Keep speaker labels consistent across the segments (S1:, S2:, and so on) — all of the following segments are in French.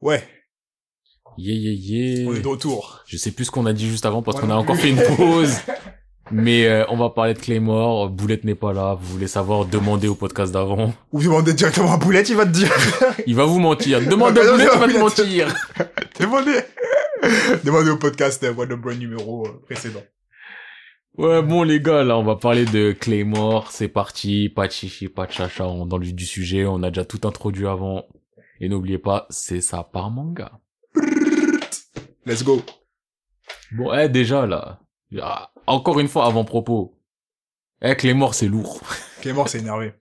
S1: Ouais,
S2: Yeah, yeah, yeah.
S1: on est de retour.
S2: Je sais plus ce qu'on a dit juste avant parce
S1: Moi
S2: qu'on a
S1: non
S2: encore fait
S1: plus.
S2: une pause. Mais euh, on va parler de Claymore. Boulette n'est pas là. Vous voulez savoir, demandez au podcast d'avant.
S1: Ou demandez directement à Boulette, il va te dire.
S2: Il va vous mentir. Demandez à
S1: Non,
S2: Boulette,
S1: non,
S2: il va te
S1: non,
S2: mentir.
S1: demandez. demandez au podcast euh, What the Brain numéro euh, précédent.
S2: Ouais, bon les gars, là on va parler de Claymore. C'est parti. Pas de chichi, pas de chacha. On est dans le vif du sujet. On a déjà tout introduit avant. Et n'oubliez pas, c'est ça par manga.
S1: Let's go.
S2: Bon, eh, déjà, là. Ah, Encore une fois, avant-propos. Eh, Claymore, c'est lourd.
S1: Clément s'est énervé.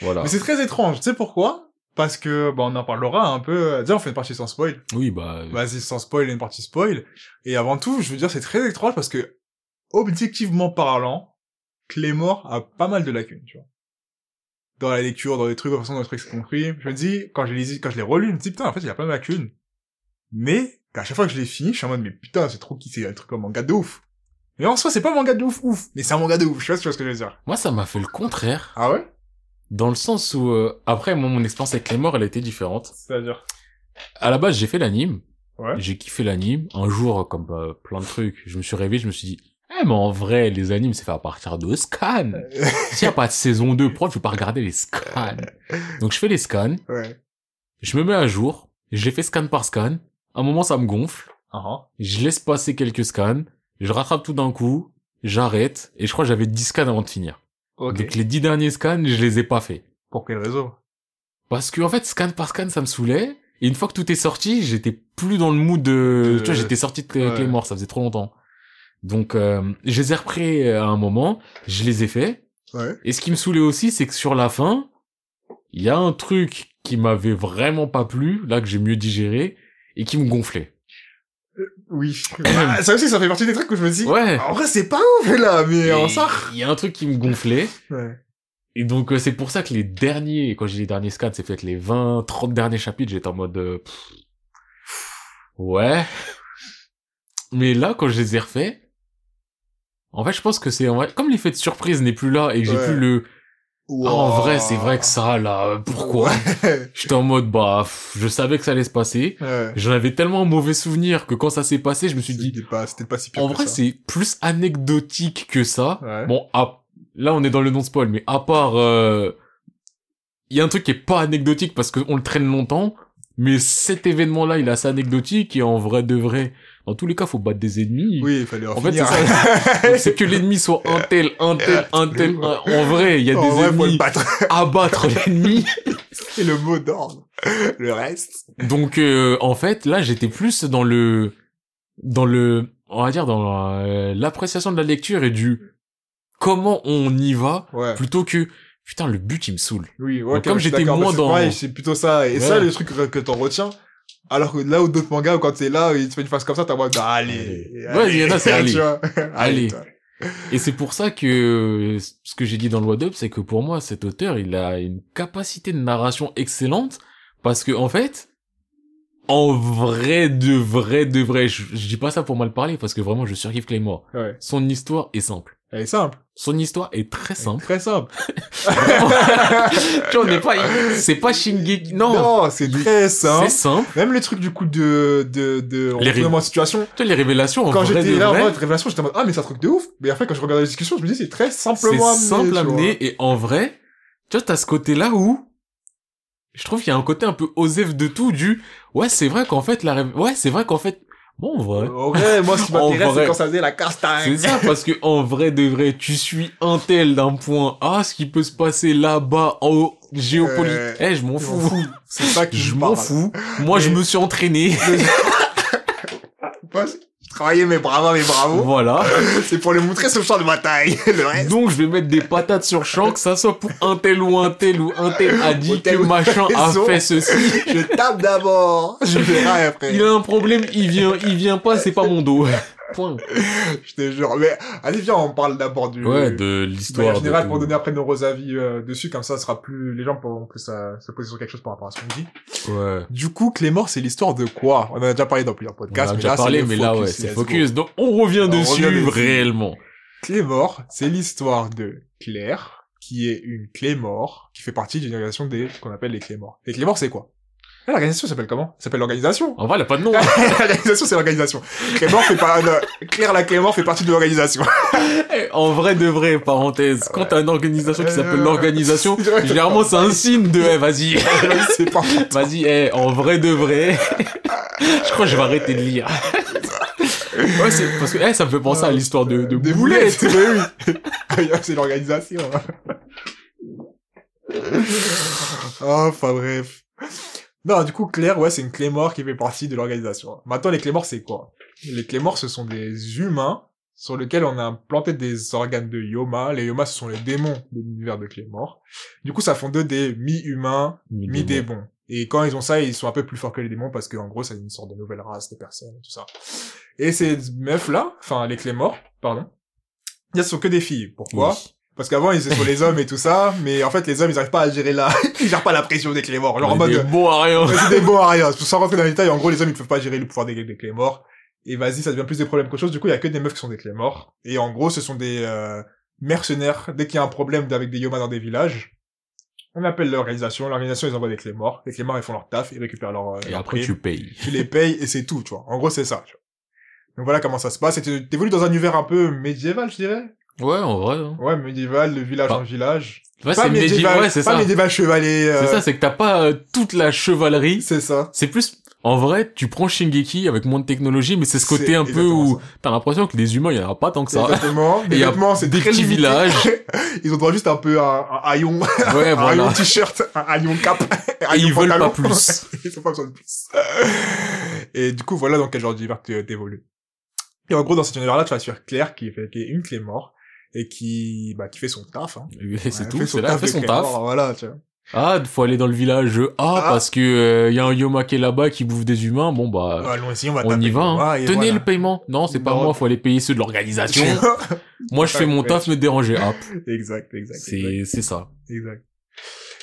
S2: Voilà.
S1: Mais c'est très étrange, tu sais pourquoi Parce que, bah, on en parlera un peu. Déjà, on fait une partie sans spoil.
S2: Oui, bah,
S1: Vas-y, sans spoil, une partie spoil. Et avant tout, je veux dire, c'est très étrange parce que, objectivement parlant, Clémor a pas mal de lacunes, tu vois. Dans la lecture, dans les trucs, dans la façon dont le truc s'est compris. Je me dis, quand je les, quand je les relis, je me dis, putain, en fait, il y a plein de lacunes. Mais, à chaque fois que je les finis, je suis en mode, mais putain, c'est trop qui, c'est un truc comme manga de ouf. Mais en soi, c'est pas un manga de ouf, ouf. Mais c'est un manga de ouf, je sais pas si tu vois ce que je veux dire.
S2: moi, ça m'a fait le contraire.
S1: Ah ouais?
S2: Dans le sens où, euh, après, moi, mon expérience avec Claymore, elle était différente.
S1: C'est-à-dire?
S2: À la base, j'ai fait l'anime.
S1: Ouais.
S2: J'ai kiffé l'anime. Un jour, comme euh, plein de trucs, je me suis réveillé, je me suis dit, eh, mais en vrai, les animes, c'est fait à partir de scans. S'il n'y a pas de saison 2, pourquoi je veux pas regarder les scans? Donc, je fais les scans.
S1: Ouais.
S2: Je me mets à jour. J'ai fait scan par scan. À un moment, ça me gonfle.
S1: Ah ah.
S2: je laisse passer quelques scans, je rattrape tout d'un coup, j'arrête, et je crois que j'avais 10 scans avant de finir.
S1: Ok.
S2: Donc les 10 derniers scans, je les ai pas faits.
S1: Pour quel réseau?
S2: Parce que, en fait, scan par scan, ça me saoulait, et une fois que tout est sorti, j'étais plus dans le mood de...
S1: De-
S2: Tu vois, j'étais sorti de Clé-
S1: Ouais.
S2: Claymore, ça faisait trop longtemps. Donc, euh, je les ai repris euh, à un moment, je les ai faits,
S1: Ouais.
S2: et ce qui me saoulait aussi, c'est que sur la fin, il y a un truc qui m'avait vraiment pas plu, là que j'ai mieux digéré, et qui me gonflait.
S1: Oui. Ah, ça aussi, ça fait partie des trucs où je me dis,
S2: Ouais
S1: En vrai, c'est pas ouf, là, mais on sort.
S2: Il y a un truc qui me gonflait,
S1: Ouais.
S2: Et donc euh, c'est pour ça que les derniers, quand j'ai les derniers scans, c'est peut-être les 20, 30 derniers chapitres, j'étais en mode euh, pff, ouais. Mais là quand je les ai refaits, en fait je pense que c'est en vrai- comme l'effet de surprise n'est plus là et que j'ai
S1: Ouais.
S2: plus le ah, en vrai c'est vrai que ça là euh, pourquoi
S1: Ouais.
S2: J'étais en mode bah pff, je savais que ça allait se passer.
S1: Ouais.
S2: J'en avais tellement un mauvais souvenir que quand ça s'est passé, je me suis dit
S1: C'était pas, c'était pas si pire.
S2: en
S1: que
S2: vrai
S1: ça.
S2: c'est plus anecdotique que ça.
S1: Ouais.
S2: Bon, à- là, on est dans le non-spoil, mais à part... euh, Il y a un truc qui est pas anecdotique parce qu'on le traîne longtemps, mais cet événement-là, il est assez anecdotique et en vrai de vrai... Dans tous les cas, faut battre des ennemis.
S1: Oui, il fallait en,
S2: En fait,
S1: finir. Euh,
S2: c'est Donc, C'est que l'ennemi soit un tel, un tel, un tel... un- En vrai, il y a
S1: en
S2: des
S1: vrai, faut le
S2: ennemis.
S1: battre.
S2: Abattre l'ennemi.
S1: C'est le mot d'ordre. Le reste.
S2: Donc, euh, en fait, là, j'étais plus dans le... Dans le... On va dire dans euh, l'appréciation de la lecture et du... Comment on y va
S1: Ouais.
S2: plutôt que putain le but il me saoule.
S1: Oui,
S2: Donc, comme
S1: je suis
S2: j'étais
S1: d'accord,
S2: moins
S1: mais c'est
S2: dans-
S1: pareil, c'est plutôt ça. Et
S2: Ouais.
S1: ça, le truc que, que t'en retiens. Alors que là où d'autres mangas, quand t'es là, ils te font une face comme ça, t'as mode, ah, allez.
S2: Allez. Ouais, il y en a, c'est allez.
S1: Tu vois.
S2: Allez.
S1: toi.
S2: Et c'est pour ça que euh, ce que j'ai dit dans le What Up, c'est que pour moi cet auteur il a une capacité de narration excellente parce que en fait en vrai de vrai de vrai, je, je dis pas ça pour mal parler parce que vraiment je surkiffe Claymore.
S1: Ouais.
S2: Son histoire est simple.
S1: Elle est simple.
S2: Son histoire est très simple.
S1: Très simple.
S2: tu vois, on n'est pas, c'est pas Shingeki, non.
S1: Ah. Non, c'est très simple.
S2: c'est simple.
S1: Même le truc du coup de, de, de,
S2: Les rimes.
S1: en situation.
S2: Tu vois, les révélations en
S1: Quand
S2: vrai
S1: j'étais
S2: de
S1: là en
S2: vrai,
S1: mode révélation, j'étais en mode, ah, mais c'est un truc de ouf. Mais après, quand je regardais la discussion, je me dis, c'est très
S2: c'est
S1: simplement amené.
S2: simple
S1: tu
S2: à
S1: vois.
S2: amener et en vrai, tu vois, t'as ce côté-là où je trouve qu'il y a un côté un peu osef de tout du ouais c'est vrai qu'en fait la rêve- ouais c'est vrai qu'en fait bon en vrai
S1: En vrai, moi, ce qui
S2: En
S1: m'intéresse,
S2: vrai.
S1: c'est quand ça faisait la castagne.
S2: c'est ça parce que en vrai de vrai tu suis un tel d'un point A ce qui peut se passer là-bas en haut géopolitique
S1: Euh,
S2: eh je m'en
S1: je
S2: fous
S1: m'en fous. C'est ça qui
S2: je
S1: me
S2: m'en
S1: parle.
S2: fous moi je
S1: Mais-
S2: me suis entraîné
S1: Moi, je travaillais mes bravas, mes bravos.
S2: voilà
S1: c'est pour les montrer ce champ de bataille. Le reste.
S2: donc je vais mettre des patates sur champ que ça soit pour un tel ou un tel ou un tel a dit que
S1: tel ou
S2: machin
S1: tel
S2: a
S1: raison.
S2: fait ceci
S1: Je tape d'abord. Je verrai après.
S2: Il a un problème, il vient, il vient pas, c'est pas mon dos. Point.
S1: Je te jure. Mais, allez, viens, on parle d'abord du.
S2: de
S1: de manière générale, pour donner après nos avis euh, dessus, comme ça, ce sera plus, les gens pourront plus euh, se poser sur quelque chose par rapport à ce qu'on dit.
S2: Ouais.
S1: Du coup, Clémor, c'est l'histoire de quoi On en a déjà parlé dans plusieurs
S2: On en
S1: podcasts. mais
S2: a déjà
S1: là,
S2: parlé,
S1: le
S2: mais là,
S1: focus,
S2: ouais, c'est
S1: let's
S2: focus. Donc, on revient dessus
S1: revient dessus.
S2: réellement.
S1: go. Clémor, c'est l'histoire de Claire, qui est une Clémor, qui fait partie d'une organisation des, qu'on appelle les Clémors. Les Clémors, c'est quoi Ah, L'organisation s'appelle comment Elle s'appelle l'organisation.
S2: En vrai, elle a pas de nom. hein.
S1: l'organisation, c'est l'organisation. Clément fait pas, euh, Claire la Clément fait partie de l'organisation.
S2: Eh, en vrai de vrai, parenthèse, quand t'as une organisation qui s'appelle
S1: Euh,
S2: l'organisation,
S1: c'est vrai.
S2: généralement c'est un signe de, eh, vas-y,
S1: c'est pas.
S2: vas-y, eh, en vrai de vrai. je crois que je vais arrêter de lire. ouais, c'est parce que, eh, ça me fait penser à l'histoire de, Ben de
S1: Euh, Des
S2: Boulet.
S1: boulettes, mais oui. Ah, yeah, c'est l'organisation. hein. oh, enfin bref. Non, du coup, Claire, ouais, c'est une Clémore qui fait partie de l'organisation. hein. Maintenant, les Clémores, c'est quoi Les Clémores, ce sont des humains sur lesquels on a implanté des organes de Yoma. Les Yoma, ce sont les démons de l'univers de Clémore. Du coup, ça font d'eux des mi-humains, mi-démons. Et quand ils ont ça, ils sont un peu plus forts que les démons parce qu'en gros, c'est une sorte de nouvelle race de personnes, tout ça. Et ces meufs-là, enfin, les clés morts, pardon, elles sont que des filles. Pourquoi
S2: Oui.
S1: Parce qu'avant, ils étaient sur les hommes et tout ça, mais en fait, les hommes, ils arrivent pas à gérer la... ils gèrent pas la pression des clés morts. Genre en
S2: On est
S1: mode...
S2: des bons à rien.
S1: Ouais, c'est des bons à rien. Sans rentrer dans les détails, en gros, les hommes, ils peuvent pas gérer le pouvoir des, des clés morts. Et vas-y, ça devient plus des problèmes qu'autre chose. Du coup, il y a que des meufs qui sont des clés morts. Et en gros, ce sont des euh, mercenaires. Dès qu'il y a un problème avec des yomas dans des villages, on appelle l'organisation. L'organisation, ils envoient des clés morts. Les clés morts, ils font leur taf, ils récupèrent leur... euh,
S2: Et
S1: leur
S2: après,
S1: prime
S2: tu payes.
S1: tu les payes et c'est tout, tu vois. En gros, c'est ça. tu vois. Donc voilà comment ça se passe. Et tu- t'évolues dans un univers un peu médiéval, je dirais.
S2: Ouais, en vrai. hein.
S1: Ouais, médiéval, de village
S2: Pas-
S1: en village.
S2: Ouais, c'est médiéval, ouais, c'est
S1: pas
S2: ça.
S1: médiéval chevalier. euh,
S2: C'est ça, c'est que t'as pas euh, toute la chevalerie.
S1: C'est ça.
S2: C'est plus, en vrai, tu prends Shingeki avec moins de technologie, mais c'est ce côté
S1: C'est
S2: un peu
S1: exactement
S2: où
S1: ça.
S2: t'as l'impression que les humains, il y en aura pas tant que ça.
S1: Exactement.
S2: Et
S1: Les
S2: y a
S1: vêtements, c'est
S2: des
S1: très
S2: petits
S1: limité.
S2: villages.
S1: Ils ont droit juste un peu à un, un haillon,
S2: Ouais,
S1: un haillon
S2: voilà.
S1: t-shirt, un haillon cap. un
S2: Et
S1: haillon
S2: ils veulent
S1: pantalon.
S2: pas plus.
S1: Ils ont pas besoin de plus. Et du coup, voilà dans quel genre d'univers tu euh, t'évolues. Et en gros, dans cet univers-là, tu vas suivre Claire, qui, fait- qui est une clé mort, et qui, bah, qui fait son taf, hein.
S2: Et C'est
S1: Ouais,
S2: tout,
S1: fait son
S2: c'est là,
S1: taf
S2: fait
S1: de
S2: son
S1: Clément,
S2: taf.
S1: Voilà, tu vois.
S2: Ah, faut aller dans le village. Ah,
S1: Ah.
S2: parce que euh, y a un Yoma qui est là-bas qui bouffe des humains. Bon bah,
S1: Allons-y, on va
S2: on
S1: taper
S2: y va. hein.
S1: Clément, Ah, et
S2: Tenez
S1: voilà.
S2: le paiement. Non, c'est pas
S1: Non.
S2: moi. Faut aller payer ceux de l'organisation. moi, je fais mon taf, me déranger. Ah, pff,
S1: exact, exact. exact,
S2: c'est c'est ça.
S1: Exact.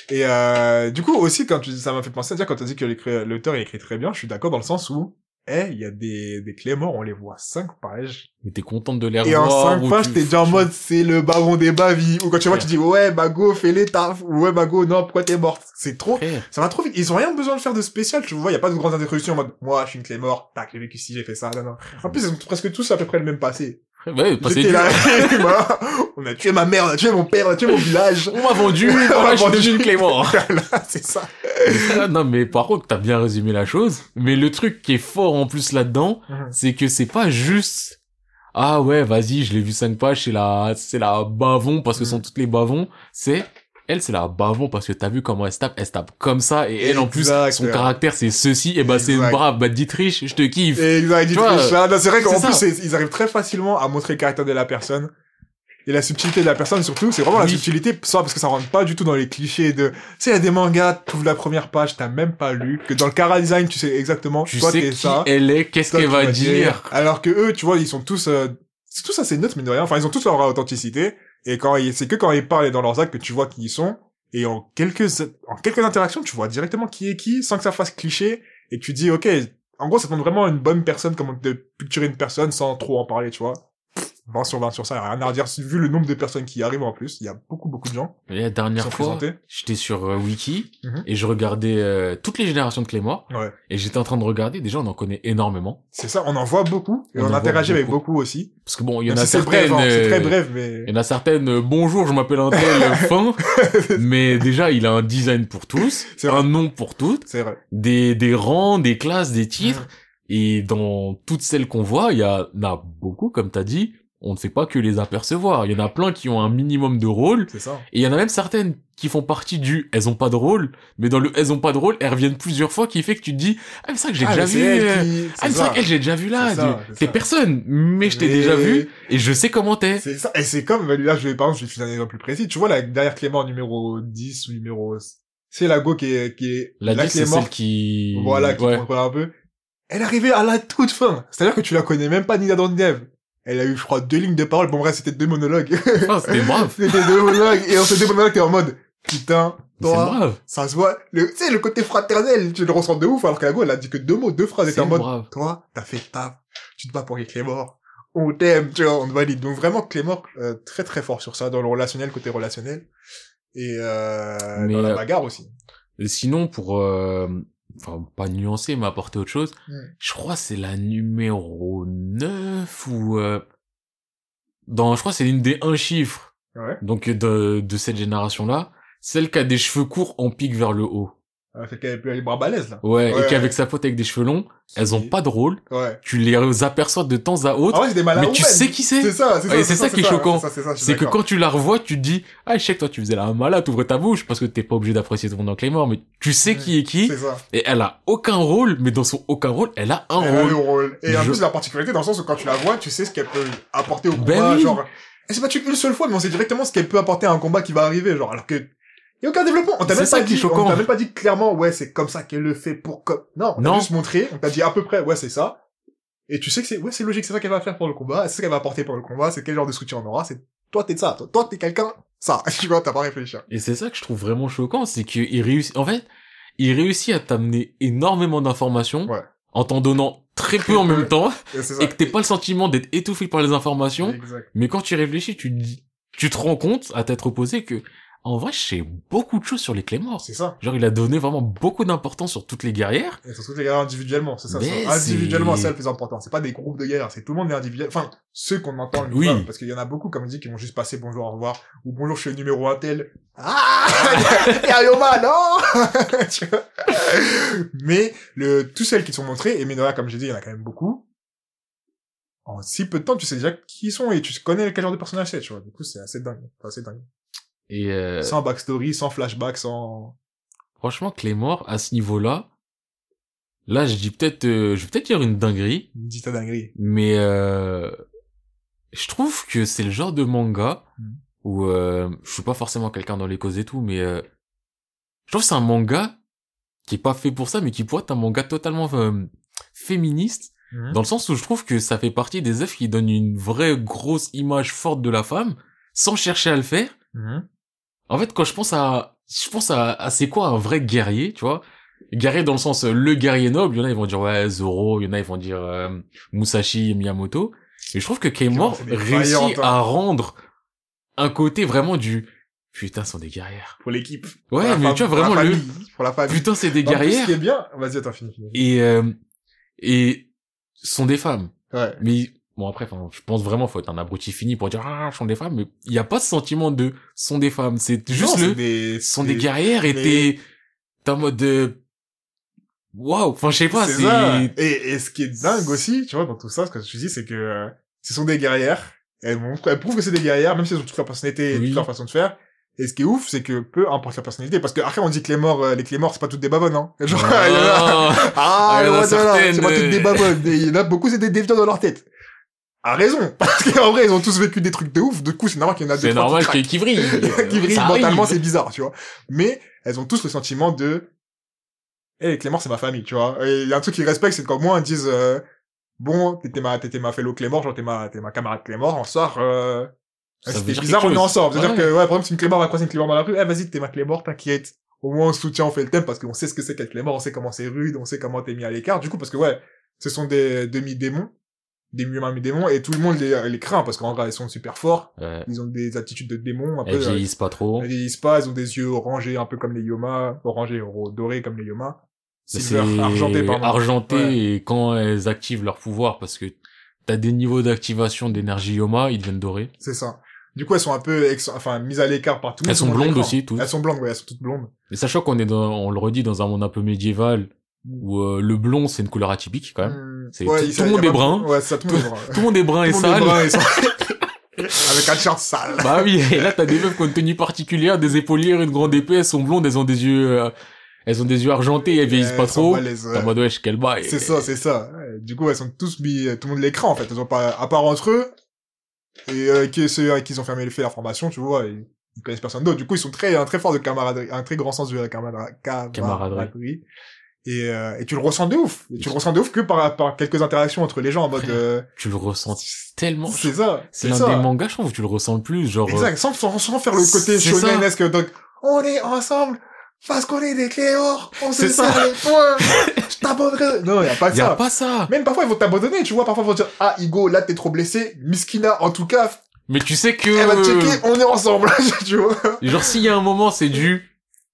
S1: Et euh, du coup, aussi, quand tu dis ça m'a fait penser à dire, quand tu dit que l'écri- l'auteur il écrit très bien, je suis d'accord dans le sens où, eh, il y a des, des clés morts, on les voit à 5 pages.
S2: Mais t'es contente de les
S1: Et en
S2: revoir,
S1: 5
S2: ou
S1: pages,
S2: tu-
S1: t'es déjà en mode, c'est le baron des bavis. Ou quand tu vois, tu dis, ouais, Mago, fais les taf. Ou ouais, Mago, non, pourquoi t'es morte? C'est trop,
S2: Frère,
S1: ça va trop vite. Ils ont rien besoin de faire de spécial, tu vois. Il y a pas de grandes introductions en mode, moi, je suis une clé morte, tac, j'ai vécu ci, j'ai fait ça, non, non. En plus, ils ont presque tous à peu près le même passé.
S2: frère, ouais, parce que
S1: J'étais là, voilà. on a tué ma mère, on a tué mon père, on a tué mon village.
S2: On m'a vendu.
S1: On m'a
S2: voilà, je suis
S1: vendu.
S2: devenu une Clément.
S1: Voilà, c'est ça.
S2: Ah, non, mais par contre, t'as bien résumé la chose. Mais le truc qui est fort en plus là-dedans,
S1: Mhm.
S2: c'est que c'est pas juste. Ah ouais, vas-y, je l'ai vu cinq pages, c'est la, c'est la bavon parce que sont
S1: Mhm.
S2: toutes les bavons. C'est, elle, c'est la bavon parce que t'as vu comment elle se tape, elle se tape comme ça et elle en plus,
S1: Exact.
S2: son caractère c'est ceci et bah c'est
S1: Exact.
S2: brave, bah Dietrich, je te kiffe.
S1: Et ils arrivent
S2: Tu vois,
S1: trichent, là. Non, c'est vrai qu'en
S2: c'est
S1: plus,
S2: ça.
S1: c'est- ils arrivent très facilement à montrer le caractère de la personne. Et la subtilité de la personne, surtout, c'est vraiment la
S2: Oui.
S1: subtilité, ça, parce que ça rentre pas du tout dans les clichés de, tu sais, il y a des mangas, t'ouvres la première page, t'as même pas lu, que dans le chara design, tu sais exactement,
S2: Tu
S1: toi,
S2: sais
S1: t'es
S2: qui
S1: ça.
S2: elle est, qu'est-ce
S1: toi,
S2: qu'elle
S1: tu
S2: va
S1: vas
S2: dire.
S1: Alors que eux, tu vois, ils sont tous, euh, c'est tous assez neutres, mais de rien. Enfin, ils ont tous leur authenticité. Et quand ils, c'est que quand ils parlent et dans leurs actes que tu vois qui ils sont. Et en quelques, en quelques interactions, tu vois directement qui est qui, sans que ça fasse cliché. Et que tu dis, ok, en gros, ça te montre vraiment une bonne personne, comment te picturer une personne sans trop en parler, tu vois. Pff, 20 sur 20 sur ça, y a rien à redire. Vu le nombre de personnes qui y arrivent en plus, il y a beaucoup, beaucoup de gens
S2: Et la
S1: qui
S2: dernière
S1: sont
S2: fois,
S1: présentés.
S2: j'étais sur euh, Wiki
S1: Mhm.
S2: et je regardais euh, toutes les générations de Clément
S1: Ouais.
S2: et j'étais en train de regarder. Déjà, on en connaît énormément.
S1: C'est ça, on en voit beaucoup. Et
S2: On
S1: on,
S2: en voit
S1: interagit avec
S2: beaucoup.
S1: beaucoup aussi.
S2: Parce que bon, il y en
S1: Même
S2: a
S1: si c'est
S2: certaines.
S1: bref, hein, c'est très
S2: euh,
S1: bref, mais.
S2: Il y en a certaines. euh, Bonjour, je m'appelle un tel fin. Mais déjà, il a un design pour tous,
S1: C'est vrai.
S2: un nom pour toutes,
S1: C'est vrai.
S2: des des rangs, des classes, des titres.
S1: Mmh.
S2: Et dans toutes celles qu'on voit, il y en a beaucoup, comme t'as dit. On ne fait pas que les apercevoir. Il y en a plein qui ont un minimum de rôle.
S1: C'est ça.
S2: Et il y en a même certaines qui font partie du elles ont pas de rôle. Mais dans le elles ont pas de rôle, elles reviennent plusieurs fois, qui fait que tu te dis ah mais ça que j'ai
S1: Ah,
S2: déjà
S1: mais c'est
S2: vu.
S1: elle qui-
S2: euh, Ah mais
S1: c'est
S2: ça
S1: ça.
S2: que elle, j'ai déjà vu là.
S1: C'est ça,
S2: du-
S1: c'est
S2: T'es
S1: ça.
S2: personne, mais je t'ai déjà
S1: Mais-
S2: vu. Et je sais comment t'es.
S1: C'est ça. Et c'est comme, bah, là, je vais, par exemple, je vais te faire un exemple plus précis. Tu vois, la dernière Clément numéro 10 ou numéro, c'est la go qui est, qui est,
S2: La 10, c'est
S1: Clément,
S2: celle qui...
S1: voilà, qui
S2: ouais.
S1: contrôle un peu. Elle est arrivée à la toute fin. C'est-à-dire que tu la connais même pas ni d'Adam ni d'Ève. Elle a eu, je crois, deux lignes de parole. Bon, bref, c'était deux monologues.
S2: Ah, c'était brave.
S1: c'était deux monologues. Et en ces deux monologues, t'es en mode, putain,
S2: C'est
S1: toi,
S2: brave.
S1: ça se voit. Le, tu sais, le côté fraternel, tu le ressens de ouf, alors que la go, elle a dit que deux mots, deux phrases. Et t'es
S2: C'est
S1: en mode,
S2: brave.
S1: toi, t'as fait le taf, tu te bats pour les Clémor, on t'aime, tu vois, on te valide. Donc vraiment, Clémor, euh, très très fort sur ça, dans le relationnel, côté relationnel, et euh,
S2: Mais,
S1: dans la
S2: euh,
S1: bagarre aussi.
S2: Et Sinon, pour... euh, enfin, pas nuancé, mais apporté autre chose.
S1: Ouais.
S2: Je crois que c'est la numéro 9 ou, euh, dans, je crois que c'est l'une des un chiffre.
S1: Ouais.
S2: Donc, de, de cette génération-là. Celle qui a des cheveux courts en pique vers le haut.
S1: Euh, celle qui avait plus les bras balèzes, là.
S2: Ouais,
S1: Ouais,
S2: et
S1: ouais.
S2: qu'avec sa pote avec des cheveux longs, elles ont
S1: Si.
S2: pas de rôle.
S1: Ouais.
S2: Tu les aperçois de temps à autre.
S1: Ah ouais, c'est des malades.
S2: mais tu sais qui c'est
S1: C'est ça, c'est ça.
S2: Et c'est ça qui est choquant.
S1: C'est ça, c'est ça, je suis
S2: C'est que
S1: d'accord.
S2: quand tu la revois, tu te dis, ah, je sais que toi, tu faisais la mala, t'ouvres ta bouche, parce que t'es pas obligé d'apprécier ton oncle est mort, mais tu sais qui est qui,
S1: C'est ça.
S2: et elle a aucun rôle, mais dans son aucun rôle, elle a un
S1: Elle a
S2: rôle.
S1: le rôle. Et en
S2: Oh, Je-
S1: plus, la particularité, dans le sens où quand tu la vois, tu sais ce qu'elle peut apporter au
S2: Ben
S1: combat,
S2: oui.
S1: genre. Elle s'est battue une seule fois, mais on sait directement ce qu'elle peut apporter à un combat qui va arriver, genre, alors que. Il y a aucun développement. On t'a
S2: C'est
S1: même
S2: ça
S1: pas
S2: qui est
S1: dit,
S2: choquant.
S1: on t'a même pas dit clairement, ouais, c'est comme ça qu'elle le fait pour comme. Non, on t'a
S2: Non.
S1: juste montré, on t'a dit à peu près, ouais, c'est ça. Et tu sais que c'est, ouais, c'est logique, c'est ça qu'elle va faire pour le combat, c'est ça qu'elle va apporter pour le combat, c'est quel genre de soutien on aura, c'est, toi, t'es ça, toi, toi, t'es quelqu'un, ça. Tu vois, t'as pas réfléchi. hein.
S2: Et c'est ça que je trouve vraiment choquant, c'est qu'il réussit, en fait, il réussit à t'amener énormément d'informations,
S1: Ouais.
S2: en t'en donnant très
S1: Très
S2: peu en
S1: peu.
S2: même temps,
S1: Et c'est ça.
S2: et que t'aies pas le sentiment d'être étouffé par les informations,
S1: Exact.
S2: mais quand tu réfléchis, tu te dis, tu te rends compte, à t'être opposé, que, en vrai, je sais beaucoup de choses sur les clés morts.
S1: C'est ça.
S2: Genre, il a donné vraiment beaucoup d'importance sur toutes les guerrières,
S1: Et surtout les guerres individuellement, c'est ça.
S2: Mais
S1: c'est-
S2: c'est-
S1: Individuellement, c'est ça le plus important. C'est pas des groupes de guerre, c'est tout le monde est individuel. Enfin, ceux qu'on entend le
S2: Oui.
S1: plus, parce qu'il y en a beaucoup, comme on dit, qui vont juste passer bonjour, au revoir, ou bonjour, je suis le numéro un tel. Ah! Il y a Yoma, non! Tu vois Mais le, tous celles qui sont montrées, et mais de là, comme j'ai dit, il y en a quand même beaucoup. En si peu de temps, tu sais déjà qui ils sont et tu connais quel genre de personnage c'est, tu vois. Du coup, c'est assez dingue. C'est assez dingue.
S2: Et euh,
S1: Sans backstory, sans flashback, sans...
S2: franchement, Clémore, à ce niveau-là, là, je dis peut-être, euh, je vais peut-être dire une dinguerie,
S1: Dis ta dinguerie.
S2: mais euh, je trouve que c'est le genre de manga
S1: Mhm.
S2: où euh, je suis pas forcément quelqu'un dans les causes et tout, mais euh, je trouve que c'est un manga qui est pas fait pour ça, mais qui pourrait être un manga totalement euh, féministe,
S1: Mhm.
S2: dans le sens où je trouve que ça fait partie des œuvres qui donnent une vraie grosse image forte de la femme, sans chercher à le faire,
S1: Mhm.
S2: en fait, quand je pense à, je pense à, à c'est quoi un vrai guerrier, tu vois Guerrier dans le sens euh, le guerrier noble. Il y en a ils vont dire ouais Zoro, il y en a ils vont dire euh, Musashi, Miyamoto. Et je trouve que Claymore
S1: c'est des
S2: réussit
S1: vaillantes, hein.
S2: à rendre un côté vraiment du putain sont des guerrières.
S1: Pour l'équipe.
S2: Ouais,
S1: Pour la
S2: mais
S1: femme-
S2: tu
S1: pour
S2: vois
S1: la
S2: vraiment le
S1: famille, Pour la famille.
S2: putain c'est des
S1: En plus,
S2: guerrières
S1: Ce qui est bien, Ah, vas-y, attends, finis, finis.
S2: et euh, et sont des femmes.
S1: Ouais.
S2: Mais bon après, enfin, je pense vraiment faut être un abruti fini pour dire ah sont des femmes. Mais il y a pas ce sentiment de sont des femmes. C'est juste
S1: Non,
S2: le
S1: c'est des,
S2: ce sont
S1: c'est-
S2: des guerrières et
S1: mais-
S2: t'es t'es en mode de... waouh enfin je sais pas
S1: c'est ça.
S2: c'est
S1: Et, et ce qui est dingue aussi, tu vois, dans tout ça, ce que je te dis, c'est que euh, ce sont des guerrières. Elles, montrent- elles prouvent que c'est des guerrières, même si elles ont toute leur personnalité et
S2: Oui.
S1: toute leur façon de faire. Et ce qui est ouf, c'est que peu importe leur personnalité, parce que après on dit que les morts, euh, les clémores, c'est pas toutes des babonnes, hein. Genre, il y en a-
S2: Ah,
S1: ah,
S2: il y en a
S1: ouais, voilà, c'est
S2: certaines,
S1: pas toutes des
S2: euh.
S1: babonnes. Et il y en a beaucoup, c'est des déviants dans leur tête. À raison. Parce qu'en vrai, ils ont tous vécu des trucs de ouf. Du coup, c'est normal qu'il y en a deux,
S2: c'est
S1: trois qui
S2: normal
S1: craquent.
S2: qu'il qui vrille
S1: qui vrillent
S2: Ça arrive.
S1: mentalement, c'est bizarre, tu vois. Mais elles ont tous le sentiment de Eh, les Clémor, c'est ma famille, tu vois. Et il y a un truc qu'ils respectent, c'est quand moi, ils disent euh, Bon, t'étais ma, t'étais ma fellow Clémor, genre t'es ma, t'es ma camarade Clémor, on sort. Euh...
S2: Ça
S1: eh,
S2: veut
S1: C'était
S2: dire
S1: bizarre,
S2: quelque
S1: on est
S2: chose.
S1: ensemble. C'est-à-dire
S2: Ouais.
S1: que, ouais, par exemple, si une Clémor va croiser une Clémor dans la rue, eh, vas-y, t'es ma Clémor, t'inquiète. Au moins, on se soutient, on fait le thème parce qu'on sait ce que c'est qu'être Clémor, on sait comment c'est rude, on sait comment t'es mis à l'écart. Du coup, parce que, ouais, ce sont des demi-démons, des humains mi-démons, et tout le monde les, les craint parce qu'en vrai, ils sont super forts,
S2: Ouais.
S1: ils ont des attitudes de démons. Après,
S2: elles
S1: euh,
S2: vieillissent pas trop
S1: elles vieillissent pas, elles ont des yeux orangés un peu comme les Yoma, orangés, ro- dorés comme les Yoma. Silver, argenté, pardon.
S2: argenté
S1: Ouais.
S2: et quand elles activent leur pouvoir parce que t'as des niveaux d'activation d'énergie Yoma ils deviennent dorés
S1: C'est ça. Du coup, elles sont un peu, ex- enfin, mises à l'écart par tout. tout
S2: elles
S1: le
S2: sont
S1: monde
S2: blondes
S1: les craint.
S2: aussi toutes
S1: Elles sont blondes, ouais, elles sont toutes blondes.
S2: mais sachant qu'on est dans on le redit dans un monde un peu médiéval
S1: Mm.
S2: où euh, le blond c'est une couleur atypique quand même
S1: Hmm,
S2: C'est-
S1: ouais,
S2: tout-
S1: il-
S2: tout le
S1: il y a
S2: monde est
S1: pas-
S2: brun.
S1: Ouais, c'est ça, tout le monde est brun.
S2: tout le monde est brun et
S1: Mm. Tout le monde est
S2: sale
S1: brun et sale. Avec un t-shirt sale.
S2: Bah oui, et là t'as des meufs qui ont une tenue particulière, des épaulières, une grande épée, elles sont blondes, elles ont des yeux, euh, elles ont des yeux argentés, elles vieillissent
S1: Elles
S2: pas
S1: sont
S2: trop.
S1: balèzes, ouais.
S2: T'es en mode wesh, quel bail.
S1: C'est ça, c'est ça. Ouais, Du coup, elles sont tous mis, euh, tout le monde les craint, en fait. Elles ont pas, à part entre eux, et euh, qui, ceux avec qui ils ont fermé le fait la formation, tu vois, ils, ils connaissent personne d'autre. Du coup, ils sont très, un très fort de camaraderie, un très grand sens de la camara- camaraderie.
S2: Camaraderie.
S1: Et, euh, et tu le ressens de ouf. Et tu le ressens de ouf que par, par quelques interactions entre les gens en mode, euh,
S2: Tu le ressens tellement.
S1: c'est ça,
S2: C'est
S1: c'est
S2: l'un des
S1: ça.
S2: mangas, je trouve, où tu le ressens le plus, genre. euh,
S1: Exact, sans, sans, sans faire le côté
S2: C'est ça.
S1: shonen-esque, donc, on est ensemble, parce qu'on est des cléors, on se
S2: C'est ça.
S1: serre les poings, je t'abandonnerai. Non, y a pas
S2: euh, y a
S1: ça.
S2: pas ça.
S1: Même parfois, ils vont t'abandonner, tu vois. Parfois, ils vont dire, ah, Igo, là, t'es trop blessé. Miskina, en tout cas,
S2: Mais tu sais que,
S1: elle va te
S2: euh,
S1: checker, on est ensemble, tu vois.
S2: genre s'il y a un moment, c'est du,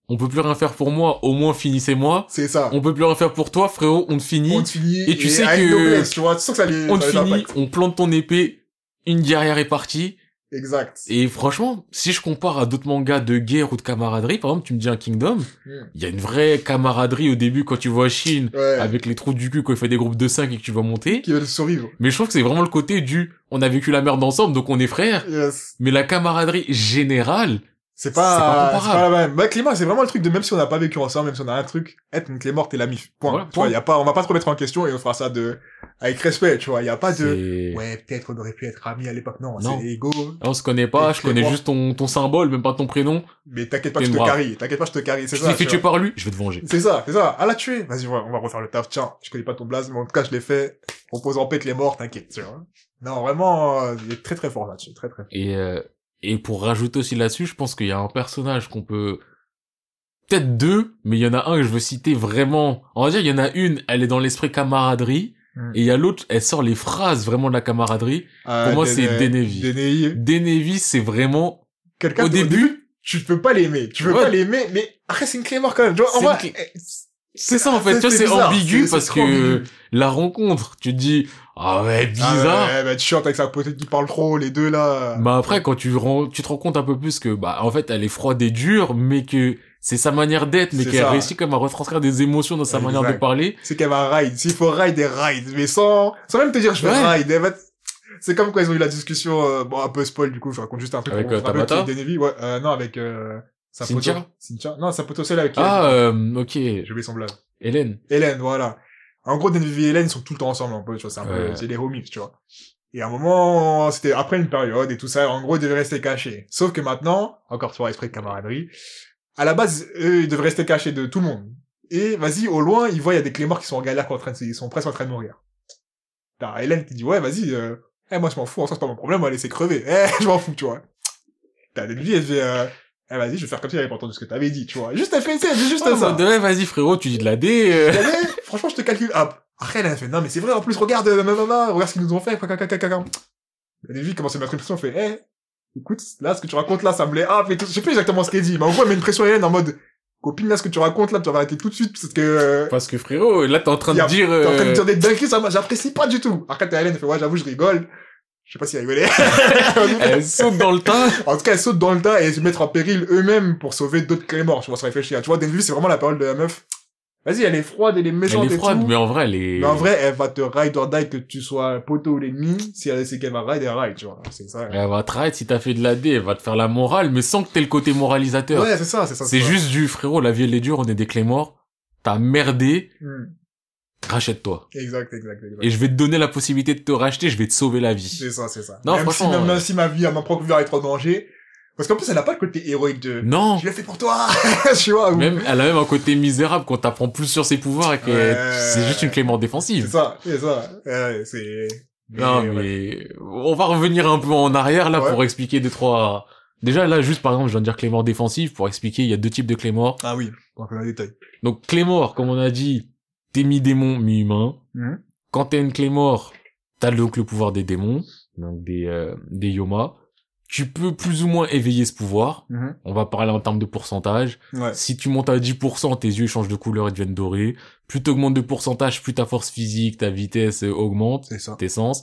S2: On peut plus rien faire pour moi, au moins finissez-moi.
S1: C'est ça.
S2: On peut plus rien faire pour toi, frérot, on te finit.
S1: On te finit.
S2: Et tu sais
S1: avec
S2: que-
S1: noblesse, tu vois, tu sens que ça les,
S2: On te
S1: ça les
S2: finit,
S1: impacte.
S2: on plante ton épée, une guerrière est partie.
S1: Exact.
S2: Et franchement, si je compare à d'autres mangas de guerre ou de camaraderie, par exemple, tu me dis un Kingdom,
S1: Mm.
S2: il y a une vraie camaraderie au début quand tu vois Shin
S1: Ouais.
S2: avec les trous du cul quand il fait des groupes de 5 et que tu vas monter.
S1: Qui veulent survivre.
S2: Mais je trouve que c'est vraiment le côté du on a vécu la merde ensemble donc on est frères.
S1: Yes.
S2: Mais la camaraderie générale,
S1: C'est
S2: C'est
S1: pas,
S2: pas
S1: c'est
S2: comparable.
S1: pas la même. Bah, Clément, c'est vraiment le truc de même si on n'a pas vécu ensemble, même si on a un truc, être une Clément, t'es l'ami. Point.
S2: Voilà,
S1: tu vois,
S2: point.
S1: y a pas, on va pas trop mettre en question et on fera ça de, avec respect, tu vois. Y a pas de,
S2: c'est-
S1: ouais, peut-être on aurait pu être amis à l'époque. Non,
S2: Non.
S1: c'est ego.
S2: on se connaît pas,
S1: Et
S2: je
S1: c'est
S2: connais
S1: moi.
S2: juste ton, ton symbole, même pas ton prénom.
S1: Mais t'inquiète pas,
S2: T'es
S1: je te
S2: brave.
S1: carie. T'inquiète pas, je te carie. C'est
S2: Je
S1: ça.
S2: t'ai fait
S1: tu
S2: tuer
S1: vois.
S2: par lui, je vais te venger.
S1: C'est ça, c'est ça. À la tuer. Vas-y, on va- on va refaire le taf. Tiens, je connais pas ton blaze, mais en tout cas, je l'ai fait. On pose en paix que les morts, t'inquiète, tu vois. Non, vraiment, euh, il est très très fort là-dessus. Très très fort.
S2: Et, euh, et pour rajouter aussi là-dessus, je pense qu'il y a un personnage qu'on peut... Peut-être deux, mais il y en a un que je veux citer vraiment. On va dire, il y en a une, elle est dans l'esprit camaraderie.
S1: Mm.
S2: Et il y a l'autre, elle sort les phrases vraiment de la camaraderie.
S1: Euh,
S2: Pour moi,
S1: Dene-
S2: c'est Denevi.
S1: Denevi.
S2: Denevi, c'est vraiment...
S1: Quelqu'un,
S2: Au
S1: au début,
S2: début,
S1: tu peux pas l'aimer. Tu peux
S2: Ouais.
S1: pas l'aimer, mais après, c'est une clé mort quand même. Tu vois,
S2: C'est
S1: on va...
S2: une c'est ça en fait.
S1: C'est-
S2: Tu vois,
S1: c'est
S2: c'est
S1: bizarre,
S2: ambigu
S1: c'est-
S2: parce
S1: c'est
S2: que
S1: trop ambigu.
S2: la rencontre, tu te dis, ah ouais, bizarre.
S1: Ah, ouais, bah, tu chantes avec sa pote qui parle trop, les deux là.
S2: Bah après, quand tu, ren- tu te rends compte un peu plus que, bah, en fait, elle est froide et dure, mais que c'est sa manière d'être, mais
S1: C'est
S2: qu'elle
S1: ça.
S2: réussit comme à retranscrire des émotions dans sa
S1: Exact.
S2: manière de parler.
S1: C'est qu'elle va ride. S'il faut ride, elle ride. Mais sans, sans même te dire, je vais
S2: Ouais.
S1: ride. Elle va t- C'est comme quand ils ont eu la discussion, euh, bon, un peu spoil, du coup, je raconte juste un truc.
S2: Avec,
S1: pour
S2: euh,
S1: montrer un peu
S2: Tabata
S1: qui est Denevi. ouais, euh, non, avec, euh, sa photo.
S2: Cynthia
S1: Cynthia. Non, sa photo, celle avec qui elle-
S2: Ah, euh, ok,
S1: J'ai oublié son blaze.
S2: Hélène.
S1: Hélène, voilà. En gros, Denvi et Hélène, ils sont tout le temps ensemble, un peu, tu vois, c'est un peu,
S2: Ouais.
S1: c'est les homies, tu vois. Et à un moment, c'était après une période et tout ça, en gros, ils devaient rester cachés. Sauf que maintenant, encore tu vois, esprit de camaraderie, à la base, eux, ils devaient rester cachés de tout le monde. Et vas-y, au loin, ils voient, il y a des clémores qui sont en galère, qui sont en train de, ils sont presque en train de mourir. T'as Hélène qui dit, ouais, vas-y, euh, eh, moi, je m'en fous, en soi, c'est pas mon problème, on va laisser crever. Eh, je m'en fous, tu vois. T'as Denvi, elle fait, euh, eh, vas-y, je vais faire comme si j'avais pas entendu ce que t'avais dit, tu vois. Juste, elle fait, elle fait juste
S2: Ouais, Ah, en
S1: ça.
S2: mode, ouais, vas-y frérot, tu dis de la D. euh.
S1: Elle est- franchement, je te calcule. Hop. Après, elle a fait, non, mais c'est vrai, en plus, regarde, euh, maman, maman, regarde ce qu'ils nous ont fait, quoi, quoi, quoi, quoi, quoi, quoi. Et lui, il commence à mettre une pression, fait, eh, écoute, là, ce que tu racontes là, ça me l'est up et tout. Je sais plus exactement ce qu'elle dit, mais en gros, elle met une pression à Hélène en mode, copine, là, ce que tu racontes là, tu vas arrêter tout de suite, parce que, euh,
S2: Parce que frérot, là, t'es en train
S1: Y a-
S2: de dire...
S1: t'es en train de
S2: euh,
S1: dire des dingueries, ça, m'a- j'apprécie pas du tout. Après, t'as Hélène, elle fait, ouais, j'avoue, je rigole. Je sais pas si elle rigolait.
S2: Elle saute dans le tas.
S1: En tout cas, elles sautent dans le tas et se mettent en péril eux-mêmes pour sauver d'autres clés morts. Je pense réfléchir. Tu vois, Denvi, c'est vraiment la parole de la meuf. Vas-y, elle est froide, elle est méchante.
S2: Elle est
S1: et
S2: froide,
S1: tout.
S2: mais en vrai, elle est...
S1: Mais en vrai, elle va te ride or die, que tu sois un poteau ou l'ennemi. Si elle sait qu'elle va ride, elle ride, tu vois. C'est ça.
S2: Elle va te raid si t'as fait de la D, elle va te faire la morale, mais sans que t'aies le côté moralisateur.
S1: Ouais, c'est ça, c'est ça.
S2: c'est
S1: ça.
S2: juste du frérot, la vie elle est dure, on est des clés morts, t'as merdé,
S1: Hmm.
S2: rachète-toi.
S1: Exact, exact, exact.
S2: Et je vais te donner la possibilité de te racheter, je vais te sauver la vie.
S1: C'est ça, c'est ça.
S2: Non,
S1: même si,
S2: franchement, euh,
S1: même,
S2: ouais.
S1: même si ma vie, à ma propre vie, est trop en danger. Parce qu'en plus, elle n'a pas le côté héroïque de,
S2: Non,
S1: je l'ai fait pour toi, tu vois. ou-
S2: même, elle a même un côté misérable quand t'apprends plus sur ses pouvoirs et que
S1: Ouais.
S2: c'est juste une clé morte
S1: C'est
S2: défensive.
S1: ça, c'est ça. Ouais, c'est,
S2: Non,
S1: ouais.
S2: mais on va revenir un peu en arrière là
S1: Ouais.
S2: pour expliquer des trois... Déjà là, juste par exemple, je viens de dire clé morte défensive pour expliquer, il y a deux types de clés morts.
S1: Ah oui, on va faire un détail.
S2: Donc clé mort, comme on a dit, t'es mi-démon, mi-humain.
S1: Mhm.
S2: Quand t'es une clé mort, t'as donc le pouvoir des démons, donc des, euh, des yoma. Tu peux plus ou moins éveiller ce pouvoir.
S1: Mhm.
S2: On va parler en termes de pourcentage.
S1: Ouais.
S2: Si tu montes à 10%, tes yeux changent de couleur et deviennent dorés. Plus t'augmentes de pourcentage, plus ta force physique, ta vitesse euh, augmente,
S1: C'est ça.
S2: tes sens.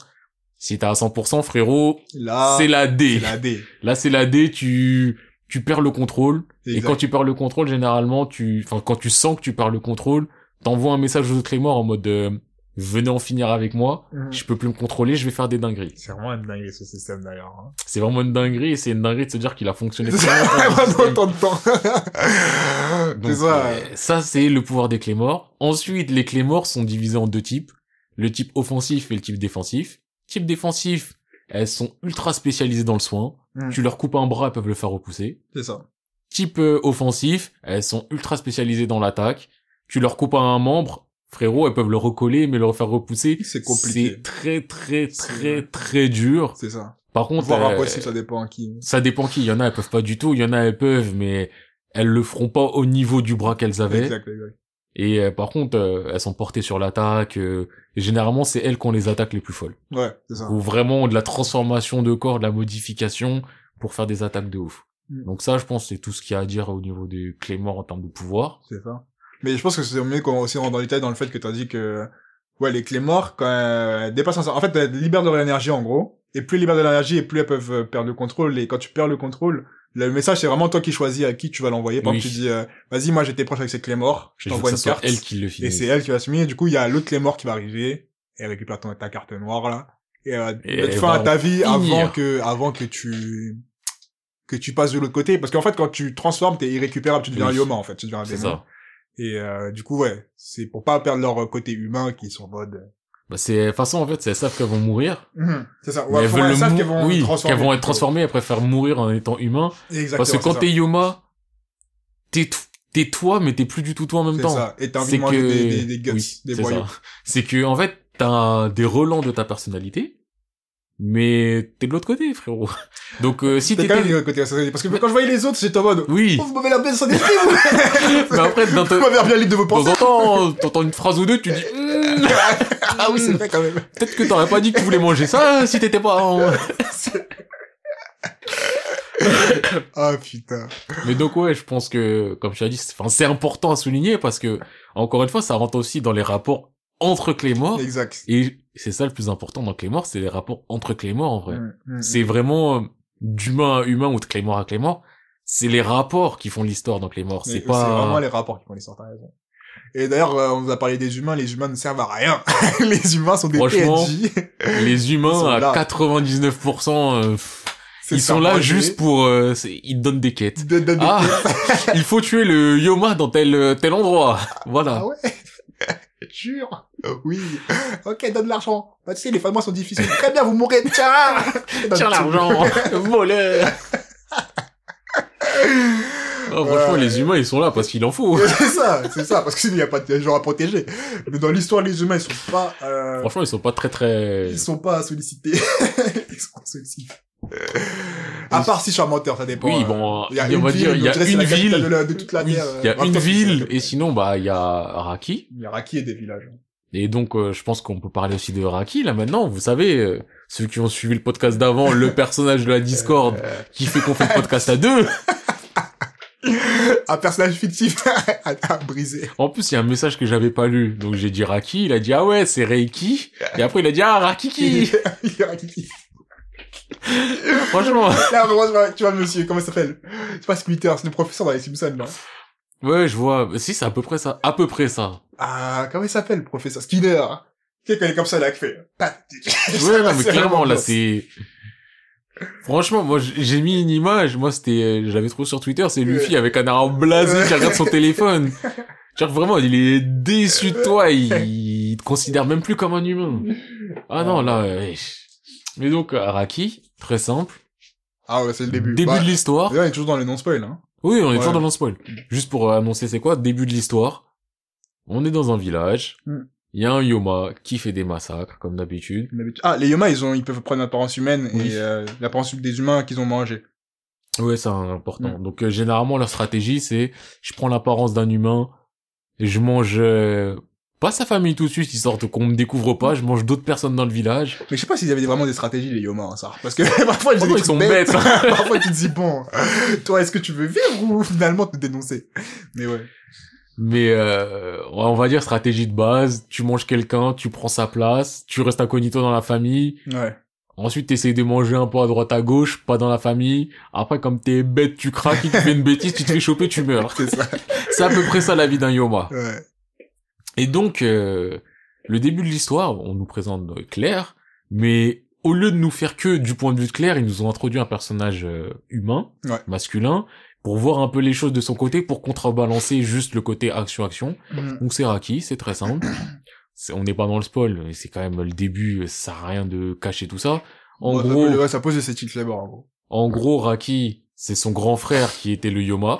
S2: Si t'as à 100%, frérot,
S1: Là,
S2: c'est la
S1: Ah,
S2: D.
S1: c'est la D.
S2: Là, c'est la D, tu, tu perds le contrôle. Et
S1: Exact.
S2: quand tu perds le contrôle, généralement, tu, enfin, quand tu sens que tu perds le contrôle, t'envoies un message aux autres morts en mode, euh, venez en finir avec moi,
S1: Mhm.
S2: je peux plus me contrôler, je vais faire des dingueries.
S1: C'est vraiment une dinguerie, ce système, d'ailleurs. hein.
S2: C'est vraiment une dinguerie, et c'est une dinguerie de se dire qu'il a fonctionné.
S1: C'est
S2: tellement
S1: ça,
S2: dans le
S1: vraiment
S2: système.
S1: autant de temps.
S2: Donc,
S1: C'est ça.
S2: euh, ça, c'est le pouvoir des clés morts. Ensuite, les clés morts sont divisées en deux types. Le type offensif et le type défensif. Type défensif, elles sont ultra spécialisées dans le soin.
S1: Mhm.
S2: Tu leur coupes un bras, elles peuvent le faire repousser.
S1: C'est ça.
S2: type euh, offensif, elles sont ultra spécialisées dans l'attaque. Tu leur coupes un membre, frérot, elles peuvent le recoller mais le refaire repousser.
S1: C'est compliqué.
S2: C'est très très
S1: C'est-
S2: très très dur.
S1: C'est ça.
S2: Par contre,
S1: Voire
S2: euh,
S1: impossible, ça dépend à qui.
S2: ça dépend qui. Il y en a, elles peuvent pas du tout. Il y en a, elles peuvent, mais elles le feront pas au niveau du bras qu'elles avaient.
S1: Exact, exact.
S2: Et euh, par contre, euh, elles sont portées sur l'attaque. euh, et généralement, c'est elles qu'on les attaque les plus folles.
S1: Ouais, c'est ça.
S2: Ou vraiment de la transformation de corps, de la modification pour faire des attaques de ouf.
S1: Mm.
S2: Donc ça, je pense, c'est tout ce qu'il y a à dire au niveau de Clément en termes de pouvoir.
S1: C'est ça. Mais je pense que c'est mieux qu'on aussi rentre dans le détail dans le fait que t'as dit que, ouais, les clés morts, quand elles dépassent un certain- En fait, elles libèrent de leur énergie, en gros. Et plus elles libèrent de l'énergie, et plus elles peuvent euh, perdre le contrôle. Et quand tu perds le contrôle, le message, c'est vraiment toi qui choisis à qui tu vas l'envoyer. Par
S2: Oui.
S1: exemple, tu dis, euh, vas-y, moi, j'étais proche avec cette clé mort, je
S2: Et je veux
S1: t'envoie
S2: que
S1: une
S2: ça soit
S1: carte.
S2: elle qui le finit.
S1: Et c'est elle qui va assumer. Du coup, il y a l'autre clé mort qui va arriver et récupère ton, ta carte noire là. Et euh, bah, elle va
S2: Et
S1: mettre
S2: elle
S1: fin
S2: va
S1: à ta vie
S2: en finir.
S1: avant que avant que tu que tu passes de l'autre côté. Parce qu'en fait, quand tu transformes, t'es irrécupérable. Tu deviens
S2: Oui.
S1: Yoma en fait. Tu deviens un
S2: C'est
S1: démon.
S2: ça.
S1: Et euh, du coup, ouais, c'est pour pas perdre leur côté humain qui sont en mode. euh,
S2: Bah, c'est, de toute façon, en fait, elles savent qu'elles vont mourir.
S1: C'est ça.
S2: mais
S1: Ouais,
S2: elles
S1: faut-
S2: veulent
S1: elles
S2: le
S1: savent
S2: mou-
S1: qu'elles vont
S2: oui,
S1: transformer.
S2: qu'elles vont être transformées, elles préfèrent mourir en étant humain.
S1: Exactement.
S2: Parce que
S1: c'est
S2: quand
S1: ça.
S2: t'es Yoma, t'es tout, t'es toi, mais t'es plus du tout toi en même
S1: C'est
S2: temps.
S1: ça. Et t'as envie
S2: C'est
S1: de manger
S2: que,
S1: des, des, des guts,
S2: oui,
S1: des
S2: c'est
S1: boyaux.
S2: ça. C'est que, en fait, t'as des relents de ta personnalité, mais t'es de l'autre côté, frérot. Donc, euh, si
S1: T'es quand même du
S2: t'étais,
S1: autre côté. ça, c'est- Parce que quand je voyais les autres, j'étais en mode.
S2: oui.
S1: Oh, vous m'avez la baisse sans esprit, vous
S2: mais après, dans
S1: Vous
S2: ton-
S1: m'avez bien libre de vos
S2: de temps
S1: pensées.
S2: en temps, t'entends une phrase ou deux, tu dis, Hmm,
S1: ah oui, c'est vrai quand même.
S2: peut-être que t'aurais pas dit que tu voulais manger ça euh, si t'étais pas en...
S1: Ah putain.
S2: Mais donc ouais, je pense que comme tu as dit, c'est 'fin, c'est important à souligner parce que encore une fois, ça rentre aussi dans les rapports entre Clémor
S1: Exact.
S2: et c'est ça le plus important dans Clémor, c'est les rapports entre Clémor en vrai.
S1: Mm, mm,
S2: C'est vraiment euh, d'humain à humain ou de Clémor à Clémor, c'est les rapports qui font l'histoire dans Clémor,
S1: mais
S2: c'est
S1: vraiment
S2: pas
S1: les rapports qui font les sortir raison. Et d'ailleurs, euh, on vous a parlé des humains, les humains ne servent à rien. les humains sont des
S2: Franchement,
S1: PNJ.
S2: les
S1: Ils sont
S2: humains à
S1: là.
S2: 99% euh, pff,
S1: C'est
S2: ils sont
S1: ça,
S2: là
S1: moi,
S2: juste pour euh, c'est- ils te donnent des quêtes.
S1: j'ai- de- de- de-
S2: Ah, il faut tuer le Yoma dans tel euh, tel endroit. Voilà.
S1: Ah ouais Jure Euh, Oui. Ok, donne de l'argent. Bah, tu sais, les fins de mois sont difficiles. Très bien, vous mourrez. Tiens
S2: Tiens l'argent, voleur. Oh, franchement,
S1: Ouais.
S2: les humains, ils sont là parce qu'il en faut.
S1: C'est ça, c'est ça, parce que sinon, il n'y a pas de gens à protéger. Mais dans l'histoire, les humains, ils sont pas... euh,
S2: Franchement, ils sont pas très très.
S1: Ils sont pas sollicités. ils sont sollicités. À part si Charmanteur, ça dépend.
S2: Oui,
S1: euh,
S2: bon,
S1: Il y a
S2: on
S1: une
S2: va
S1: ville,
S2: dire, Ah, il y
S1: donc je
S2: a
S1: dirais
S2: une
S1: c'est la capitale De, euh,
S2: ville,
S1: la- de toute la
S2: Oui,
S1: terre.
S2: il y a une ville, et sinon, bah, il y a Raki.
S1: Il y a Raki et des villages.
S2: Et donc, euh, je pense qu'on peut parler aussi de Raki, là, maintenant. Vous savez, euh, ceux qui ont suivi le podcast d'avant, le personnage de la Discord,
S1: Euh,
S2: qui fait qu'on fait le podcast à deux.
S1: un personnage fictif à, à briser.
S2: En plus, il y a un message que j'avais pas lu. Donc, j'ai dit Raki, il a dit, ah ouais, c'est Reiki. Et après, il a dit, ah, Rakiki.
S1: Il y a Raki.
S2: Franchement.
S1: Là, vraiment, tu vois- tu vois, monsieur, comment il s'appelle C'est pas Splitter, c'est le professeur dans les Simpsons, là.
S2: Ouais, je vois. Si, c'est à peu près ça. À peu près ça.
S1: Ah, comment il s'appelle, le professeur Skinner. Tu sais, quand il est comme ça, là, qui fait...
S2: Ouais, non, mais
S1: C'est
S2: clairement,
S1: vraiment
S2: là,
S1: bon.
S2: c'est... Franchement, moi, j- j'ai mis une image. Moi, c'était... euh, Je l'avais trouvé sur Twitter. C'est Luffy avec un arbre blasé qui regarde son téléphone. Genre, vraiment, il est déçu de toi. Il... il te considère même plus comme un humain. Ah non, là... euh, Mais donc, euh, Araki, très simple.
S1: Ah ouais, c'est le début.
S2: Début
S1: Bah,
S2: de l'histoire.
S1: D'ailleurs, il est toujours dans les non-spoil, hein.
S2: Oui, on est toujours
S1: Ouais.
S2: dans le spoil. Juste pour euh, annoncer c'est quoi, début de l'histoire. On est dans un village. Il
S1: Mm.
S2: y a un Yoma qui fait des massacres, comme d'habitude.
S1: Mais- Ah, les Yoma, ils ont, ils peuvent prendre l'apparence humaine
S2: Oui.
S1: et euh, l'apparence des humains qu'ils ont mangé.
S2: Ouais, c'est un- important.
S1: Mm.
S2: Donc, euh, généralement, leur stratégie, c'est je prends l'apparence d'un humain, et je mange euh, pas sa famille tout de suite, histoire de qu'on me découvre pas, je mange d'autres personnes dans le village.
S1: Mais je sais pas s'ils avaient vraiment des stratégies, les Yoma, hein, ça. Parce que parfois, ils faisaient
S2: Franchement,
S1: des
S2: ils sont
S1: trucs bêtes.
S2: bêtes. hein.
S1: Parfois, tu te dis, bon, toi, est-ce que tu veux vivre ou finalement te dénoncer Mais ouais.
S2: Mais euh, ouais, on va dire stratégie de base, tu manges quelqu'un, tu prends sa place, tu restes incognito dans la famille,
S1: Ouais.
S2: Ensuite, t'essayes de manger un peu à droite à gauche, pas dans la famille. Après, comme t'es bête, tu craques, il te fait une bêtise, tu te fais choper, tu meurs.
S1: C'est ça.
S2: C'est à peu près ça la vie d'un Yoma.
S1: Ouais.
S2: Et donc, euh, le début de l'histoire, on nous présente euh, Claire, mais au lieu de nous faire que du point de vue de Claire, ils nous ont introduit un personnage euh, humain,
S1: Ouais.
S2: masculin, pour voir un peu les choses de son côté, pour contrebalancer juste le côté action-action. Donc c'est Raki, c'est très simple. C'est- on n'est pas dans le spoil, mais c'est quand même le début, ça sert à rien de cacher tout ça. En
S1: Ouais, ça-
S2: gros,
S1: ouais, ça pose ses titres là-bas, en gros.
S2: En gros, Raki, c'est son grand frère qui était le Yoma.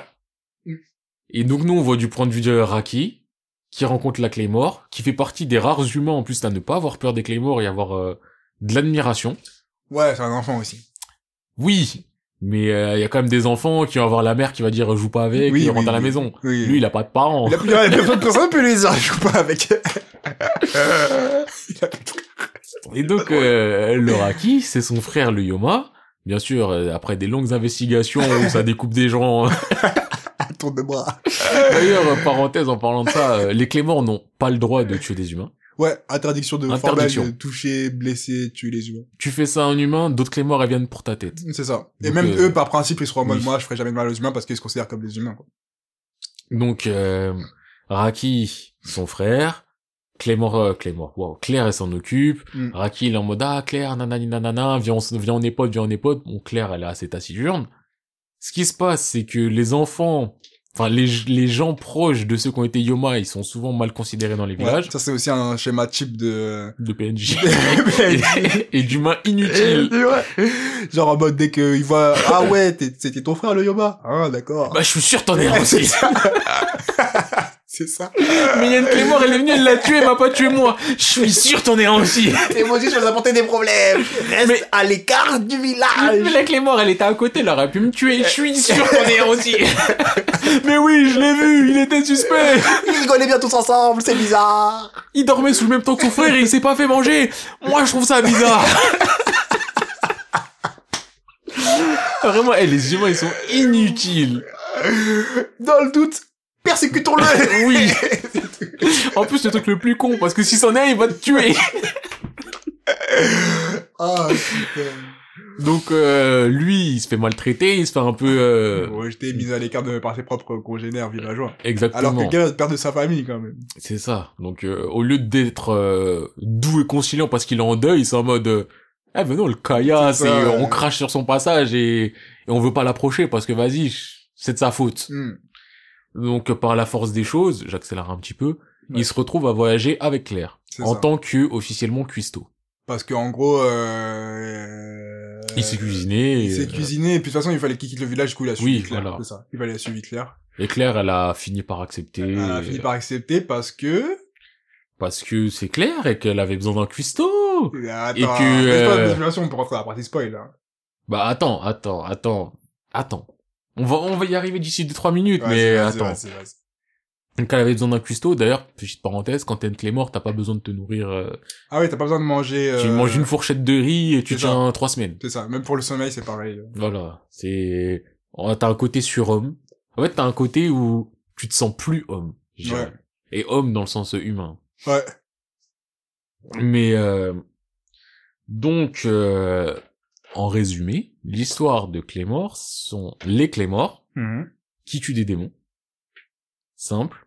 S2: Et donc nous, on voit du point de vue de Raki, qui rencontre la Claymore, qui fait partie des rares humains en plus à ne pas avoir peur des Claymore et avoir euh, de l'admiration.
S1: Ouais, c'est un enfant aussi.
S2: Oui, mais euh, il y a quand même des enfants qui vont avoir la mère qui va dire joue pas avec,
S1: Oui,
S2: il
S1: oui,
S2: rentre à la
S1: oui.
S2: maison.
S1: Oui.
S2: Lui, il a pas de parents.
S1: Il a plus, il a plus de personne peut les dire, je joue pas avec. il a plus de...
S2: Et donc euh, le Raki, c'est son frère le Yoma, Bien sûr, euh, après des longues investigations où ça découpe des gens.
S1: Tour de bras.
S2: D'ailleurs, euh, parenthèse en parlant de ça, euh, les Clémors n'ont pas le droit de tuer des humains.
S1: Ouais, interdiction de
S2: Interdiction.
S1: formel, de toucher, blesser, tuer les humains.
S2: Tu fais ça à un humain, d'autres Clémors, elles viennent pour ta tête.
S1: C'est ça. Et
S2: Donc,
S1: même
S2: euh,
S1: eux, par principe, ils seront en mode,
S2: oui.
S1: moi, je ferai jamais de mal aux humains parce qu'ils se considèrent comme des humains, quoi.
S2: Donc, euh, Raki, son frère, Clémor, euh, Clémor, wow, Claire, elle s'en occupe.
S1: Mm.
S2: Raki, il est en mode, ah, Claire, nanani, nanana, viens, on, s- viens, on est potes, viens, on est potes. Bon, Claire, elle est assez taciturne. Ce qui se passe, c'est que les enfants, enfin, les, les gens proches de ceux qui ont été Yoma, ils sont souvent mal considérés dans les
S1: Ouais,
S2: villages
S1: ça, c'est aussi un schéma type de...
S2: de PNJ.
S1: Et-
S2: et et d'humains
S1: et-
S2: inutiles.
S1: ouais. Genre en mode, dès qu'ils voient, ah ouais, t'es- c'était ton frère, le Yoba. Ah, d'accord.
S2: Bah, je suis sûr, t'en es un
S1: c'est
S2: aussi.
S1: ça. c'est ça.
S2: Mais Yann Clémor, elle est venue, elle l'a tué, elle m'a pas tué moi. Je suis sûr, t'en es un aussi.
S1: Et moi aussi, je vais apporter des problèmes. Reste
S2: Mais-
S1: à l'écart du
S2: Mais
S1: village.
S2: la Clémor, elle était à côté, elle aurait pu me tuer. Je suis sûr qu'on est aussi. Euh, Mais oui, je l'ai vu, il était suspect.
S1: Ils rigolaient bien tous ensemble, c'est bizarre.
S2: Il dormait sous le même temps que son frère et il s'est pas fait manger. Moi, je trouve ça bizarre. Vraiment, eh, les humains, ils sont inutiles.
S1: Dans le doute, persécutons-le.
S2: Oui. En plus, le truc le plus con, parce que si c'en est un, il va te tuer.
S1: Ah,
S2: Euh.
S1: putain.
S2: Donc, euh, lui, il se fait maltraiter, il se fait un peu... euh,
S1: Ouais, j'étais mis à l'écart de par ses propres congénères villageois.
S2: Exactement.
S1: Alors que le gars perd de sa famille, quand même.
S2: C'est ça. Donc, euh, au lieu d'être euh, doux et conciliant parce qu'il est en deuil, c'est en mode, euh, eh ben non, le caillasse,
S1: C'est ça,
S2: et
S1: ouais.
S2: on crache sur son passage et, et on veut pas l'approcher parce que vas-y, je- c'est de sa faute.
S1: Hmm.
S2: Donc, euh, par la force des choses, j'accélère un petit peu,
S1: Ouais.
S2: il se retrouve à voyager avec Claire
S1: C'est
S2: en
S1: ça.
S2: tant que officiellement cuistot.
S1: Parce que, en gros, euh...
S2: il s'est cuisiné. euh,
S1: Il
S2: et,
S1: s'est cuisiné, et puis de toute façon, il fallait qu'il quitte le village, du coup, il a suivi
S2: Oui,
S1: Claire.
S2: voilà.
S1: C'est ça. Il fallait suivre Claire.
S2: et Claire, elle a fini par accepter
S1: Elle a fini par accepter parce que...
S2: parce que c'est Claire et qu'elle avait besoin d'un cuistot.
S1: Attends,
S2: Et que,
S1: laisse pas de
S2: euh,
S1: spéculation, on peut rentrer dans la partie spoil, hein.
S2: Bah attends, attends, attends, attends. On va, on va y arriver d'ici deux trois minutes,
S1: Ouais,
S2: mais
S1: vas-y,
S2: attends.
S1: vas-y, vas-y.
S2: Donc elle avait besoin d'un cuistot. D'ailleurs, petite parenthèse, quand t'es une clé mort, t'as pas besoin de te nourrir. euh,
S1: Ah oui, t'as pas besoin de manger...
S2: Tu
S1: euh,
S2: manges une fourchette de riz et tu
S1: c'est ça.
S2: tiens trois semaines.
S1: C'est ça, même pour le sommeil, c'est pareil. euh.
S2: Voilà. C'est, oh, t'as un côté surhomme. En fait, t'as un côté où tu te sens plus homme. je dirais.
S1: Ouais.
S2: Et homme dans le sens humain.
S1: Ouais.
S2: Mais euh, donc, euh, en résumé, l'histoire de Clémor sont les Clémors qui tue des démons. Simple.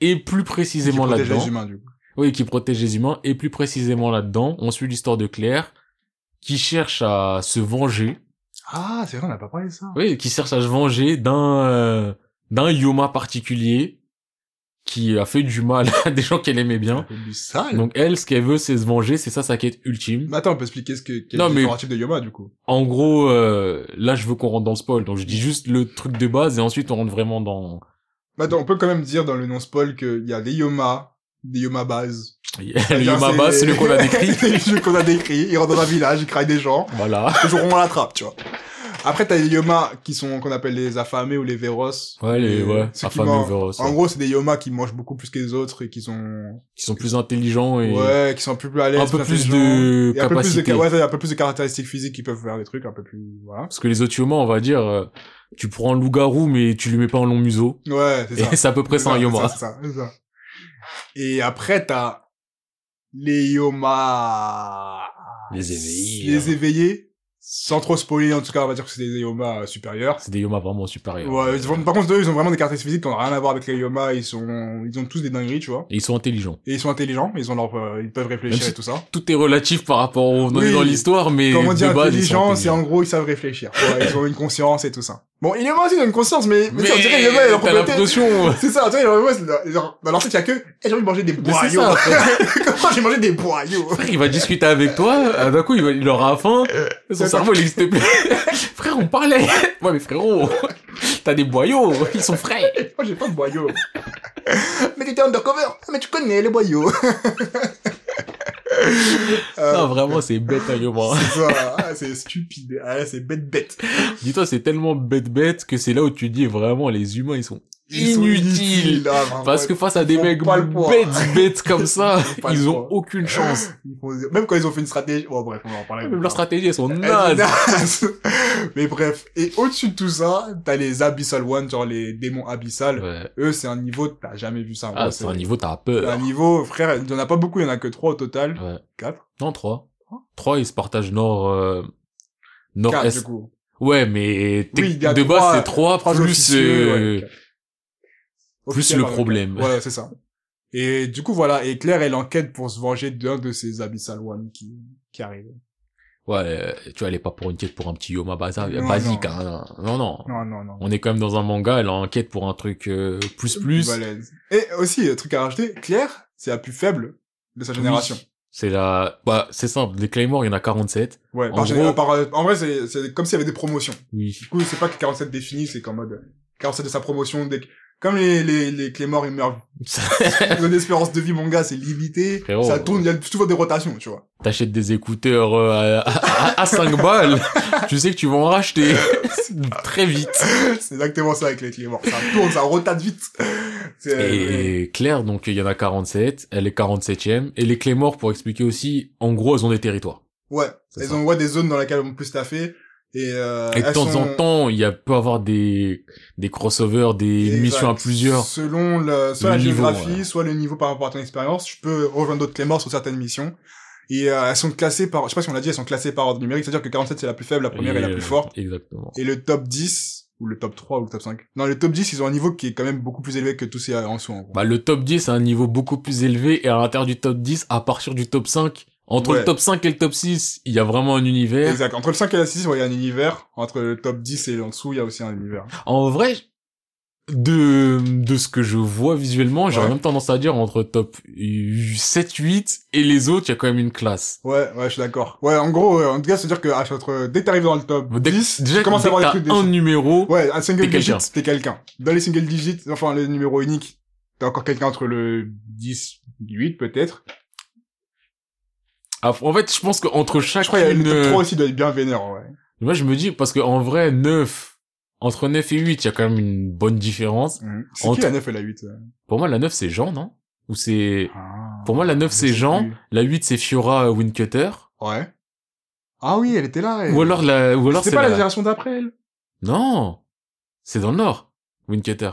S2: Et plus précisément
S1: Qui protège
S2: là-dedans.
S1: les humains, du coup.
S2: Oui, qui protège les humains. Et plus précisément là-dedans, on suit l'histoire de Claire, qui cherche à se venger.
S1: Ah, c'est vrai, on n'a pas parlé de ça.
S2: Oui, qui cherche à se venger d'un, euh, d'un Yoma particulier, qui a fait du mal à des gens qu'elle aimait bien.
S1: C'est du sale.
S2: Donc elle, ce qu'elle veut, c'est se venger, c'est ça sa quête ultime.
S1: Mais attends, on peut expliquer ce que, quel
S2: Non,
S1: est le
S2: mais-
S1: différent type de Yoma, du coup.
S2: En gros, euh, là, je veux qu'on rentre dans le spoil, donc je dis juste le truc de base, et ensuite on rentre vraiment dans...
S1: Bah, attends, on peut quand même dire dans le non-spoil qu'il y a des Yoma, des Yoma bases.
S2: le Yoma bas,
S1: c'est
S2: celui qu'on a décrit.
S1: celui qu'on a décrit. Ils rentrent dans un village, ils craillent des gens.
S2: voilà.
S1: Le jour où on l'attrape, tu vois. Après, t'as des Yoma qui sont, qu'on appelle les affamés ou les véros.
S2: Ouais, les,
S1: Et
S2: ouais, euh,
S1: ceux qui
S2: affamés
S1: mangent-
S2: au Véros,
S1: En
S2: ouais.
S1: gros, c'est des Yoma qui mangent beaucoup plus que les autres et qui sont,
S2: qui sont plus intelligents et
S1: ouais, qui sont un peu plus à l'aise.
S2: un peu plus
S1: intelligents.
S2: de
S1: Et un peu plus de,
S2: capacité.
S1: ca- ouais, ça, un peu plus de caractéristiques physiques qui peuvent faire des trucs un peu plus, voilà.
S2: Parce que les autres Yoma, on va dire, euh, tu prends un loup-garou, mais tu lui mets pas un long museau.
S1: Ouais, c'est ça.
S2: Et c'est à peu près ça un
S1: C'est
S2: Yoma.
S1: c'est ça, c'est ça. Et après, t'as les Yoma.
S2: Les éveillés.
S1: Les euh. éveillés. Sans trop spoiler, en tout cas, on va dire que c'est des Yoma euh, supérieurs.
S2: C'est des Yoma vraiment supérieurs.
S1: Ouais, ils vont- par contre, eux, ils ont vraiment des caractéristiques physiques qui n'ont rien à voir avec les Yoma. Ils sont, ils ont tous des dingueries, tu vois.
S2: Et ils sont intelligents.
S1: Et ils sont intelligents. Ils ont leur, euh, ils peuvent réfléchir
S2: Même si-
S1: et tout ça.
S2: Tout est relatif par rapport au... On en
S1: Oui.
S2: est dans l'histoire, mais
S1: Comment
S2: de
S1: dire
S2: base,
S1: intelligent,
S2: ils
S1: c'est
S2: sont
S1: en gros, ils savent réfléchir. tu vois, ils ont une conscience et tout ça. Bon, il est aussi, ils ont une conscience, mais, mais,
S2: Mais
S1: ça, on dirait, il y
S2: t'as l'impression...
S1: C'est ça, tu vois, Yoma, c'est dans- genre, dans leur tête, il y a que, eh, j'ai envie de manger des
S2: Mais c'est
S1: boyaux.
S2: ça,
S1: Comment j'ai mangé des boyaux?
S2: frère, il va discuter avec toi, euh, d'un coup, il, va, il aura faim, son
S1: Euh, c'est
S2: cerveau, il existe plus. frère, on parlait Ouais, mais frérot, t'as des boyaux, ils sont frais
S1: Moi, j'ai pas de boyaux. mais t'étais undercover. Ah, Mais tu connais les boyaux. Euh,
S2: Non, vraiment, c'est bête, un Yoma.
S1: c'est ça. Ah, c'est stupide. Ah, c'est bête bête.
S2: Dis-toi, c'est tellement bête bête que c'est là où tu dis vraiment les humains ils sont
S1: Ils sont
S2: Inutile.
S1: inutiles, ah, vraiment,
S2: Parce que face à des
S1: font
S2: mecs
S1: pas le poids.
S2: bêtes, bêtes comme ça,
S1: Ils font pas le
S2: ils ont
S1: poids.
S2: aucune chance.
S1: ils font zéro- Même quand ils ont fait une stratégie... Bon, bref, on va en parler.
S2: Même leurs stratégies, elles sont
S1: Elle est
S2: nazes.
S1: naze. Mais bref. Et au-dessus de tout ça, t'as les Abyssal One, genre les démons abyssales.
S2: Ouais.
S1: Eux, c'est un niveau, t'as jamais vu ça. en
S2: Ah,
S1: gros,
S2: c'est un niveau, t'as peur.
S1: un niveau, frère, il y en a pas beaucoup, il y en a que trois au total.
S2: Ouais.
S1: Quatre.
S2: Non, 3. 3, ils se partagent nord, euh,
S1: Quatre,
S2: nord-est.
S1: du coup.
S2: Ouais, mais
S1: Oui, il y a
S2: tec- de
S1: trois-
S2: base, c'est 3
S1: trois
S2: plus,
S1: officieux,
S2: euh,
S1: ouais.
S2: plus
S1: Officiel,
S2: le
S1: par exemple.
S2: problème.
S1: Voilà, c'est ça. Et du coup, voilà. Et Claire, elle enquête pour se venger d'un de ces Abyssal One qui, qui arrive.
S2: Ouais, euh, tu vois, elle est pas pour une quête pour un petit Yoma Baza,
S1: Non,
S2: basique,
S1: non.
S2: hein. Non, non.
S1: Non, non, non.
S2: On est quand même dans un manga, elle est en quête pour un truc euh,
S1: Bah,
S2: plus plus.
S1: Balèze. Et aussi, euh, truc à rajouter, Claire, c'est la plus faible de sa génération.
S2: Oui. C'est la... Bah, c'est simple, les Claymore, il y en a 47.
S1: Ouais,
S2: En
S1: par, géné-
S2: gros-
S1: par, euh, en vrai, c'est c'est comme s'il y avait des promotions.
S2: Oui.
S1: Du coup, c'est pas que 47 définit, c'est qu'en mode euh, 47 de sa promotion, dès que- comme les, les, les Clémor, ils meurent, ils ont une espérance de vie, mon gars, c'est limité,
S2: Frérot,
S1: ça tourne, il y a souvent des rotations, tu vois.
S2: T'achètes des écouteurs euh, à, à, 5 balles, tu sais que tu vas en racheter très vite.
S1: c'est exactement ça avec les Clémor, ça tourne, ça rotate vite. C'est, euh, ouais.
S2: Et Claire, donc il y en a 47, elle est 47e, et les Claymore, pour expliquer aussi, en gros, elles ont des territoires.
S1: Ouais,
S2: C'est
S1: elles
S2: ça.
S1: ont ouais, des zones dans lesquelles on peut se taffer, et, euh,
S2: Et de
S1: elles
S2: temps
S1: sont-
S2: en temps, il y a peut avoir des des crossovers, des
S1: Exact.
S2: missions à plusieurs.
S1: Selon le, soit
S2: Le
S1: la
S2: niveau,
S1: géographie,
S2: ouais.
S1: soit le niveau par rapport à ton expérience, tu peux rejoindre d'autres clémores sur certaines missions. Et euh, elles sont classées par, je sais pas si on l'a dit, elles sont classées par ordre numérique, c'est-à-dire que 47 c'est la plus faible, la première est la
S2: Et,
S1: plus
S2: euh,
S1: forte.
S2: Exactement.
S1: Et le top 10, ou le top 3 ou le top 5. Non, le top 10, ils ont un niveau qui est quand même beaucoup plus élevé que tous ces euh, en dessous, en gros.
S2: Bah le top 10 c'est un niveau beaucoup plus élevé et à l'intérieur du top 10, à partir du top 5, entre
S1: Ouais.
S2: le top 5 et le top 6, il y a vraiment un univers.
S1: exact. Entre le 5 et le 6, ouais, il y a un univers. Entre le top 10 et en dessous, il y a aussi un univers.
S2: En vrai, de de ce que je vois visuellement, j'aurais
S1: Ouais.
S2: même tendance à dire entre top 7 8 et les autres, il y a quand même une classe.
S1: Ouais, ouais, je suis d'accord. Ouais, en gros, ouais, en tout cas, c'est-à-dire que, ah, entre, dès que t'arrives dans le top
S2: Dès que-
S1: 10,
S2: déjà
S1: tu commences à
S2: dès
S1: avoir
S2: que
S1: des
S2: t'as
S1: trucs
S2: un
S1: décents.
S2: numéro,
S1: Ouais, un single
S2: T'es
S1: digit,
S2: quelqu'un.
S1: t'es quelqu'un. Dans les single digits, enfin, les numéros uniques, t'as encore quelqu'un entre le 10, 8, peut-être.
S2: ah, en fait, je pense qu'entre chaque
S1: Je crois qu'il y a le top 3 aussi doit être bien vénère, ouais.
S2: Moi, je me dis, parce que en vrai, 9, entre 9 et 8, il y a quand même une bonne différence.
S1: Mhm. C'est
S2: Entre-
S1: qui la 9 et la 8? euh
S2: Pour moi, la 9, c'est Jean, non? Ou c'est...
S1: Ah,
S2: Pour moi, la 9,
S1: je
S2: c'est
S1: sais
S2: Jean,
S1: plus.
S2: la 8, c'est Fiora euh, Wincutter,
S1: Ouais. Ah oui, elle était là, elle.
S2: ou alors la, ou alors
S1: c'est
S2: c'est
S1: pas la
S2: la...
S1: génération d'après, elle.
S2: Non! C'est dans le Nord, Wincutter.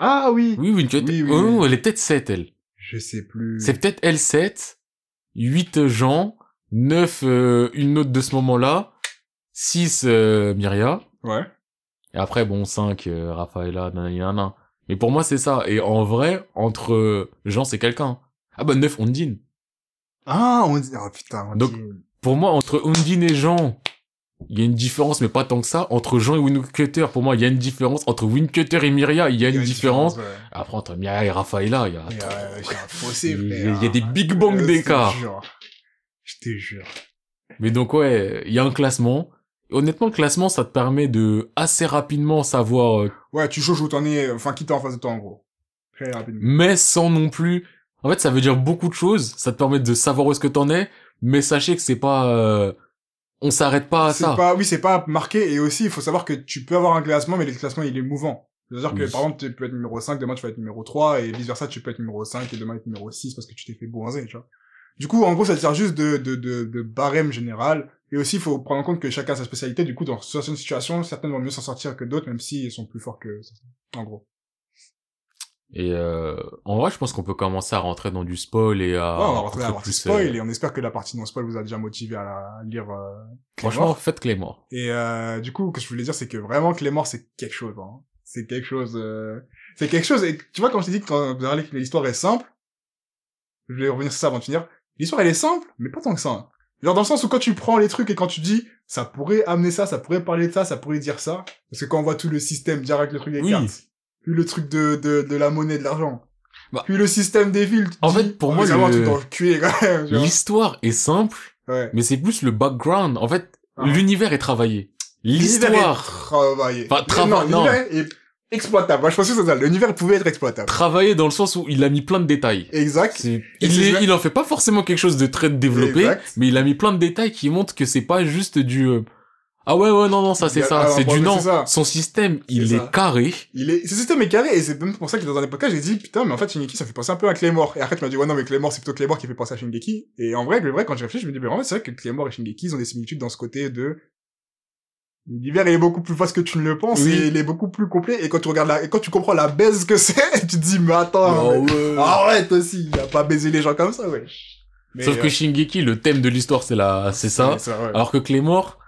S1: Ah oui.
S2: Oui,
S1: Oui,
S2: Wincutter.
S1: oui,
S2: oh,
S1: oui.
S2: elle est peut-être 7, elle.
S1: Je sais plus.
S2: C'est peut-être elle 7, 8 Jean, 9, euh, une autre de ce moment-là, 6, euh, Myria.
S1: Ouais.
S2: Et après, bon, 5, euh, Rafaela, nanani, nanana. Mais pour moi, c'est ça. Et en vrai, entre euh, Jean, c'est quelqu'un. Ah bah, 9, Ondine.
S1: Ah, on dit, oh putain, on
S2: Donc-
S1: dit-
S2: Pour moi, entre Ondine et Jean, il y a une différence, mais pas tant que ça. Entre Jean et Wincutter, pour moi, il y a une différence. Entre Wincutter et Myria, il y a
S1: il y
S2: une
S1: a
S2: différence.
S1: ouais.
S2: Après, entre Myria et Rafaela, il y a...
S1: Il y a il y a un
S2: Il
S1: fossé,
S2: y a-
S1: frère.
S2: il y a des big bang
S1: Euh,
S2: d'écart.
S1: Je te jure. Je te jure.
S2: Mais donc ouais, il y a un classement. Honnêtement, le classement, ça te permet de assez rapidement savoir, euh,
S1: Ouais, tu jauges où t'en es, enfin, qui t'es en face de toi, en gros. Très rapidement.
S2: mais sans non plus. En fait, ça veut dire beaucoup de choses. Ça te permet de savoir où est-ce que t'en es, mais sachez que c'est pas, euh, on s'arrête pas à
S1: c'est
S2: ah, ça.
S1: pas, oui, c'est pas marqué, et aussi, il faut savoir que tu peux avoir un classement, mais le classement, il est mouvant. C'est-à-dire que,
S2: Oui.
S1: par exemple, tu peux être numéro 5, demain, tu vas être numéro 3, et vice versa, tu peux être numéro 5, et demain, être numéro 6, parce que tu t'es fait bronzer, tu vois. Du coup, en gros, ça te sert juste de, de, de, de barème général. Et aussi, il faut prendre en compte que chacun a sa spécialité. Du coup, dans certaines situations, certaines vont mieux s'en sortir que d'autres, même si ils sont plus forts que, en gros.
S2: Et euh, en vrai, je pense qu'on peut commencer à rentrer dans du spoil et à
S1: ouais, on va rentrer dans la
S2: rentrer
S1: partie
S2: Ah, plus,
S1: spoil,
S2: euh,
S1: et on espère que la partie non spoil vous a déjà motivé à, la- à lire, euh,
S2: Franchement, faites Clément.
S1: Et euh, du coup, ce que je voulais dire, c'est que vraiment, Clément, c'est quelque chose. Hein. C'est quelque chose. euh, C'est quelque chose. Et tu vois, quand je t'ai dit que quand- dans les- l'histoire est simple, je vais revenir sur ça avant de finir. L'histoire, elle est simple, mais pas tant que ça. hein. Genre dans le sens où quand tu prends les trucs et quand tu dis, ça pourrait amener ça, ça pourrait parler de ça, ça pourrait dire ça. Parce que quand on voit tout le système direct, le truc des
S2: Oui.
S1: cartes, puis le truc de, de, de la monnaie, de l'argent,
S2: Bah.
S1: puis le système des villes. tu
S2: En
S1: dis,
S2: fait, pour
S1: oh,
S2: moi,
S1: c'est vraiment un
S2: le-
S1: truc dans le cul, quand même. tu vois.
S2: L'histoire est simple,
S1: Ouais.
S2: mais c'est plus le background. En fait,
S1: Ah.
S2: l'univers est travaillé. L'histoire
S1: travaillée.
S2: Enfin, trava- non.
S1: l'univers est exploitable. Moi, je pense que c'est ça. L'univers pouvait être exploitable.
S2: travaillé dans le sens où il a mis plein de détails.
S1: Exact.
S2: C'est-
S1: Et
S2: Il,
S1: c'est
S2: est-
S1: vrai-
S2: il en fait pas forcément quelque chose de très développé,
S1: Exact.
S2: mais il a mis plein de détails qui montrent que c'est pas juste du euh, Ah ouais, ouais, non, non, ça, c'est
S1: Il y a-
S2: ça.
S1: alors,
S2: C'est
S1: bon,
S2: du
S1: mais
S2: non.
S1: c'est ça.
S2: Son système, il
S1: C'est
S2: est,
S1: ça.
S2: carré.
S1: Il est, ce système est carré, et c'est même pour ça que dans un des podcasts, j'ai dit, putain, mais en fait, Shingeki, ça me fait penser un peu à Claymore. Et après, tu m'as dit, ouais, non, mais Claymore, c'est plutôt Claymore qui fait penser à Shingeki. Et en vrai, le vrai, quand je réfléchis, je me dis, mais en fait, c'est vrai que Claymore et Shingeki, ils ont des similitudes dans ce côté de, l'univers, il est beaucoup plus vaste que tu ne le penses,
S2: Oui.
S1: et il est beaucoup plus complet, et quand tu regardes la, et quand tu comprends la baise que c'est, tu te dis, mais attends, mais-
S2: Oh, ouais.
S1: arrête aussi, il a pas baisé les gens comme ça, ouais. Ah, Mais,
S2: Sauf que
S1: euh,
S2: Shingeki, le thème de l'histoire, c'est la, c'est ça.
S1: mais c'est vrai, ouais.
S2: Alors que Claymore,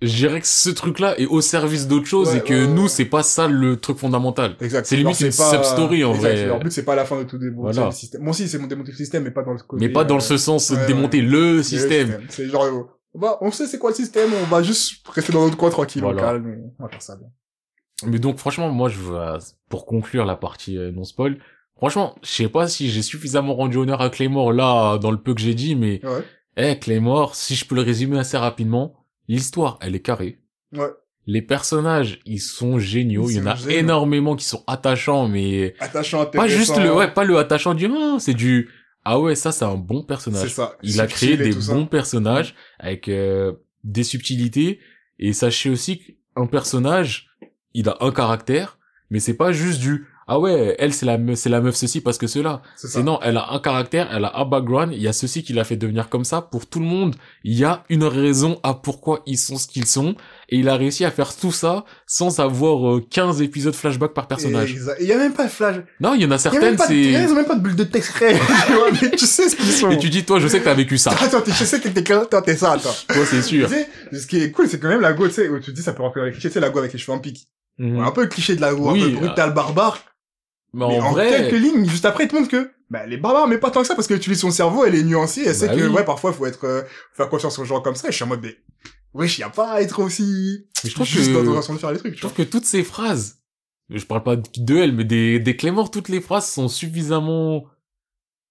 S2: je dirais que ce truc-là est au service d'autre chose
S1: Ouais,
S2: et que
S1: ouais, ouais.
S2: nous, c'est pas ça le truc fondamental.
S1: Exact.
S2: C'est limite
S1: Genre,
S2: une sub-story, en
S1: Exact.
S2: vrai.
S1: Leur but c'est pas la fin de tout démonter
S2: Voilà.
S1: le système. Bon si c'est mon démonter le système, mais pas dans le côté.
S2: Mais pas dans
S1: euh,
S2: ce sens
S1: ouais,
S2: de
S1: ouais.
S2: démonter le système.
S1: Le C'est genre, euh, on va- on sait c'est quoi le système, on va juste rester dans notre coin tranquille,
S2: Voilà.
S1: on calme, et on va faire ça bien.
S2: Mais donc, franchement, moi, je veux, pour conclure la partie euh, non-spoil, franchement, je sais pas si j'ai suffisamment rendu honneur à Claymore là, dans le peu que j'ai dit, mais,
S1: Ouais.
S2: eh, Claymore, si je peux le résumer assez rapidement, l'histoire, elle est carrée.
S1: Ouais.
S2: Les personnages, ils sont géniaux.
S1: Ils
S2: Il y en
S1: sont
S2: a
S1: géniaux.
S2: énormément qui sont attachants, mais
S1: Attachant,
S2: pas
S1: intéressant.
S2: juste le, ouais, pas le attachant du, ah, c'est du, ah ouais, ça, c'est un bon
S1: C'est
S2: personnage.
S1: ça.
S2: Il a
S1: Subtil
S2: créé
S1: et
S2: des
S1: tout ça.
S2: bons personnages avec euh, des subtilités et sachez aussi qu'un personnage, il a un caractère, mais c'est pas juste du ah ouais, elle c'est la meuf, c'est la meuf ceci parce que cela.
S1: C'est ça.
S2: C'est non, elle a un caractère, elle a un background, il y a ceci qui l'a fait devenir comme ça pour tout le monde. Il y a une raison à pourquoi ils sont ce qu'ils sont et il a réussi à faire tout ça sans avoir euh, 15 épisodes flashback par personnage.
S1: Exact. Et il y a même pas de flash.
S2: Non, il y en a
S1: Il y a même
S2: certaines
S1: pas de,
S2: c'est
S1: ils ont même pas de bulle de texte réelle. tu vois, mais tu sais ce qu'ils sont.
S2: et tu dis toi, je sais que t'as vécu ça.
S1: Attends, tu sais que t'es, toi, t'es ça, toi.
S2: toi, c'est
S1: Tu
S2: sûr.
S1: sais, ce qui est cool, c'est quand même la go, tu sais, où tu te dis, ça peut rentrer dans les clichés, tu sais, la go avec les cheveux en pique.
S2: Mhm.
S1: Ouais, un peu le cliché de la go,
S2: Oui,
S1: un peu brutal, barbare.
S2: Mais
S1: Bah, mais
S2: Bah, en,
S1: en
S2: vrai,
S1: quelques lignes, juste après, il te montre que bah, elle est barbare, mais pas tant que ça, parce qu'elle utilise son cerveau, elle est nuancée, elle sait
S2: Bah
S1: que
S2: oui.
S1: ouais, parfois, faut être euh, faut faire confiance aux gens comme ça. Et je suis en mode, mais wesh, y a pas à être aussi
S2: Mais je trouve
S1: juste
S2: que-
S1: dans notre façon de faire les trucs.
S2: je
S1: Tu
S2: trouve
S1: vois.
S2: que toutes ces phrases, je parle pas de elle, mais des, des Clémor, toutes les phrases sont suffisamment...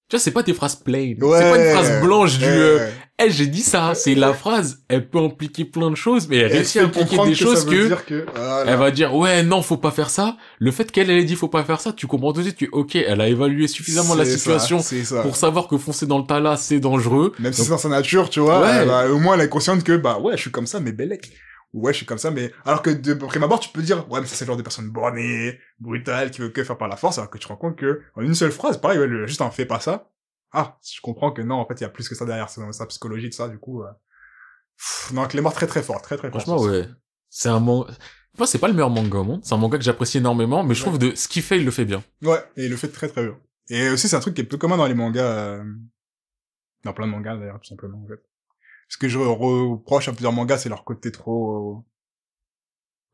S2: Tu vois, c'est pas des phrases plain.
S1: Ouais.
S2: C'est pas une phrase blanche du... euh,
S1: Euh,
S2: Eh, j'ai dit ça. C'est la phrase, elle peut impliquer plein de choses, mais elle
S1: elle
S2: réussit
S1: fait
S2: à impliquer
S1: comprendre
S2: des
S1: que
S2: choses
S1: ça veut
S2: que...
S1: dire que voilà.
S2: Elle va dire, ouais, non, faut pas faire ça. Le fait qu'elle ait dit faut pas faire ça, tu comprends tout de suite, tu es ok, elle a évalué suffisamment la
S1: C'est ça,
S2: situation
S1: c'est ça.
S2: pour savoir que foncer dans le tala, c'est dangereux.
S1: Même si
S2: Donc-
S1: c'est dans sa nature, tu vois,
S2: Ouais.
S1: euh, bah, au moins elle est consciente que bah ouais, je suis comme ça, mais Bellec. Ouais, je suis comme ça, mais alors que de prime abord, tu peux dire ouais, mais ça c'est le genre de personne bornée, brutale, qui veut que faire par la force, alors que tu te rends compte que en une seule phrase, pareil, ouais, le- juste un fait pas ça. Ah, je comprends que non, en fait, il y a plus que ça derrière, c'est dans sa psychologie de ça, du coup. Euh... Pff, non, Clément très très fort, très très fort.
S2: Franchement, ouais. C'est un manga... Moi, c'est pas le meilleur manga au monde. C'est un manga que j'apprécie énormément, mais je
S1: Ouais.
S2: trouve de ce qu'il fait, il le fait bien.
S1: Ouais, et il le fait très très bien. Et aussi, c'est un truc qui est peu commun dans les mangas, euh, dans plein de mangas d'ailleurs, tout simplement, en fait. Ce que je reproche à plusieurs mangas, c'est leur côté trop euh,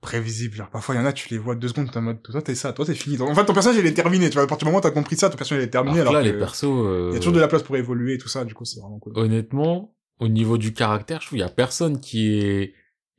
S1: prévisible. Genre, parfois, il y en a, tu les vois deux secondes, t'es en mode, toi, t'es ça, toi, t'es fini. En fait, ton personnage, il est terminé, tu vois. À partir du moment où t'as compris ça, ton personnage, il est terminé.
S2: Alors
S1: Ah, Alors,
S2: que là,
S1: que
S2: les persos, euh,
S1: il y a toujours de la place pour évoluer et tout ça, du coup, c'est vraiment cool.
S2: honnêtement, au niveau du caractère, je trouve il y a personne qui est...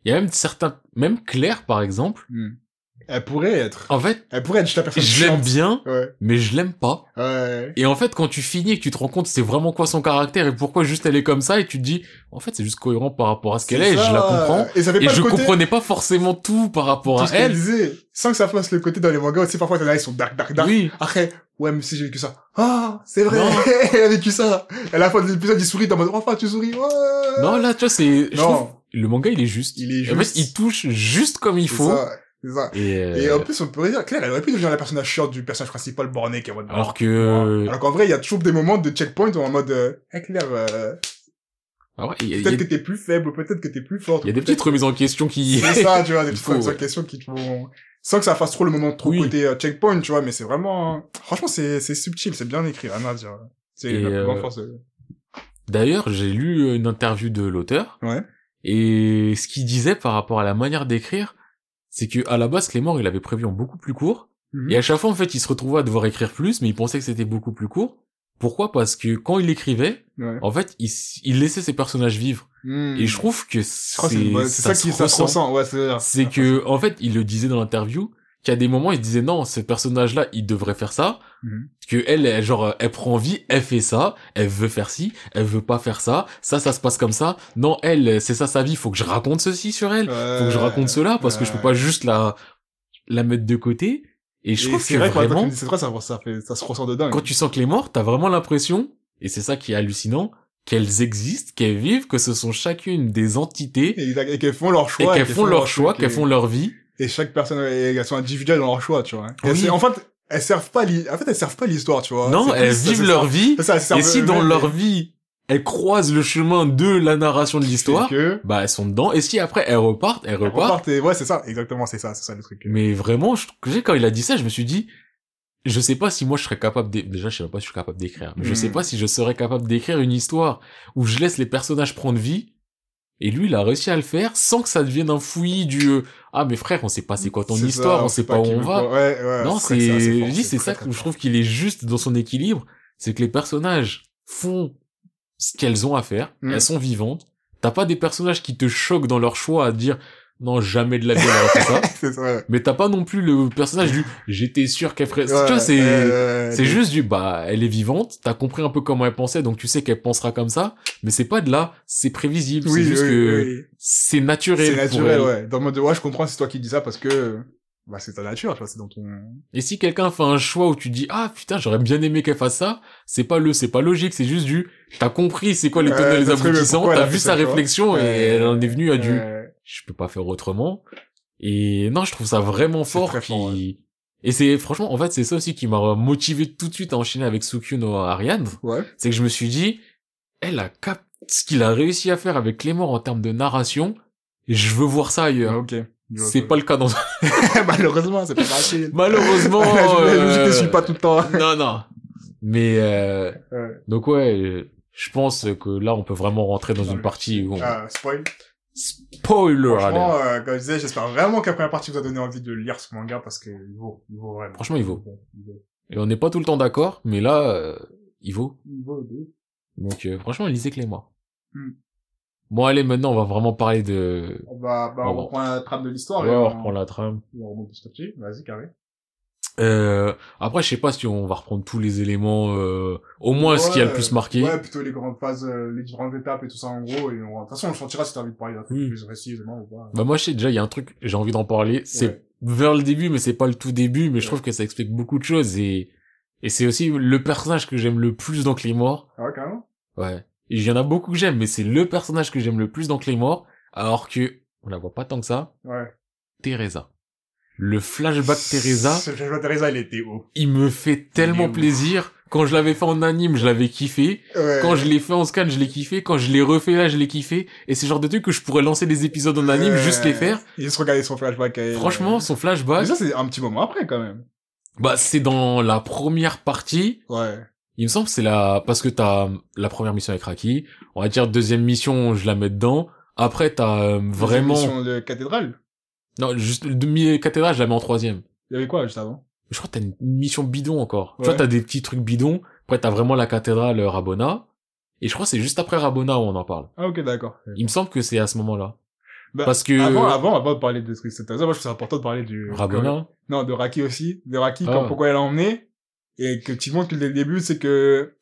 S2: Il y a même certains... Même Claire, par exemple.
S1: Hmm. Elle pourrait être,
S2: En fait,
S1: elle pourrait être juste la personne
S2: Oh. je l'aime
S1: chiante.
S2: bien,
S1: Ouais,
S2: mais je l'aime pas.
S1: ouais.
S2: Et en fait, quand tu finis et que tu te rends compte c'est vraiment quoi son caractère et pourquoi juste elle est comme ça, et tu te dis, en fait, c'est juste cohérent par rapport à ce qu'elle est, et
S1: C'est
S2: je la
S1: ça.
S2: comprends.
S1: Et ça fait
S2: Et
S1: pas
S2: je
S1: le côté...
S2: comprenais pas forcément tout par rapport
S1: Tout
S2: à
S1: ce qu'elle
S2: elle.
S1: disait, sans que ça fasse le côté dans les mangas aussi, parfois, t'en as, ils sont dark, dark, dark.
S2: Oui.
S1: Après, ouais, mais si j'ai vécu ça. Ah, c'est vrai,
S2: Non.
S1: elle a vécu ça. À la fin de l'épisode, il sourit, t'es en mode, enfin, tu souris, ouais.
S2: Non, là, tu vois, c'est... je
S1: Non.
S2: trouve, Le manga, il est juste.
S1: Il est
S2: En
S1: juste.
S2: fait, il touche juste comme il
S1: C'est
S2: faut.
S1: ça, C'est ça.
S2: Et, euh,
S1: Et en plus, on pourrait dire, Claire, elle aurait pu devenir la personnage chiante du personnage principal borné qui est en mode,
S2: Alors que... euh,
S1: alors qu'en vrai, il y a toujours des moments de checkpoint où en mode, euh, Hey, Claire, euh,
S2: Ah ouais, il y a- il y a-
S1: peut-être que t'es plus faible, peut-être que t'es plus forte.
S2: Il y a des
S1: peut-être-
S2: petites remises en question qui...
S1: C'est ça, tu vois, des
S2: Il
S1: petites
S2: faut,
S1: remises en
S2: ouais.
S1: question qui te font, sans que ça fasse trop le moment trop
S2: Oui.
S1: côté euh, checkpoint, tu vois, mais c'est vraiment, franchement, c'est, c'est subtil, c'est bien écrit, rien à dire. C'est
S2: Et,
S1: la plus grande
S2: euh,
S1: force. de-
S2: D'ailleurs, j'ai lu euh, une interview de l'auteur.
S1: Ouais.
S2: Et ce qu'il disait par rapport à la manière d'écrire, c'est que à la base, Clément, il avait prévu en beaucoup plus court.
S1: Mhm.
S2: Et à chaque fois, en fait, il se retrouvait à devoir écrire plus, mais il pensait que c'était beaucoup plus court. Pourquoi Parce que quand il écrivait,
S1: Ouais.
S2: en fait, il, s- il laissait ses personnages vivre.
S1: Hmm.
S2: Et je trouve que
S1: Je crois que c'est
S2: c'est
S1: une bonne- c'est ça,
S2: se
S1: qui ça se
S2: ressent.
S1: ressent, ouais, c'est
S2: C'est que, en fait, il le disait dans l'interview, qu'à des moments, il disait non, ce personnage-là, il devrait faire ça.
S1: Mhm.
S2: Que elle, elle, genre, euh, elle prend vie, elle fait ça, elle veut faire ci, elle veut pas faire ça, ça, ça se passe comme ça. Non, elle, euh, c'est ça sa vie, faut que je raconte ceci sur elle, faut que je raconte cela, parce que je peux pas juste la, la mettre de côté. Et je
S1: Et
S2: trouve
S1: c'est
S2: que
S1: vrai quand tu
S2: vraiment,
S1: dis cette phrase, ça, ça, fait, ça se ressent de dingue.
S2: quand tu sens que les morts, t'as vraiment l'impression, et c'est ça qui est hallucinant, qu'elles existent, qu'elles vivent, que ce sont chacune des entités
S1: Et, exact- et qu'elles font leur
S2: et
S1: choix.
S2: qu'elles font leur choix,
S1: truc,
S2: qu'elles
S1: et-
S2: font leur vie.
S1: Et chaque personne, et elles sont individuelles dans leur choix, tu vois. Et
S2: Oui.
S1: c'est- En fait, elles servent pas, l'hi- en fait, elles servent pas l'histoire, tu vois.
S2: Non,
S1: C'est
S2: elles
S1: plus- ça,
S2: vivent
S1: ça
S2: leur
S1: sert-
S2: vie.
S1: ça, ça sert
S2: Et si dans
S1: eux-mêmes,
S2: leur
S1: mais-
S2: vie, elles croisent le chemin de la narration de l'histoire,
S1: c'est que-
S2: bah elles sont dedans. Et si après elles repartent, elles
S1: On
S2: repartent.
S1: part et- ouais, c'est ça, exactement, c'est ça, c'est ça le truc.
S2: Mais vraiment, je, tu sais, quand il a dit ça, je me suis dit, je sais pas si moi je serais capable d'é- déjà je sais même pas si je suis capable d'écrire, mais je
S1: Mm.
S2: sais pas si je serais capable d'écrire une histoire où je laisse les personnages prendre vie. Et lui, il a réussi à le faire sans que ça devienne un fouillis du euh, ah mais frère, on sait pas c'est quoi ton
S1: C'est ça,
S2: histoire, on sait pas où
S1: qui
S2: on
S1: veut
S2: va.
S1: quoi. Ouais, ouais,
S2: non,
S1: très-
S2: c'est,
S1: Euh, ça,
S2: je
S1: fort,
S2: dis, c'est
S1: très,
S2: ça
S1: très
S2: que je
S1: fort.
S2: trouve qu'il est juste dans son équilibre, c'est que les personnages font ce qu'elles ont à faire,
S1: Mm.
S2: elles sont vivantes. T'as pas des personnages qui te choquent dans leur choix à dire non jamais de la vie elle aurait fait ça.
S1: C'est ça. ouais.
S2: Mais t'as pas non plus le personnage du j'étais sûr qu'elle ferait. tu vois,
S1: Ouais,
S2: c'est
S1: euh,
S2: c'est juste du bah elle est vivante. T'as compris un peu comment elle pensait, donc tu sais qu'elle pensera comme ça. Mais c'est pas de là, c'est prévisible.
S1: oui,
S2: c'est juste
S1: oui,
S2: que
S1: oui.
S2: c'est naturel.
S1: C'est
S2: pour
S1: naturel,
S2: elle.
S1: ouais. Dans le mode de, ouais, je comprends, c'est toi qui dis ça parce que, bah, c'est ta nature, tu vois, c'est dans ton...
S2: Et si quelqu'un fait un choix où tu dis ah putain j'aurais bien aimé qu'elle fasse ça, c'est pas le, c'est pas logique, c'est juste du t'as compris c'est quoi les
S1: Ouais,
S2: tenants et les
S1: t'as trouvé
S2: aboutissants,
S1: pourquoi elle
S2: t'as
S1: a
S2: vu
S1: fait
S2: sa
S1: ça, tu vois.
S2: réflexion et
S1: Ouais.
S2: elle en est venue à du
S1: Euh,
S2: je peux pas faire autrement. Et non, je trouve ça vraiment
S1: C'est
S2: fort.
S1: très
S2: puis-
S1: fort,
S2: Et c'est franchement, en fait, c'est ça aussi qui m'a motivé tout de suite à enchaîner avec Sukyun no Ariane.
S1: Ouais.
S2: C'est que je me suis dit, elle a cap ce qu'il a réussi à faire avec Clément en termes de narration. Je veux voir ça ailleurs.
S1: Ok. Ah Je vois
S2: C'est
S1: ça.
S2: pas le cas dans
S1: Malheureusement, c'est pas facile.
S2: malheureusement.
S1: je, je
S2: euh,
S1: te suis pas tout le temps.
S2: Non non. Mais euh,
S1: Ouais.
S2: donc ouais, euh, je pense que là on peut vraiment rentrer dans
S1: Dans
S2: une
S1: le-
S2: partie où on...
S1: Ah, spoil.
S2: spoiler alert.
S1: Franchement, euh, comme je disais, j'espère vraiment que la première partie vous a donné envie de lire ce manga parce que il vaut, il vaut vraiment.
S2: Franchement, il vaut.
S1: Il vaut,
S2: Et on n'est pas tout le temps d'accord, mais là, euh, il vaut.
S1: il vaut, il vaut.
S2: Donc euh, franchement, lisez Clément.
S1: Hmm.
S2: Bon allez, maintenant on va vraiment parler de...
S1: On va, bah, on
S2: Ah Bon.
S1: reprend la trame de l'histoire
S2: Ouais,
S1: et
S2: on
S1: on,
S2: reprend la trame.
S1: on remonte petit à petit. Vas-y, carré.
S2: Euh, après, je sais pas si on va reprendre tous les éléments, euh, au moins ce qui a le
S1: Ouais,
S2: plus marqué.
S1: Ouais, plutôt les grandes phases, euh, les différentes étapes et tout ça en gros. Et on... De toute façon, on le sentira si t'as envie de parler d'un truc
S2: Oui.
S1: plus précisément ou pas.
S2: Bah moi, je sais déjà, il y a un truc, j'ai envie d'en parler. C'est
S1: Ouais.
S2: vers le début, mais c'est pas le tout début, mais je
S1: Ouais.
S2: trouve que ça explique beaucoup de choses. Et, et c'est aussi le personnage que j'aime le plus dans Claymore.
S1: Ah ouais, carrément.
S2: Ouais. Il y en a beaucoup que j'aime, mais c'est le personnage que j'aime le plus dans Claymore, alors que on la voit pas tant que ça.
S1: Ouais.
S2: Teresa. Le flashback Teresa,
S1: Ce flashback Teresa, il était haut.
S2: il me fait tellement
S1: ouf.
S2: plaisir. Quand je l'avais fait en anime, je l'avais kiffé.
S1: Ouais.
S2: Quand je l'ai fait en scan, je l'ai kiffé. Quand je l'ai refait là, je l'ai kiffé. Et c'est le genre de truc que je pourrais lancer des épisodes en anime,
S1: Euh,
S2: juste les faire.
S1: Il se regardait son flashback à elle.
S2: Franchement, son flashback,
S1: Mais ça, c'est un petit moment après, quand même.
S2: bah, c'est dans la première partie.
S1: Ouais.
S2: Il me semble que c'est la, parce que t'as euh, la première mission avec Raki. On va dire deuxième mission, je la mets dedans. Après, t'as euh, vraiment,
S1: Mission de cathédrale.
S2: non, juste le demi-cathédrale, je la mets en troisième.
S1: Il y avait quoi juste avant
S2: je crois que t'as une une mission bidon encore. Tu
S1: Ouais.
S2: vois, t'as des petits trucs bidons. Après, t'as vraiment la cathédrale euh, Rabona. Et je crois que c'est juste après Rabona où on en parle.
S1: Ah, ok, d'accord.
S2: Il me semble que c'est à ce moment-là.
S1: Bah,
S2: Parce que
S1: Avant, avant, avant de parler de Trick Santa, moi je trouve ça important de parler du...
S2: Rabona,
S1: Non, de Raki aussi. De Raki,
S2: Ah
S1: comme-
S2: ouais.
S1: pourquoi elle l'a emmené. Et que tu montres que dès le début, c'est que...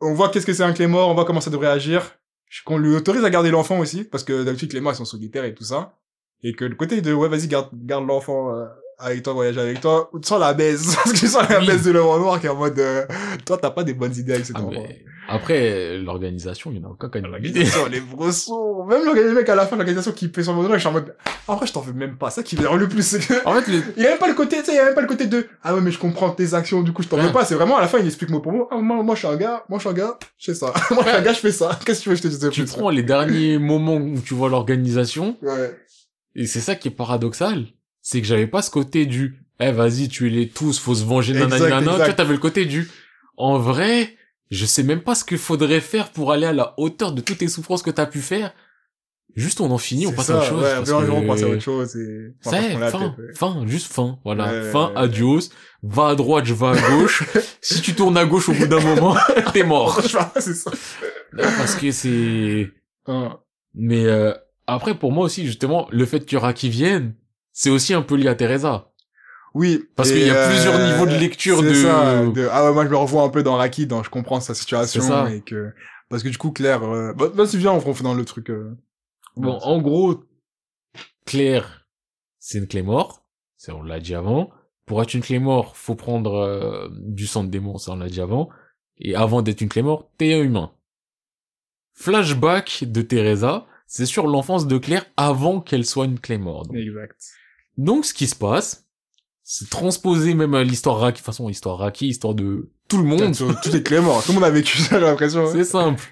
S1: On voit qu'est-ce que c'est un Clémor, on voit comment ça devrait agir. Qu'on lui autorise à garder l'enfant aussi, parce que d'habitude, Clémor, ils sont solitaires et tout ça. Et que le côté de, ouais, vas-y, garde, garde l'enfant euh, avec toi, voyage avec toi, ou tu sens la baisse. parce que tu sens la
S2: Oui.
S1: baisse de l'homme noir qui est en mode... euh, toi, t'as pas des bonnes idées avec cet
S2: Ah,
S1: enfant.
S2: mais après euh, l'organisation, il y en a aucun qui a une
S1: hein.
S2: idée.
S1: Ah, L'organisation, les brossons. Même l'orga- le mec à la fin, l'organisation qui fait son mot de l'ordre, je suis en mode, en vrai, je t'en veux même pas. Ça qui me dérange le plus, c'est que,
S2: En fait, le-
S1: il y a même pas le côté, tu sais, il y a même pas le côté de, ah ouais, mais je comprends tes actions, du coup, je t'en veux
S2: Rien.
S1: pas. C'est vraiment, à la fin, il explique mot pour mot, ah, moi, moi, je suis un gars, moi, je suis un gars, je fais ça. moi, je suis un gars, je fais ça. Qu'est-ce que tu veux, que je te dise de
S2: tu
S1: plus?
S2: prends les derniers moments où tu vois l'organisation,
S1: Ouais.
S2: et c'est ça qui est paradoxal, c'est que j'avais pas ce côté du eh vas-y tuez-les tous, faut se venger d'un
S1: Exact,
S2: nanana. Tu
S1: exact.
S2: vois, t'avais le côté du en vrai, je sais même pas ce qu'il faudrait faire pour aller à la hauteur de toutes les souffrances que t'as pu faire. Juste on en finit, on
S1: C'est
S2: passe
S1: ça,
S2: à autre chose.
S1: Ouais,
S2: parce
S1: vraiment,
S2: que-
S1: vraiment, on passe à autre chose et,
S2: Ça,
S1: enfin, parce qu'on l'a
S2: fin,
S1: fait, ouais.
S2: fin, juste fin, voilà.
S1: Ouais,
S2: fin,
S1: ouais, ouais.
S2: adios. Va à droite, je vais à gauche. si tu tournes à gauche au bout d'un moment, t'es mort.
S1: Franchement, c'est ça.
S2: Non, Parce que c'est...
S1: Hein.
S2: Mais euh, après, pour moi aussi, justement, le fait qu'il y aura qui viennent, c'est aussi un peu lié à Teresa.
S1: Oui.
S2: Parce
S1: et,
S2: qu'il y a plusieurs
S1: euh,
S2: niveaux de lecture
S1: c'est
S2: de...
S1: ça, de- Ah ouais, moi je me revois un peu dans Raki, dans je comprends sa situation
S2: C'est ça.
S1: et que parce que du coup Claire, euh... bah, vas-y viens, on rentre dans le truc. euh,
S2: Bon, en gros, Claire, c'est une clé mort. Ça, on l'a dit avant. Pour être une clé mort, faut prendre euh, du sang de démon. Ça, on l'a dit avant. Et avant d'être une clé mort, t'es un humain. flashback de Teresa, c'est sur l'enfance de Claire avant qu'elle soit une Claymore. Donc.
S1: Exact.
S2: Donc, ce qui se passe, c'est transposé même à l'histoire Raki, de toute façon, histoire Raki, histoire de tout le monde.
S1: Tout est Clément. Tout le monde a vécu ça, j'ai l'impression.
S2: C'est simple.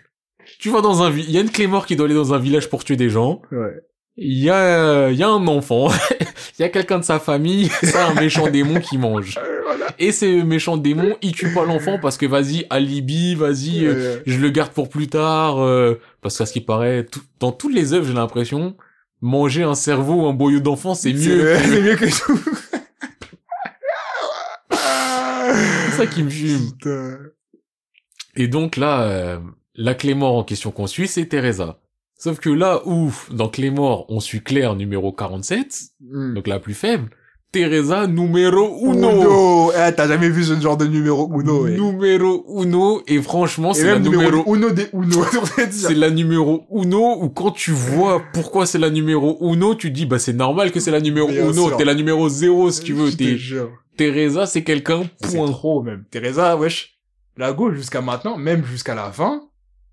S2: Tu vas dans un, vi- il y a une Claymore qui doit aller dans un village pour tuer des gens.
S1: Ouais.
S2: Il y a, il y a un enfant. Il y a quelqu'un de sa famille. C'est un méchant démon qui mange.
S1: Euh, voilà.
S2: Et ce méchant démon, il tue pas l'enfant parce que vas-y, alibi, vas-y, euh,
S1: Euh,
S2: je le garde pour plus tard. euh, parce qu'à ce qui paraît, tout- dans toutes les œuvres, j'ai l'impression, manger un cerveau ou un boyau d'enfant, c'est mieux.
S1: C'est c'est mieux que tout.
S2: C'est ça qui me fume.
S1: Putain.
S2: Et donc là, euh, la Clémore en question qu'on suit, c'est Teresa. Sauf que là où, dans Clémore, on suit Claire numéro 47,
S1: Mm.
S2: donc la plus faible, Teresa numéro
S1: Uno.
S2: uno.
S1: Eh, t'as jamais vu ce genre de numéro Uno, ouais.
S2: Numéro uno, et franchement,
S1: Et
S2: c'est la
S1: même
S2: numéro...
S1: numéro Uno des Uno. on va dire.
S2: C'est la numéro uno, ou quand tu vois pourquoi c'est la numéro uno, tu dis, bah c'est normal que c'est la numéro
S1: Bien
S2: uno,
S1: sûr.
S2: t'es la numéro zéro si tu veux,
S1: Je te
S2: t'es...
S1: jure.
S2: Teresa, c'est quelqu'un,
S1: C'est
S2: point.
S1: trop, même. Teresa, wesh. La gauche, jusqu'à maintenant, même jusqu'à la fin,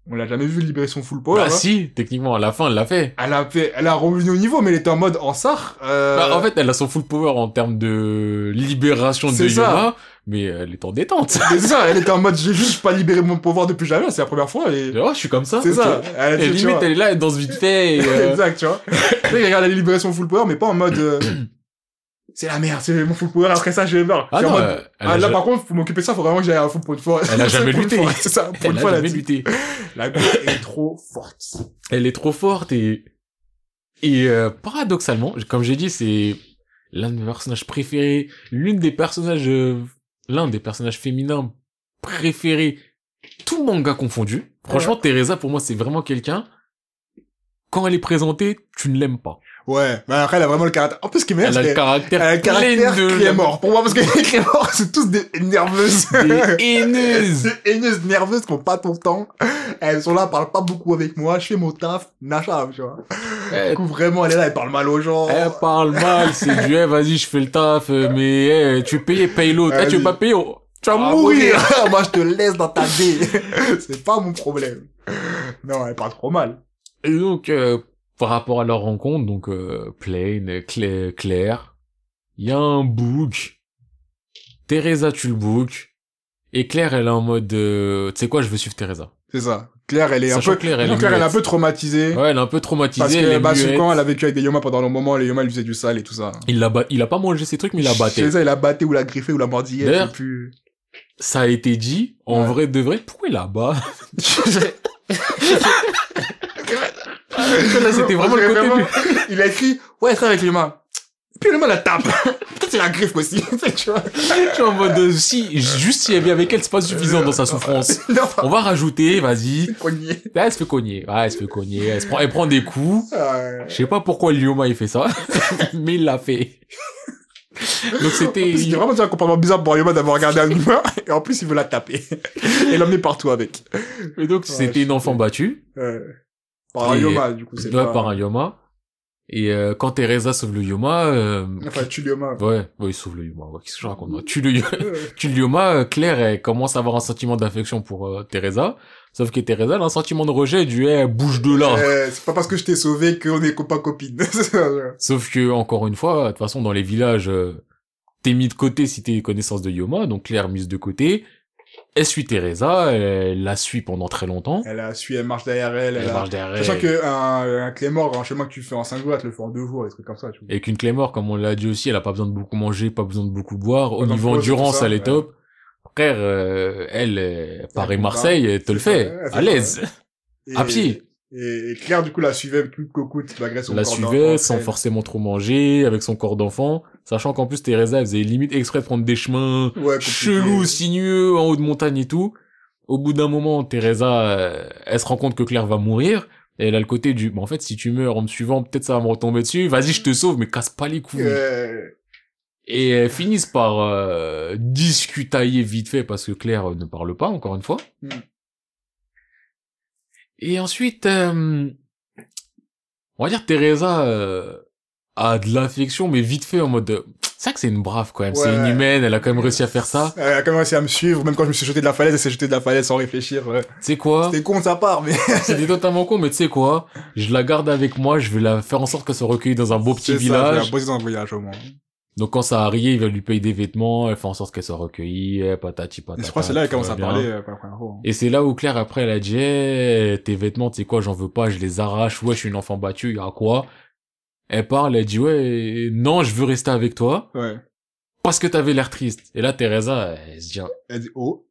S1: on l'a jamais vu libérer son full power.
S2: bah
S1: hein.
S2: si, techniquement, à la fin, elle l'a fait.
S1: Elle a fait, elle a revenu au niveau, mais elle était en mode en sar. Euh...
S2: Bah, en fait, elle a son full power en termes de libération de
S1: C'est ça.
S2: Yuma, mais elle est en détente.
S1: c'est ça, elle était en mode, j'ai juste pas libéré mon pouvoir depuis jamais, c'est la première fois, et
S2: Tu vois, Oh, je suis comme ça.
S1: c'est
S2: ok.
S1: ça. Elle,
S2: Et
S1: était, tu
S2: limite,
S1: vois,
S2: elle est là, elle danse vite fait. Et, euh,
S1: Exact, tu vois. tu sais, regarde, elle a libéré son full power, mais pas en mode, euh, c'est la merde, c'est mon full power, après ça, je vais voir.
S2: Ah
S1: C'est en
S2: non,
S1: mode,
S2: euh, elle,
S1: ah,
S2: a
S1: là,
S2: ja-
S1: par contre, pour m'occuper de ça, faut vraiment que j'aille à fond pour une fois.
S2: Elle a jamais
S1: Pour une
S2: lutté.
S1: fois, C'est ça, pour
S2: elle
S1: une
S2: a
S1: fois, elle a
S2: jamais
S1: dit.
S2: lutté.
S1: La gueule est trop forte.
S2: Elle est trop forte et et euh, paradoxalement, comme j'ai dit, c'est l'un de mes personnages préférés, l'une des personnages, euh, l'un des personnages féminins préférés, tout manga confondu. Franchement, Teresa, pour moi, c'est vraiment quelqu'un. Quand elle est présentée, tu ne l'aimes pas.
S1: Ouais, mais après, elle a vraiment le caractère. En plus, ce qui est meilleur,
S2: Elle a
S1: c'est
S2: le
S1: qu'elle
S2: caractère,
S1: elle a le caractère
S2: plein de-
S1: qui est mort. Pour moi, parce que les Clémor, c'est tous des nerveuses.
S2: Des haineuses.
S1: C'est haineuses nerveuses qui ont pas ton temps. Elles sont là, elles parlent pas beaucoup avec moi, je fais mon taf, nacha, tu vois. Du
S2: Elle,
S1: coup, vraiment, elle est là, elle parle mal aux gens.
S2: elle parle mal, c'est du, eh, vas-y, je fais le taf, euh, mais eh, tu es payé, paye l'autre. Eh, tu veux pas payer, oh, tu vas
S1: Ah,
S2: mourir.
S1: mourir. moi, je te laisse dans ta vie. c'est pas mon problème. Non, elle parle trop mal.
S2: Et donc, euh, par rapport à leur rencontre, donc, euh, Plain, euh, Cla- Claire, il y a un book. Teresa tue le book. Et Claire, elle est en mode, euh, tu sais quoi, je veux suivre Teresa.
S1: C'est ça. Claire, elle est
S2: Sachant
S1: un peu,
S2: que Claire, elle est
S1: Claire, elle est un
S2: muette.
S1: peu traumatisée.
S2: Ouais, elle est un peu traumatisée.
S1: Parce
S2: elle
S1: que,
S2: est
S1: bah,
S2: muette.
S1: quand elle a vécu avec des Yoma pendant un moment, les Yoma lui faisaient du sale et tout ça.
S2: il l'a, ba- il a pas mangé ses trucs, mais il l'a batté.
S1: C'est ça, il a batté ou l'a griffé ou l'a mordi. elle,
S2: D'ailleurs-
S1: je sais plus.
S2: Ça a été dit, en
S1: Ouais.
S2: vrai de vrai, pourquoi il la bat? Là, c'était vraiment
S1: Parce
S2: le
S1: que
S2: côté
S1: vraiment, Il a écrit, ouais, ça avec l'humain. Puis l'humain la tape. Peut-être il la griffe aussi, tu vois.
S2: Tu vois, en mode, euh, si, juste s'il y avait avec elle, c'est pas suffisant dans sa souffrance.
S1: Non,
S2: On va rajouter, vas-y.
S1: cogné.
S2: Là, elle se fait cogner. Ouais, elle se fait cogner. Elle, se prend, elle prend des coups.
S1: Euh,
S2: Je sais pas pourquoi Lyoma, il fait ça. mais il l'a fait. Donc, c'était...
S1: C'était vraiment un comportement bizarre pour Yoma d'avoir regardé un humain, et en plus il veut la taper. Et l'emmener partout avec.
S2: Et donc,
S1: Ouais,
S2: c'était une
S1: je
S2: enfant
S1: sais.
S2: battue.
S1: Euh, par un
S2: Et-
S1: Yoma, du coup, c'est
S2: Ouais,
S1: pas...
S2: par un Lyoma. Et euh, quand Teresa sauve le Lyoma... euh,
S1: Enfin, tu Yoma.
S2: Ouais, ouais, il sauve le Lyoma. Ouais, Qu'est-ce que je raconte, moi Tu le Lyoma... Tu le Lyoma, euh, Claire, elle commence à avoir un sentiment d'affection pour euh, Teresa. Sauf que Teresa, elle a un sentiment de rejet du eh, « bouge de là ».
S1: Euh, c'est pas parce que je t'ai sauvé qu'on est copains-copines. C'est ça, ouais.
S2: Sauf que, encore une fois, de toute façon, dans les villages, euh, t'es mis de côté si t'es connaissance de Yoma, donc Claire mise de côté. Elle suit Teresa, elle la suit pendant très longtemps.
S1: elle a su, elle marche derrière elle.
S2: Elle,
S1: elle a-
S2: marche derrière.
S1: Sachant
S2: elle.
S1: que un, un Claymore, un chemin que tu fais en 5 jours, elle te le fait en 2 jours, des trucs comme ça, tu vois.
S2: Et qu'une Claymore, comme on l'a dit aussi, elle a pas besoin de beaucoup manger, pas besoin de beaucoup boire. Au
S1: Pas
S2: niveau
S1: d'enfant,
S2: endurance,
S1: tout ça,
S2: elle est
S1: ouais.
S2: top. Frère, euh, elle, euh, Paris-Marseille, elle te le
S1: C'est
S2: fait,
S1: ça, ouais, c'est
S2: à l'aise,
S1: Et-
S2: à pied.
S1: Et, et Claire, du coup, la suivait plus que coûte, malgré son
S2: la
S1: corps
S2: suivait
S1: d'enfant,
S2: sans
S1: elle-
S2: forcément trop manger, avec son corps d'enfant. Sachant qu'en plus, Teresa, elle faisait limite exprès de prendre des chemins
S1: Ouais,
S2: chelou,
S1: compliqué.
S2: sinueux, en haut de montagne et tout. Au bout d'un moment, Teresa, euh, elle se rend compte que Claire va mourir. Et elle a le côté du, bah, en fait, si tu meurs en me suivant, peut-être ça va me retomber dessus. Vas-y, je te sauve, mais casse pas les couilles.
S1: Euh,
S2: Et elles finissent par euh, discutailler vite fait parce que Claire euh, ne parle pas, encore une fois.
S1: Mm.
S2: Et ensuite, euh, on va dire Teresa, euh, à de l'affection, mais vite fait, en mode, euh, c'est vrai que c'est une brave, quand même.
S1: Ouais,
S2: C'est une
S1: ouais.
S2: humaine, elle a quand même réussi à faire ça.
S1: Elle a quand même réussi à me suivre, même quand je me suis jeté de la falaise, elle s'est jetée de la falaise sans réfléchir. ouais.
S2: Tu sais quoi?
S1: C'était con de sa part, mais
S2: C'était totalement con, mais tu sais quoi? Je la garde avec moi, je vais la faire en sorte qu'elle soit recueillie dans un beau
S1: c'est
S2: petit
S1: ça, je vais la
S2: village. Ah,
S1: poser dans un voyage au moins.
S2: Donc quand ça arrive, il va lui payer des vêtements, elle fait en sorte qu'elle soit recueillie, eh, patati
S1: Et
S2: patata.
S1: je crois que c'est là qu'elle
S2: tout
S1: commence
S2: va
S1: à
S2: bien.
S1: parler euh, pour la première fois. hein.
S2: Et c'est là où Claire, après, elle a dit, Eh, tes vêtements, tu sais quoi, j'en veux pas, je les arrache, ouais, je suis une enfant battue, il y a quoi? Elle parle, elle dit, ouais, non, je veux rester avec toi,
S1: hein. Ouais.
S2: parce que t'avais l'air triste. Et là, Teresa, elle se dit,
S1: Elle dit oh.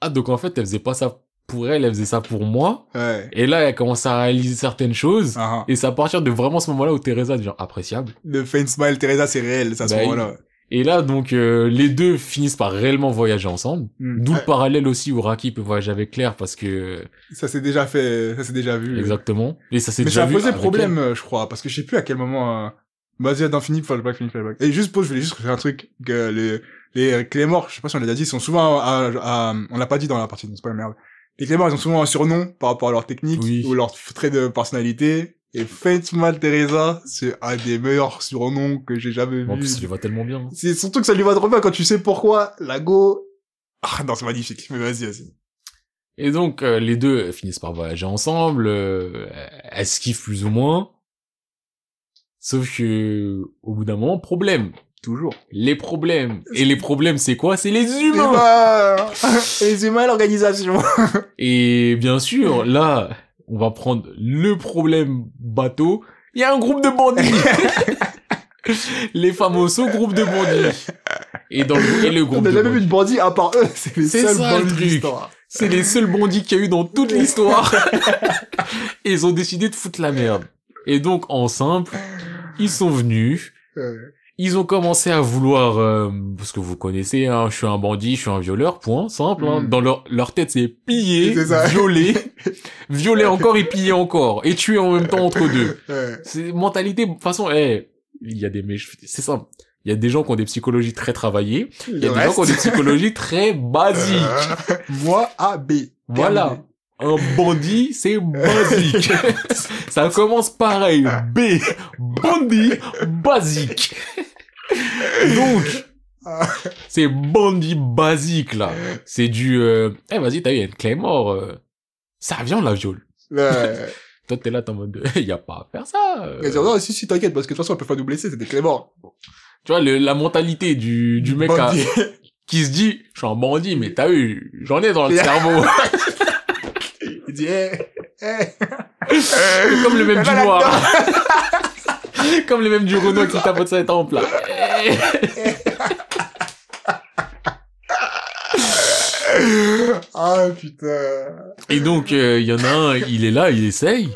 S2: ah, donc en fait, elle faisait pas ça pour elle, elle faisait ça pour moi.
S1: Ouais.
S2: Et là, elle commence à réaliser certaines choses.
S1: Ah, ah.
S2: Et c'est à partir de vraiment ce moment-là où Teresa devient appréciable.
S1: Le faint smile, Teresa, c'est réel, ça, à ce
S2: Bah,
S1: moment-là.
S2: Et là, donc, euh, les deux finissent par réellement voyager ensemble.
S1: Hmm.
S2: D'où
S1: Ah,
S2: le parallèle aussi où Raki peut voyager avec Claire parce que
S1: Ça s'est déjà fait, ça s'est déjà vu.
S2: exactement. Et ça s'est
S1: Mais
S2: déjà
S1: ça a
S2: vu.
S1: posé
S2: avec
S1: problème, euh, je crois, parce que je sais plus à quel moment. Euh... Bah, vas-y, dans Fini, flashback, Fini, flashback. Et juste pause, je voulais juste faire un truc que les les Clémor, je sais pas si on l'a dit, ils sont souvent à, à- à- on l'a pas dit dans la partie, donc c'est pas merde. Les Clémor, ils ont souvent un surnom par rapport à leur technique
S2: Oui.
S1: ou leur trait de personnalité. Et Fate Mal Teresa, c'est un des meilleurs surnoms que j'ai jamais
S2: elle.
S1: vu.
S2: En plus, je les vois tellement bien. hein.
S1: C'est surtout que ça lui va trop bien quand tu sais pourquoi. La go. Ah non, c'est magnifique. Mais vas-y, vas-y.
S2: Et donc, euh, les deux finissent par voyager ensemble. Euh, elles se kiffent plus ou moins. Sauf que au bout d'un moment, problème.
S1: Toujours.
S2: Les problèmes. Et les problèmes, c'est quoi C'est les humains.
S1: Les humains, l'organisation.
S2: Et bien sûr, là, on va prendre le problème bateau. Il y a un groupe de bandits. les famosos groupes de bandits. Et dans le, et le
S1: On
S2: groupe
S1: n'a
S2: de
S1: jamais vu
S2: bandits.
S1: de bandits à part eux, c'est les
S2: C'est
S1: seuls
S2: ça, le
S1: bandits de
S2: truc.
S1: l'histoire.
S2: C'est les seuls bandits qu'il y a eu dans toute l'histoire. et ils ont décidé de foutre la merde. Et donc, en simple, ils sont venus.
S1: Euh,
S2: Ils ont commencé à vouloir, euh, parce que vous connaissez, hein, je suis un bandit, je suis un violeur, point, simple. hein.
S1: Mm.
S2: Dans leur, leur tête, c'est piller,
S1: C'est ça.
S2: violer, violer encore et piller encore, et tuer en même temps entre deux.
S1: euh,
S2: C'est mentalité, de toute façon, eh, il y a des méch... c'est simple. Il y a des gens qui ont des psychologies très travaillées, il y a
S1: le
S2: des gens qui ont des
S1: reste,
S2: psychologies très basiques.
S1: euh, Moi, A, B.
S2: Voilà.
S1: Terminé.
S2: Un bandit, c'est basique. Ça commence pareil. B, bandit, basique. Donc, c'est bandit basique, là. C'est du, euh, eh, vas-y, t'as eu une clé mort. euh, Ça vient, la viole.
S1: Euh,
S2: Toi, t'es là, t'es en mode, de, Eh, y a pas à faire ça. euh.
S1: ils disent, non, si, si, t'inquiète, parce que de toute façon, on peut pas nous blesser, c'était Clément.
S2: Tu vois, le- la mentalité du, du mec à-
S1: Bandit.
S2: qui se dit, je suis un bandit, mais t'as eu, j'en ai dans le
S1: Yeah.
S2: cerveau.
S1: Il dit, eh, eh.
S2: C'est comme le même
S1: Elle
S2: du
S1: va
S2: noir. comme le même du Renault qui tapote sa tempe là.
S1: Ah, putain.
S2: Et donc euh, il y en a un, il est là, il essaye.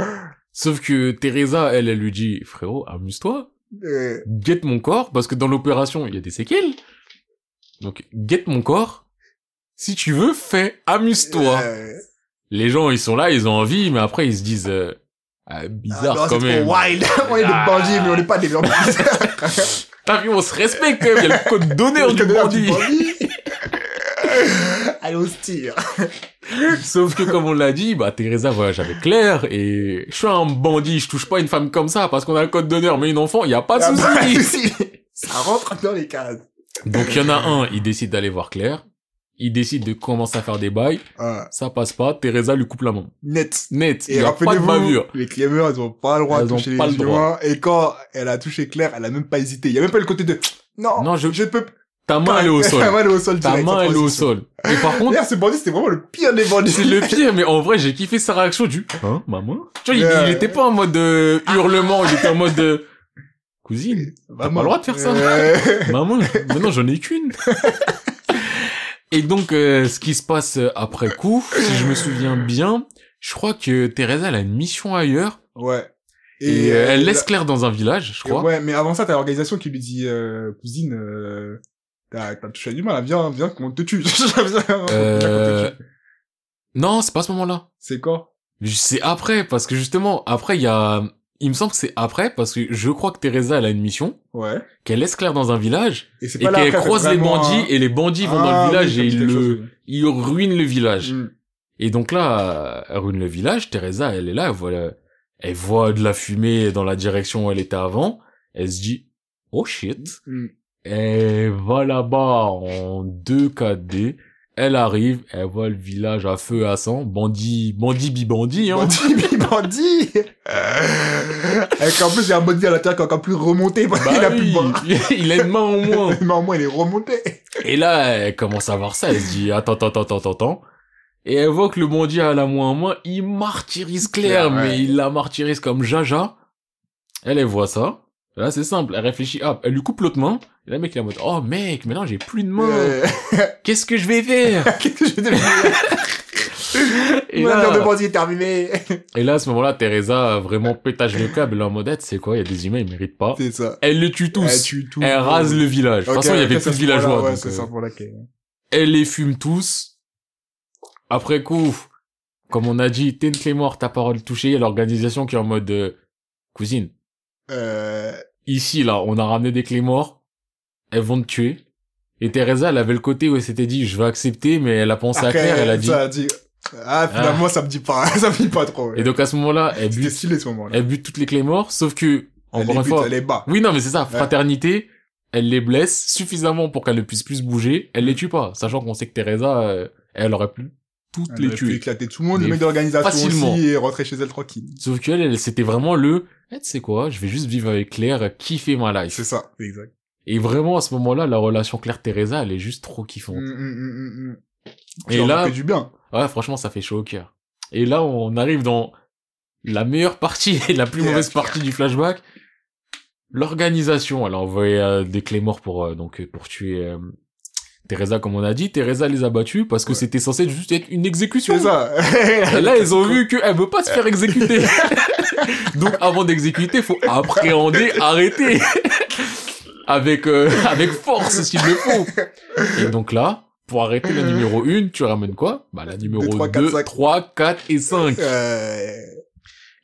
S2: Sauf que Teresa, elle, elle lui dit, frérot, amuse-toi,
S1: Euh,
S2: guette mon corps, parce que dans l'opération, il y a des séquelles. Donc, guette mon corps. Si tu veux, fais, amuse-toi.
S1: euh,
S2: Les gens, ils sont là, ils ont envie, mais après, ils se disent, euh, Ah, bizarre
S1: ah, non,
S2: quand
S1: c'est
S2: même.
S1: trop wild. on est des
S2: Ah.
S1: bandits, mais on n'est pas des bandits.
S2: T'as vu, on se respecte quand même, il y a le code d'honneur
S1: On est
S2: du
S1: des
S2: bandit.
S1: Allez, on se tire.
S2: Sauf que comme on l'a dit, bah Teresa voyage avec Claire et je suis un bandit, je touche pas une femme comme ça parce qu'on a le code d'honneur, mais une enfant, il y a pas
S1: Ah,
S2: de
S1: bah,
S2: souci.
S1: si. Ça rentre dans les cases.
S2: Donc il y en a un, il décide d'aller voir Claire, il décide de commencer à faire des bails,
S1: Ah,
S2: ça passe pas, Teresa lui coupe la main.
S1: net.
S2: Net, il
S1: Et
S2: y a pas de
S1: rappelez-vous,
S2: bavure.
S1: les clémeurs, ils ont pas le droit
S2: Elles
S1: de
S2: ont
S1: toucher
S2: pas
S1: les
S2: le droit.
S1: humains. Et quand elle a touché Claire, elle a même pas hésité. Il y a même pas le côté de, non,
S2: Non,
S1: je,
S2: je-
S1: peux
S2: Ta main
S1: pas.
S2: elle est au sol.
S1: Ta main, elle est au sol.
S2: Ta
S1: direct,
S2: main
S1: sans
S2: elle est au
S1: transition.
S2: sol. Et par contre,
S1: D'ailleurs, ce bandit, c'était vraiment le pire des bandits.
S2: c'est le pire, mais en vrai j'ai kiffé sa réaction du Hein, maman Tu vois, il,
S1: Euh.
S2: il était pas en mode euh, hurlement, il était en mode euh, Cousine,
S1: Vraiment.
S2: pas le droit de faire ça.
S1: Euh,
S2: Maman, maintenant j'en ai qu'une. Et donc, euh, ce qui se passe après coup, si je me souviens bien, je crois que Teresa elle a une mission ailleurs
S1: ouais.
S2: et, euh,
S1: euh,
S2: elle laisse Claire dans un village, je
S1: la-
S2: crois.
S1: Ouais, mais avant ça, t'as l'organisation qui lui dit, euh, cousine, euh, t'as, t'as touché un humain, là, viens, viens, qu'on te tue. Viens, viens, qu'on te
S2: Euh,
S1: tue.
S2: Non, c'est pas à ce moment-là.
S1: C'est quoi?
S2: C'est après, parce que justement, après il y a, il me semble que c'est après parce que je crois que Teresa elle a une mission
S1: Ouais.
S2: qu'elle laisse Claire dans un village
S1: Et c'est
S2: et
S1: là
S2: qu'elle
S1: après,
S2: croise
S1: c'est
S2: les
S1: vraiment
S2: bandits
S1: un-
S2: et les bandits vont dans
S1: Ah,
S2: le
S1: oui,
S2: village
S1: ça
S2: et
S1: me dit
S2: ils
S1: quelque
S2: le,
S1: chose.
S2: ils ruinent le village.
S1: Mm.
S2: Et donc là, elle ruine le village, Teresa, elle est là, elle voit, la- elle voit de la fumée dans la direction où elle était avant, Elle se dit, oh shit.
S1: Mm.
S2: Elle va là-bas bah, en 2-4D. Elle arrive, elle voit le village à feu à sang. Bandit, bandit bibandit, hein.
S1: Bandit, bi- bandit Avec en plus, il y a un bandit à l'intérieur qui est encore plus remonté. parce qu'il
S2: Bah
S1: a plus de
S2: oui,
S1: bras.
S2: il a une main au moins.
S1: Mais au moins, il est remonté.
S2: Et là, elle commence à voir ça, elle se dit, attends, attends, attends, attends, attends, attends. Et elle voit que le bandit à la moins en moins, il martyrise Claire,
S1: Claire, Ah ouais.
S2: mais il la martyrise comme Jaja. Elle, elle voit ça. Là, c'est simple, elle réfléchit, hop, elle lui coupe l'autre main. Et là, le mec, il est en mode, oh mec, maintenant j'ai plus de main.
S1: Euh,
S2: Qu'est-ce que je vais faire?
S1: Qu'est-ce que je devais
S2: et,
S1: Mon avenir
S2: là,
S1: de bandit est terminé.
S2: et là, à ce moment-là, Teresa a vraiment pétage le câble, elle est en mode, c'est quoi, il y a des humains, ils méritent pas.
S1: C'est ça.
S2: Elle les tue tous.
S1: Elle
S2: Elle,
S1: tue tout.
S2: rase le village. de toute façon, il y avait plus de villageois.
S1: Ouais,
S2: donc,
S1: c'est
S2: euh,
S1: ça pour laquelle.
S2: elle les fume tous. Après coup, comme on a dit, Ten Claymore, ta parole touchée, il y a l'organisation qui est en mode euh, cousine.
S1: Euh,
S2: Ici, là, on a ramené des Claymore, elles vont te tuer. Et Teresa, elle avait le côté où elle s'était dit, je vais accepter, mais elle a pensé à
S1: après,
S2: Claire, elle a dit.
S1: Ça a dit, ah, finalement, ça me dit pas, ça me dit pas trop.
S2: Et donc à ce moment-là, elle
S1: C'était
S2: bute,
S1: stylé ce moment-là.
S2: elle bute toutes les Claymore, sauf que,
S1: Elle
S2: encore
S1: les
S2: une
S1: bute,
S2: fois.
S1: elle les bat.
S2: Oui, non, mais c'est ça,
S1: Ouais.
S2: fraternité, elle les blesse suffisamment pour qu'elle ne puisse plus bouger, elle les tue pas, sachant qu'on sait que Teresa, euh, elle aurait pu toutes
S1: Elle
S2: les
S1: aurait pu
S2: tuer.
S1: éclater tout le monde,
S2: Mais
S1: le mec d'organisation
S2: facilement.
S1: aussi, et rentrer chez elle tranquille.
S2: Sauf qu'elle, elle, c'était vraiment le, eh, tu sais quoi, je vais juste vivre avec Claire, kiffer ma life.
S1: C'est ça, c'est exact.
S2: Et vraiment, à ce moment-là, la relation Claire-Teresa, elle est juste trop kiffante.
S1: Mm, mm, mm, mm, mm. Ça
S2: Et
S1: leur
S2: là-
S1: fait du bien.
S2: Ouais, franchement, ça fait chaud au cœur. Et là, on arrive dans la meilleure partie et la plus
S1: Et la
S2: mauvaise
S1: pire.
S2: partie du flashback. L'organisation, elle a envoyé euh, des clés morts pour, euh, donc, euh, pour tuer euh, Teresa, comme on a dit. Teresa les a battus parce que
S1: Ouais.
S2: c'était censé juste être une exécution.
S1: C'est ça.
S2: Et là, ils ont vu qu'elle veut pas se faire exécuter. Donc, avant d'exécuter, faut appréhender, arrêter. avec, euh, avec force, s'il le faut. Et donc là, pour arrêter la numéro 1, tu ramènes quoi? Bah, la numéro
S1: Deux, trois, quatre,
S2: 2,
S1: cinq.
S2: 3, 4 et 5.
S1: Euh,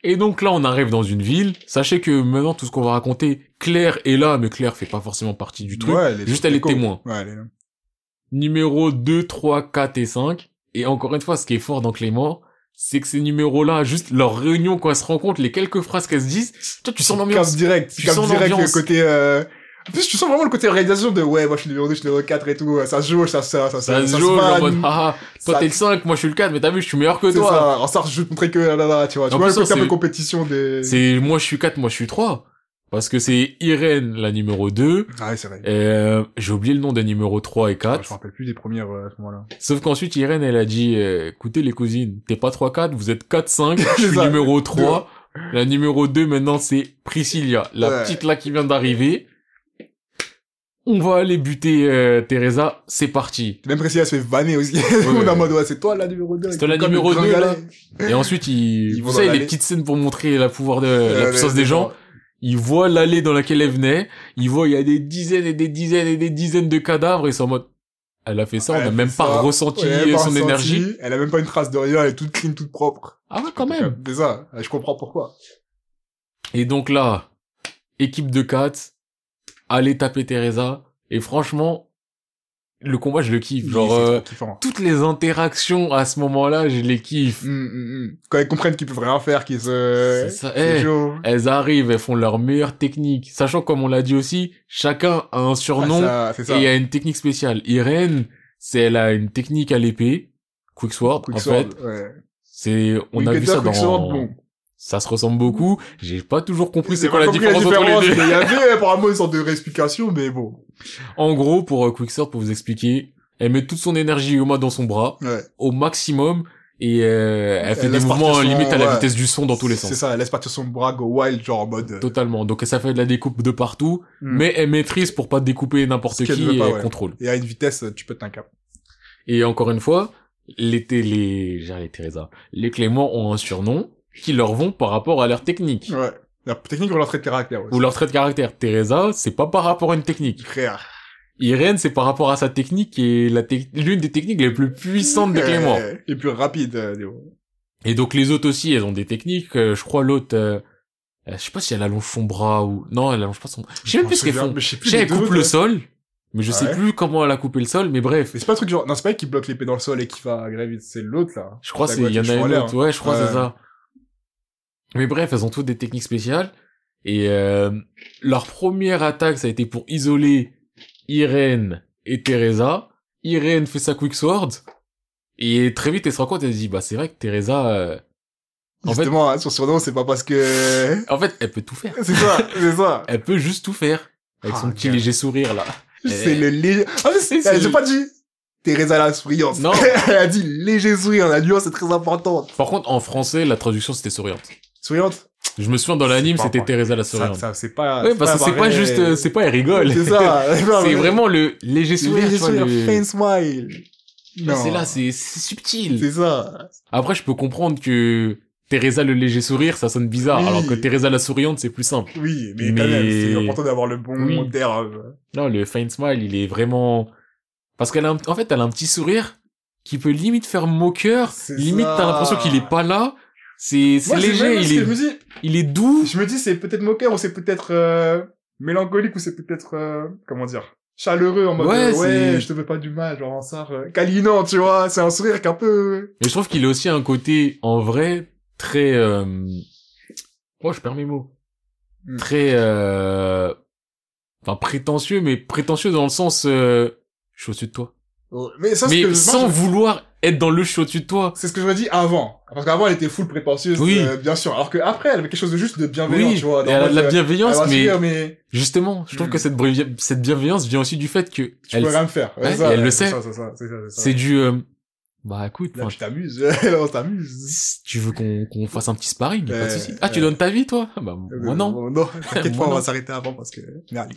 S2: Et donc là, on arrive dans une ville. Sachez que maintenant, tout ce qu'on va raconter, Claire est là, mais Claire fait pas forcément partie du truc.
S1: ouais, elle est
S2: Juste, elle est
S1: déco.
S2: témoin
S1: Ouais, elle est là.
S2: numéro 2, 3, 4 et 5. Et encore une fois, ce qui est fort dans Clément, c'est que ces numéros-là, juste leur réunion quand elles se rencontrent, les quelques phrases qu'elles se disent, toi, tu sens
S1: Capte
S2: l'ambiance.
S1: direct.
S2: Tu
S1: Capte
S2: sens
S1: direct le
S2: l'ambiance.
S1: côté, euh, en plus, tu sens vraiment le côté organisation de, ouais, moi, je suis numéro 2, je suis numéro 4 et tout, ça se joue, ça, ça, ça,
S2: Ça se
S1: ça
S2: joue en
S1: vanne.
S2: mode, ah, ah, toi
S1: Ça-
S2: t'es le 5, moi je suis le 4, mais t'as vu, je suis meilleur que
S1: C'est
S2: toi.
S1: ça. Alors ça, je vais te montrer que là, là, là, tu vois. Tu
S2: En
S1: vois le
S2: plus,
S1: côté un
S2: c'est-
S1: peu compétition des...
S2: C'est, moi je suis 4, moi je suis 3. Parce que c'est Irène, la numéro 2.
S1: Ah ouais, c'est vrai.
S2: Euh, j'ai oublié le nom des numéros 3 et
S1: Je
S2: 4.
S1: me rappelle plus des premières euh, à ce moment-là.
S2: Sauf qu'ensuite, Irène, elle a dit, euh, écoutez les cousines, t'es pas 3-4, vous êtes 4-5, je suis
S1: ça.
S2: numéro 3. La numéro 2, maintenant, c'est Priscilla, la
S1: Ouais.
S2: petite là qui vient d'arriver. On va aller buter euh, Teresa, c'est parti.
S1: Même Priscilla se fait vanner aussi. On est en mode, ouais, c'est toi la numéro 2.
S2: C'est toi la numéro deux, là. Et ensuite, il...
S1: Ils vont
S2: vous
S1: dans
S2: savez, les
S1: l'allée.
S2: petites scènes pour montrer la pouvoir de, la puissance des gens. Ils voient l'allée dans laquelle elle venait, ils voient il y a des dizaines et des dizaines et des dizaines de cadavres, et ils sont en mode, elle a fait ça, on
S1: Elle a
S2: n'a
S1: fait
S2: même pas
S1: ça.
S2: ressenti
S1: Ouais,
S2: euh,
S1: par
S2: son
S1: ressenti,
S2: énergie.
S1: Elle a même pas une trace de rien, elle est toute clean, toute propre.
S2: Ah ouais, quand même.
S1: C'est ça. Je comprends pourquoi.
S2: Et donc là, équipe de 4, allez taper Teresa. Et franchement, le combat, je le kiffe.
S1: Oui,
S2: Genre,
S1: c'est
S2: euh,
S1: trop kiffant.
S2: toutes les interactions à ce moment-là, je les kiffe.
S1: Mm, mm, mm. Quand ils comprennent qu'ils peuvent rien faire, qu'ils se...
S2: C'est ça.
S1: C'est
S2: Eh,
S1: chaud.
S2: elles arrivent, elles font leur meilleure technique. Sachant, comme on l'a dit aussi, chacun a un
S1: Ah,
S2: surnom
S1: ça, C'est
S2: et euh,
S1: ça.
S2: il y a une technique spéciale. Irène, c'est, elle a une technique à l'épée. Quicksword, en
S1: Quicksword,
S2: fait.
S1: ouais.
S2: C'est, on a vu
S1: Wickeder,
S2: ça dans...
S1: Quicksword, bon.
S2: Ça se ressemble beaucoup. J'ai pas toujours compris c'est
S1: J'ai
S2: quoi
S1: pas
S2: la
S1: compris
S2: différence entre les deux.
S1: mais Il y avait apparemment une sorte de réexplication, mais bon.
S2: En gros, pour euh, Quicksort, pour vous expliquer, elle met toute son énergie Yoma dans son bras,
S1: Ouais.
S2: au maximum, et euh, elle fait
S1: Elle
S2: des
S1: laisse
S2: mouvements
S1: partir son-
S2: limite à la
S1: ouais.
S2: vitesse du son dans tous les
S1: C'est
S2: sens.
S1: ça, elle laisse partir son bras go wild, genre en mode. euh,
S2: Totalement. Donc ça fait de la découpe de partout,
S1: Hmm.
S2: mais elle maîtrise pour pas découper n'importe
S1: Ce
S2: qui
S1: qu'elle veut
S2: et
S1: pas,
S2: elle
S1: ouais.
S2: contrôle.
S1: Et à une vitesse, tu peux t'inquiéter.
S2: Et encore une fois, les télé, les, j'ai les Teresa, les Clément ont un surnom qui leur vont par rapport à leur technique.
S1: Ouais. La technique, on leur traite caractère. Ouais.
S2: Ou leur trait de caractère. Teresa, c'est pas par rapport à une technique.
S1: Frère.
S2: Irène, c'est par rapport à sa technique et la tec- l'une des techniques les plus puissantes de Clément.
S1: Euh, Et puis rapide. euh, des-
S2: Et donc les autres aussi, elles ont des techniques. euh, je crois l'autre, euh, euh, je sais pas si elle allonge son bras ou non, elle allonge pas son. Je sais même
S1: Je
S2: plus ce
S1: me
S2: qu'elles
S1: souviens,
S2: font.
S1: mais Je sais plus.
S2: Je sais,
S1: les
S2: elle
S1: deux,
S2: coupe
S1: ouais.
S2: le sol, mais je sais
S1: Ouais.
S2: plus comment elle a coupé le sol. Mais bref,
S1: Mais c'est pas un truc genre, non, c'est pas elle qui bloque l'épée dans le sol et qui va à vite, c'est l'autre, là.
S2: je crois
S1: la
S2: c'est il y en a
S1: Guadeloupe, je
S2: une
S1: crois,
S2: autre. Ouais, je crois que c'est
S1: Ouais.
S2: ça. Mais bref, elles ont toutes des techniques spéciales. Et euh, leur première attaque, ça a été pour isoler Irène et Teresa. Irène fait sa quick sword. Et très vite, elle se rend compte, elle se dit, bah c'est vrai que Teresa, euh, En fait-
S1: Justement, hein, sur surnom, c'est pas parce que...
S2: en fait, elle peut tout faire.
S1: c'est ça, c'est ça.
S2: Elle peut juste tout faire. Avec son
S1: Ah,
S2: petit
S1: gars.
S2: léger sourire, là.
S1: C'est le léger... Ah, mais
S2: C'est-
S1: c'est...
S2: Eh. c'est
S1: J'ai
S2: le-
S1: pas dit Teresa la souriante.
S2: Non.
S1: Elle a dit léger sourire, la nuance est très importante.
S2: Par contre, en français, la traduction, c'était souriante.
S1: Souriante
S2: Je me souviens, dans l'anime,
S1: pas
S2: c'était
S1: vrai.
S2: Teresa la
S1: Ça,
S2: souriante.
S1: ça, c'est pas...
S2: ouais, parce que c'est pas
S1: pareil.
S2: juste, euh, c'est pas, elle rigole.
S1: C'est ça.
S2: c'est vraiment le léger sourire,
S1: Léger
S2: tu vois,
S1: sourire,
S2: le-
S1: faint smile.
S2: Ouais,
S1: Non.
S2: C'est là, c'est c'est subtil.
S1: C'est ça.
S2: Après, je peux comprendre que Teresa le léger sourire, ça sonne bizarre,
S1: Oui.
S2: alors que Teresa la souriante, c'est plus simple.
S1: Oui, mais, quand
S2: Mais-
S1: même, c'est important d'avoir le bon
S2: Oui.
S1: terme.
S2: Là, le faint smile, il est vraiment... Parce qu'elle a, un- en fait, elle a un petit sourire qui peut limite faire moqueur,
S1: C'est
S2: limite
S1: ça.
S2: t'as l'impression qu'il est pas là, c'est c'est
S1: Moi, c'est
S2: léger,
S1: même ce que
S2: il est,
S1: Je me dis,
S2: il est doux.
S1: je me dis, c'est peut-être moqueur ou c'est peut-être euh, mélancolique ou c'est peut-être, euh, comment dire, chaleureux en mode,
S2: Ouais,
S1: euh, ouais,
S2: c'est-
S1: je te veux pas du mal, genre en sort, euh, câlinant, tu vois, c'est un sourire qu'un peu...
S2: Mais je trouve qu'il a aussi un côté, en vrai, très... euh, Oh, je perds mes mots.
S1: Mm.
S2: Très... euh, Enfin, prétentieux, mais prétentieux dans le sens... euh, Je suis au-dessus de toi.
S1: Mais ça, c'est ce
S2: mais
S1: que je-
S2: sans
S1: moi, je-
S2: vouloir être dans le show au-dessus de toi.
S1: C'est ce que je me dis avant. Parce qu'avant, elle était full prétentieuse,
S2: Oui.
S1: euh, bien sûr. Alors que après elle avait quelque chose de juste de bienveillant,
S2: Oui,
S1: tu vois. euh,
S2: et elle a de la bienveillance, mais
S1: mais... mais
S2: justement, je trouve
S1: Mm.
S2: que cette, brevia- cette bienveillance vient aussi du fait que
S1: tu
S2: elle,
S1: peux rien me faire.
S2: Ouais,
S1: C'est ça,
S2: et elle le
S1: c'est
S2: sait.
S1: ça, c'est ça, c'est ça, c'est ça.
S2: c'est du euh, bah écoute,
S1: Là,
S2: enfin,
S1: tu t'amuses. Là, on t'amuse.
S2: si tu veux qu'on qu'on fasse un petit sparring, y a pas de
S1: Euh,
S2: souci. Ah, tu
S1: euh.
S2: donnes ta vie toi Ah, Bah moi non.
S1: Non, t'inquiète
S2: Moi,
S1: pas, on va
S2: non.
S1: s'arrêter avant parce que... Merde.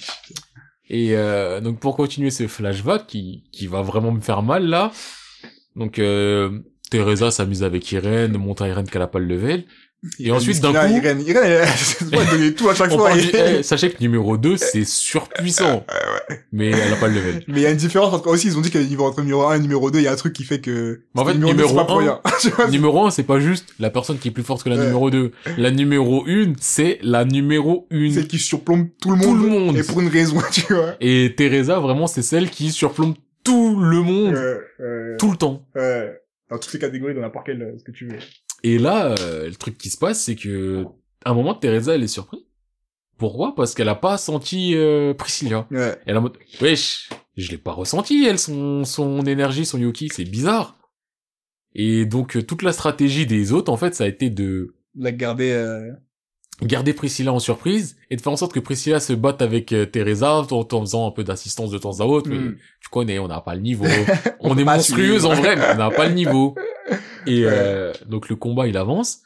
S2: Et euh, donc pour continuer ce flashback qui qui va vraiment me faire mal là. Donc euh, Teresa s'amuse avec Irène, monte à Irène qu'elle a pas le level. Et ensuite, d'un
S1: Miskina,
S2: coup-
S1: Irène, Irène, elle, elle doit donner tout à chaque
S2: On
S1: fois.
S2: parle du-
S1: et-
S2: eh, sachez que numéro 2, c'est surpuissant. Mais elle a pas le level.
S1: Mais il y a une différence entre, aussi, ils ont dit qu'il y a une différence entre numéro 1 et numéro 2, il y a un truc qui fait que...
S2: Mais en fait,
S1: le deux,
S2: numéro
S1: c'est pas pour
S2: un,
S1: rien. Tu vois,
S2: numéro 1, c'est pas juste la personne qui est plus forte que la
S1: Ouais.
S2: numéro 2. La numéro 1, c'est la numéro 1.
S1: Celle qui surplombe tout le monde.
S2: Tout le monde.
S1: Et pour une raison, tu vois.
S2: Et Teresa, vraiment, c'est celle qui surplombe tout le monde,
S1: Euh, euh,
S2: tout le temps.
S1: euh, dans toutes les catégories, dans n'importe quelle, euh, ce que tu veux.
S2: Et là, euh, le truc qui se passe, c'est que, à un moment, Teresa, elle est surprise. Pourquoi Parce qu'elle a pas senti euh, Priscilla.
S1: Ouais.
S2: Elle est en mode, wesh, je l'ai pas ressenti, elle, son, son énergie, son Yuki, c'est bizarre. Et donc, euh, toute la stratégie des autres, en fait, ça a été de
S1: La garder, euh...
S2: garder Priscilla en surprise et de faire en sorte que Priscilla se batte avec euh, Teresa tout en faisant un peu d'assistance de temps à autre. Mais
S1: hmm.
S2: tu connais, on n'a pas le niveau.
S1: On
S2: on
S1: peut
S2: est
S1: pas
S2: monstrueuse
S1: suivre.
S2: en vrai, mais on n'a pas le niveau. Et euh, donc le combat, il avance.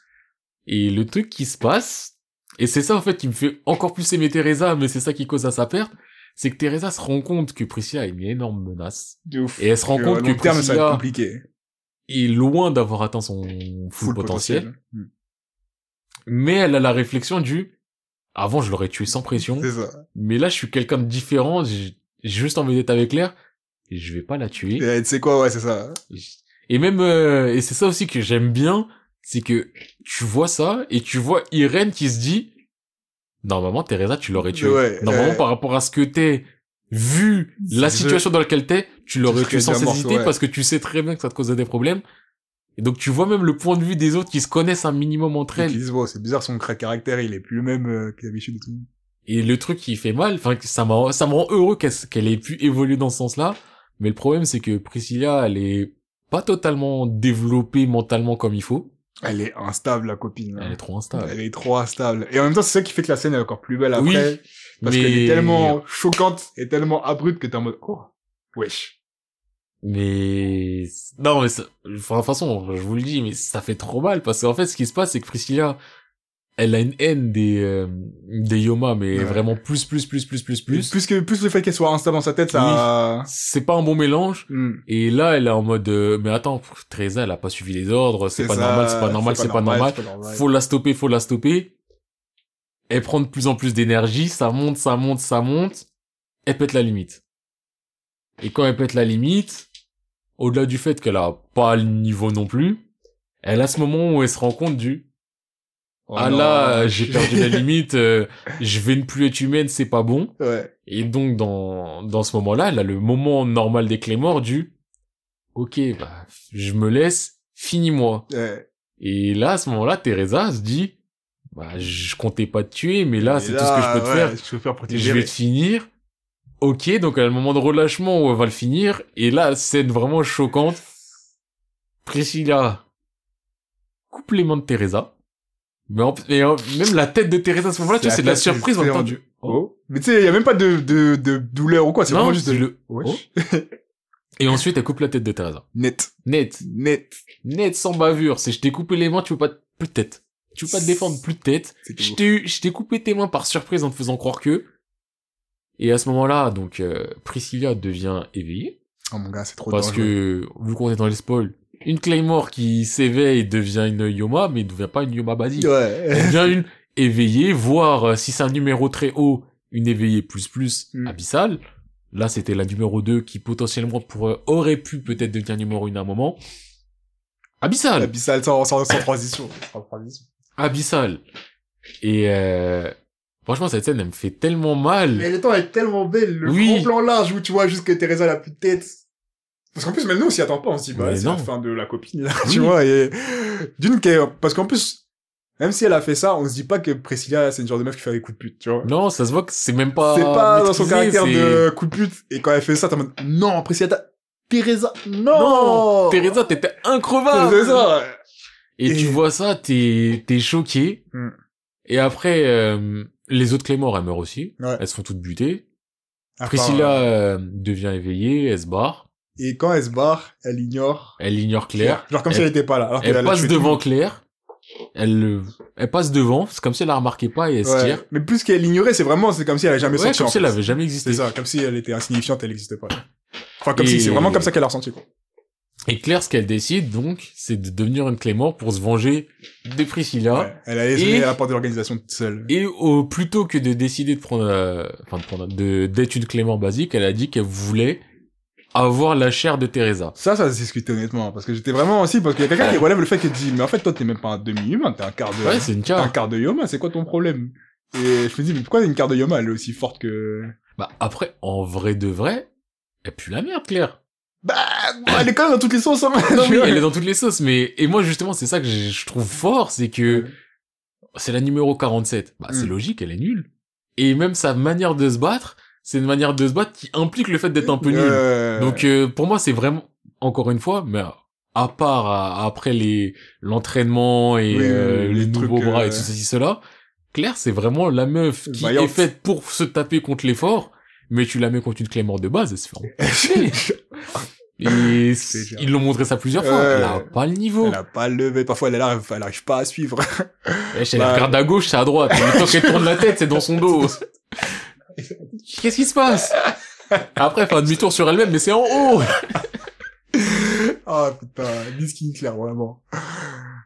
S2: Et le truc qui se passe, et c'est ça en fait qui me fait encore plus aimer Teresa, mais c'est ça qui cause à sa perte, c'est que Teresa se rend compte que Priscilla est une énorme menace.
S1: De ouf.
S2: Et elle se rend
S1: Que,
S2: compte
S1: à
S2: que
S1: long terme, ça va être
S2: Priscilla
S1: compliqué.
S2: est loin d'avoir atteint son full, potentiel.
S1: Mmh.
S2: Mais elle a la réflexion du, avant je l'aurais tué sans pression.
S1: C'est ça.
S2: mais là je suis quelqu'un de différent j'ai j'ai juste envie d'être avec l'air et je vais pas la tuer
S1: Et, tu sais quoi, ouais, c'est ça.
S2: et même euh, et c'est ça aussi que j'aime bien c'est que tu vois ça et tu vois Irène qui se dit normalement Teresa tu l'aurais tué
S1: Ouais,
S2: normalement
S1: ouais.
S2: par rapport à ce que t'es vu la
S1: Je-
S2: situation dans laquelle t'es tu l'aurais
S1: serais
S2: tué sans
S1: déjà morte,
S2: hésiter
S1: ouais.
S2: parce que tu sais très bien que ça te causait des problèmes et donc tu vois même le point de vue des autres qui se connaissent un minimum entre
S1: Et
S2: elles
S1: qui disent, bon, c'est bizarre, son cra- caractère, il est plus le même euh, que d'habitude et tout.
S2: Et le truc qui fait mal, enfin, que ça me rend, ça me rend heureux qu'elle qu'elle ait pu évoluer dans ce sens-là. Mais le problème, c'est que Priscilla, elle est pas totalement développée mentalement comme il faut.
S1: Elle est instable, la copine. hein.
S2: Elle est trop instable.
S1: Elle est trop instable. Et en même temps, c'est ça qui fait que la scène est encore plus belle
S2: Oui,
S1: après. parce
S2: mais...
S1: qu'elle est tellement choquante et tellement abrupte que t'es en mode, oh, wesh.
S2: Mais... Non, mais ça... enfin, de toute façon, je vous le dis, mais ça fait trop mal. Parce qu'en fait, ce qui se passe, c'est que Priscilla, elle a une haine des, euh, des Yoma, mais
S1: Ouais.
S2: vraiment plus, plus, plus, plus,
S1: Plus,
S2: plus, plus.
S1: plus que, plus le fait qu'elle soit instable dans sa tête, ça...
S2: C'est pas un bon mélange.
S1: Hmm.
S2: Et là, elle est en mode, euh, mais attends, pff, Teresa, elle a pas suivi les ordres, c'est pas,
S1: ça,
S2: normal, c'est pas normal, c'est pas normal,
S1: c'est pas normal.
S2: faut la stopper, faut la stopper. Elle prend de plus en plus d'énergie, ça monte, ça monte, ça monte, elle pète la limite. Et quand elle pète la limite, au-delà du fait qu'elle a pas le niveau non plus, elle a ce moment où elle se rend compte du,
S1: Oh
S2: ah
S1: non.
S2: là, euh, j'ai perdu la limite, euh, je vais ne plus être humaine, c'est pas bon.
S1: Ouais.
S2: Et donc, dans, dans ce moment-là, elle a le moment normal des clés morts du Ok, bah, je me laisse, finis-moi.
S1: ouais.
S2: Et là, à ce moment-là, Teresa se dit bah, je comptais pas te tuer, mais là,
S1: Et
S2: Ah, c'est tout ce que je peux te
S1: ouais,
S2: faire.
S1: ce que Je peux faire pour te
S2: Je vais te finir. Ok, donc à un moment de relâchement où elle va le finir, et là, scène vraiment choquante. Priscilla coupe les mains de Teresa. Mais en- et en- même la tête de Teresa à ce moment-là, tu vois, c'est de la surprise en même temps. du-
S1: Oh. Mais tu sais, il y a même pas de, de, de douleur ou quoi, c'est
S2: Non,
S1: vraiment juste
S2: c'est
S1: de...
S2: le...
S1: Ouais.
S2: oh. Et ensuite, elle coupe la tête de Teresa.
S1: net,
S2: Net,
S1: net.
S2: net, sans bavure. C'est je t'ai coupé les mains, tu peux pas... Plus de tête. Tu peux pas te défendre, plus de tête.
S1: C'était
S2: Je
S1: beau.
S2: t'ai, je t'ai coupé tes mains par surprise en te faisant croire que. Et à ce moment-là, donc, euh, Priscilla devient éveillée.
S1: Oh mon gars, c'est trop
S2: Parce
S1: dangereux.
S2: que, vu qu'on est dans les spoils, une Claymore qui s'éveille devient une Yoma, mais ne devient pas une Yoma basique.
S1: Ouais.
S2: Elle devient une éveillée, voire, euh, si c'est un numéro très haut, une éveillée plus plus
S1: Mm.
S2: abyssale. Là, c'était la numéro 2 qui potentiellement pourrait, aurait pu peut-être devenir numéro 1 à un moment. Abyssale!
S1: Abyssal sans, sans, sans transition. Sans transition.
S2: abyssal. Et euh, franchement, cette scène, elle me fait tellement mal.
S1: Mais le temps est tellement belle, le
S2: Oui.
S1: grand plan large où tu vois juste que Teresa elle a plus de tête. Parce qu'en plus, même nous, on s'y attend pas, on se dit, bah,
S2: Mais
S1: c'est la
S2: non.
S1: fin de la copine, là,
S2: Oui.
S1: tu vois, et d'une qui est- parce qu'en plus, même si elle a fait ça, on se dit pas que Priscilla, c'est une genre de meuf qui fait des coups de pute, tu vois.
S2: Non, ça se voit que c'est même pas.
S1: c'est pas dans son
S2: maîtrisé,
S1: caractère
S2: c'est-
S1: de coup de pute, et quand elle fait ça, t'es en mode, non, Priscilla, t'as- Teresa, non!
S2: Non, Teresa, t'étais increvable.
S1: C'est ça!
S2: Et, tu
S1: Et-
S2: vois ça, t'es t'es choqué.
S1: Hmm.
S2: Et après, euh, les autres Clémores, elles meurent aussi.
S1: Ouais.
S2: Elles se font toutes butées.
S1: À part,
S2: Ah, Priscilla
S1: euh,
S2: euh, devient éveillée, elle se barre,
S1: Et quand elle se barre, elle ignore.
S2: elle ignore Claire.
S1: Genre comme si
S2: Elle-
S1: elle était pas là. alors qu'elle
S2: Elle
S1: a la
S2: passe
S1: tué tout le
S2: devant Claire. Elle le- elle passe devant. C'est comme si elle la remarquait pas et elle se
S1: Ouais.
S2: tire.
S1: Mais plus qu'elle l'ignorait, c'est vraiment, c'est comme si elle avait jamais
S2: Ouais,
S1: senti.
S2: comme
S1: en
S2: si elle
S1: fait.
S2: avait jamais
S1: C'est
S2: existé.
S1: ça, comme si elle était insignifiante, elle n'existait pas. Enfin, comme
S2: Et-
S1: si, c'est vraiment comme ça qu'elle a ressenti, quoi.
S2: Et Claire, ce qu'elle décide, donc, c'est de devenir une Clémore pour se venger de Priscilla.
S1: Ouais. Elle allait se
S2: Et-
S1: mettre à la porte de l'organisation toute seule.
S2: Et au, plutôt que de décider de prendre, euh, enfin, de prendre, de, d'être une Clémore basique, elle a dit qu'elle voulait avoir la chair de Teresa.
S1: Ça, ça se discutait honnêtement, parce que j'étais vraiment aussi, parce qu'il y a quelqu'un qui relève le fait qu'il dit, mais en fait, toi, t'es même pas un demi-humain, t'es un quart de,
S2: Ouais, c'est une
S1: t'es un
S2: carte.
S1: quart de Yoma, c'est quoi ton problème? Et je me dis, mais pourquoi une quart de Yoma, elle est aussi forte que...
S2: Bah, après, en vrai de vrai, elle pue la merde, Claire.
S1: Bah, elle est quand même dans toutes les sauces, hein!
S2: Non,
S1: Tu
S2: oui,
S1: vois
S2: elle est dans toutes les sauces, mais, et moi, justement, c'est ça que je je trouve fort, c'est que c'est la numéro 47. Bah, c'est
S1: Mm.
S2: logique, elle est nulle. Et même sa manière de se battre, c'est une manière de se battre qui implique le fait d'être un peu nulle.
S1: Euh,
S2: Donc euh, pour moi c'est vraiment encore une fois mais à- à part à- après les l'entraînement et
S1: Oui,
S2: euh,
S1: oui,
S2: les,
S1: les
S2: nouveaux
S1: trucs,
S2: bras et
S1: euh,
S2: tout ceci cela Claire c'est vraiment la meuf qui
S1: Vaillante.
S2: est faite pour se taper contre l'effort mais tu la mets contre une Clémore de base elle se fait
S1: euh,
S2: enculer. et
S1: C'est clair.
S2: ils l'ont montré ça plusieurs fois
S1: Ouais.
S2: elle a pas le niveau
S1: elle a pas levé, parfois elle est là, elle arrive pas à suivre.
S2: Wesh, elle
S1: bah-
S2: Eh, regarde à gauche c'est à droite et le temps qu'elle tourne la tête c'est dans son dos qu'est-ce qui se passe après elle fait un demi-tour sur elle-même mais c'est en haut
S1: Ah putain, Miskin Claire, vraiment.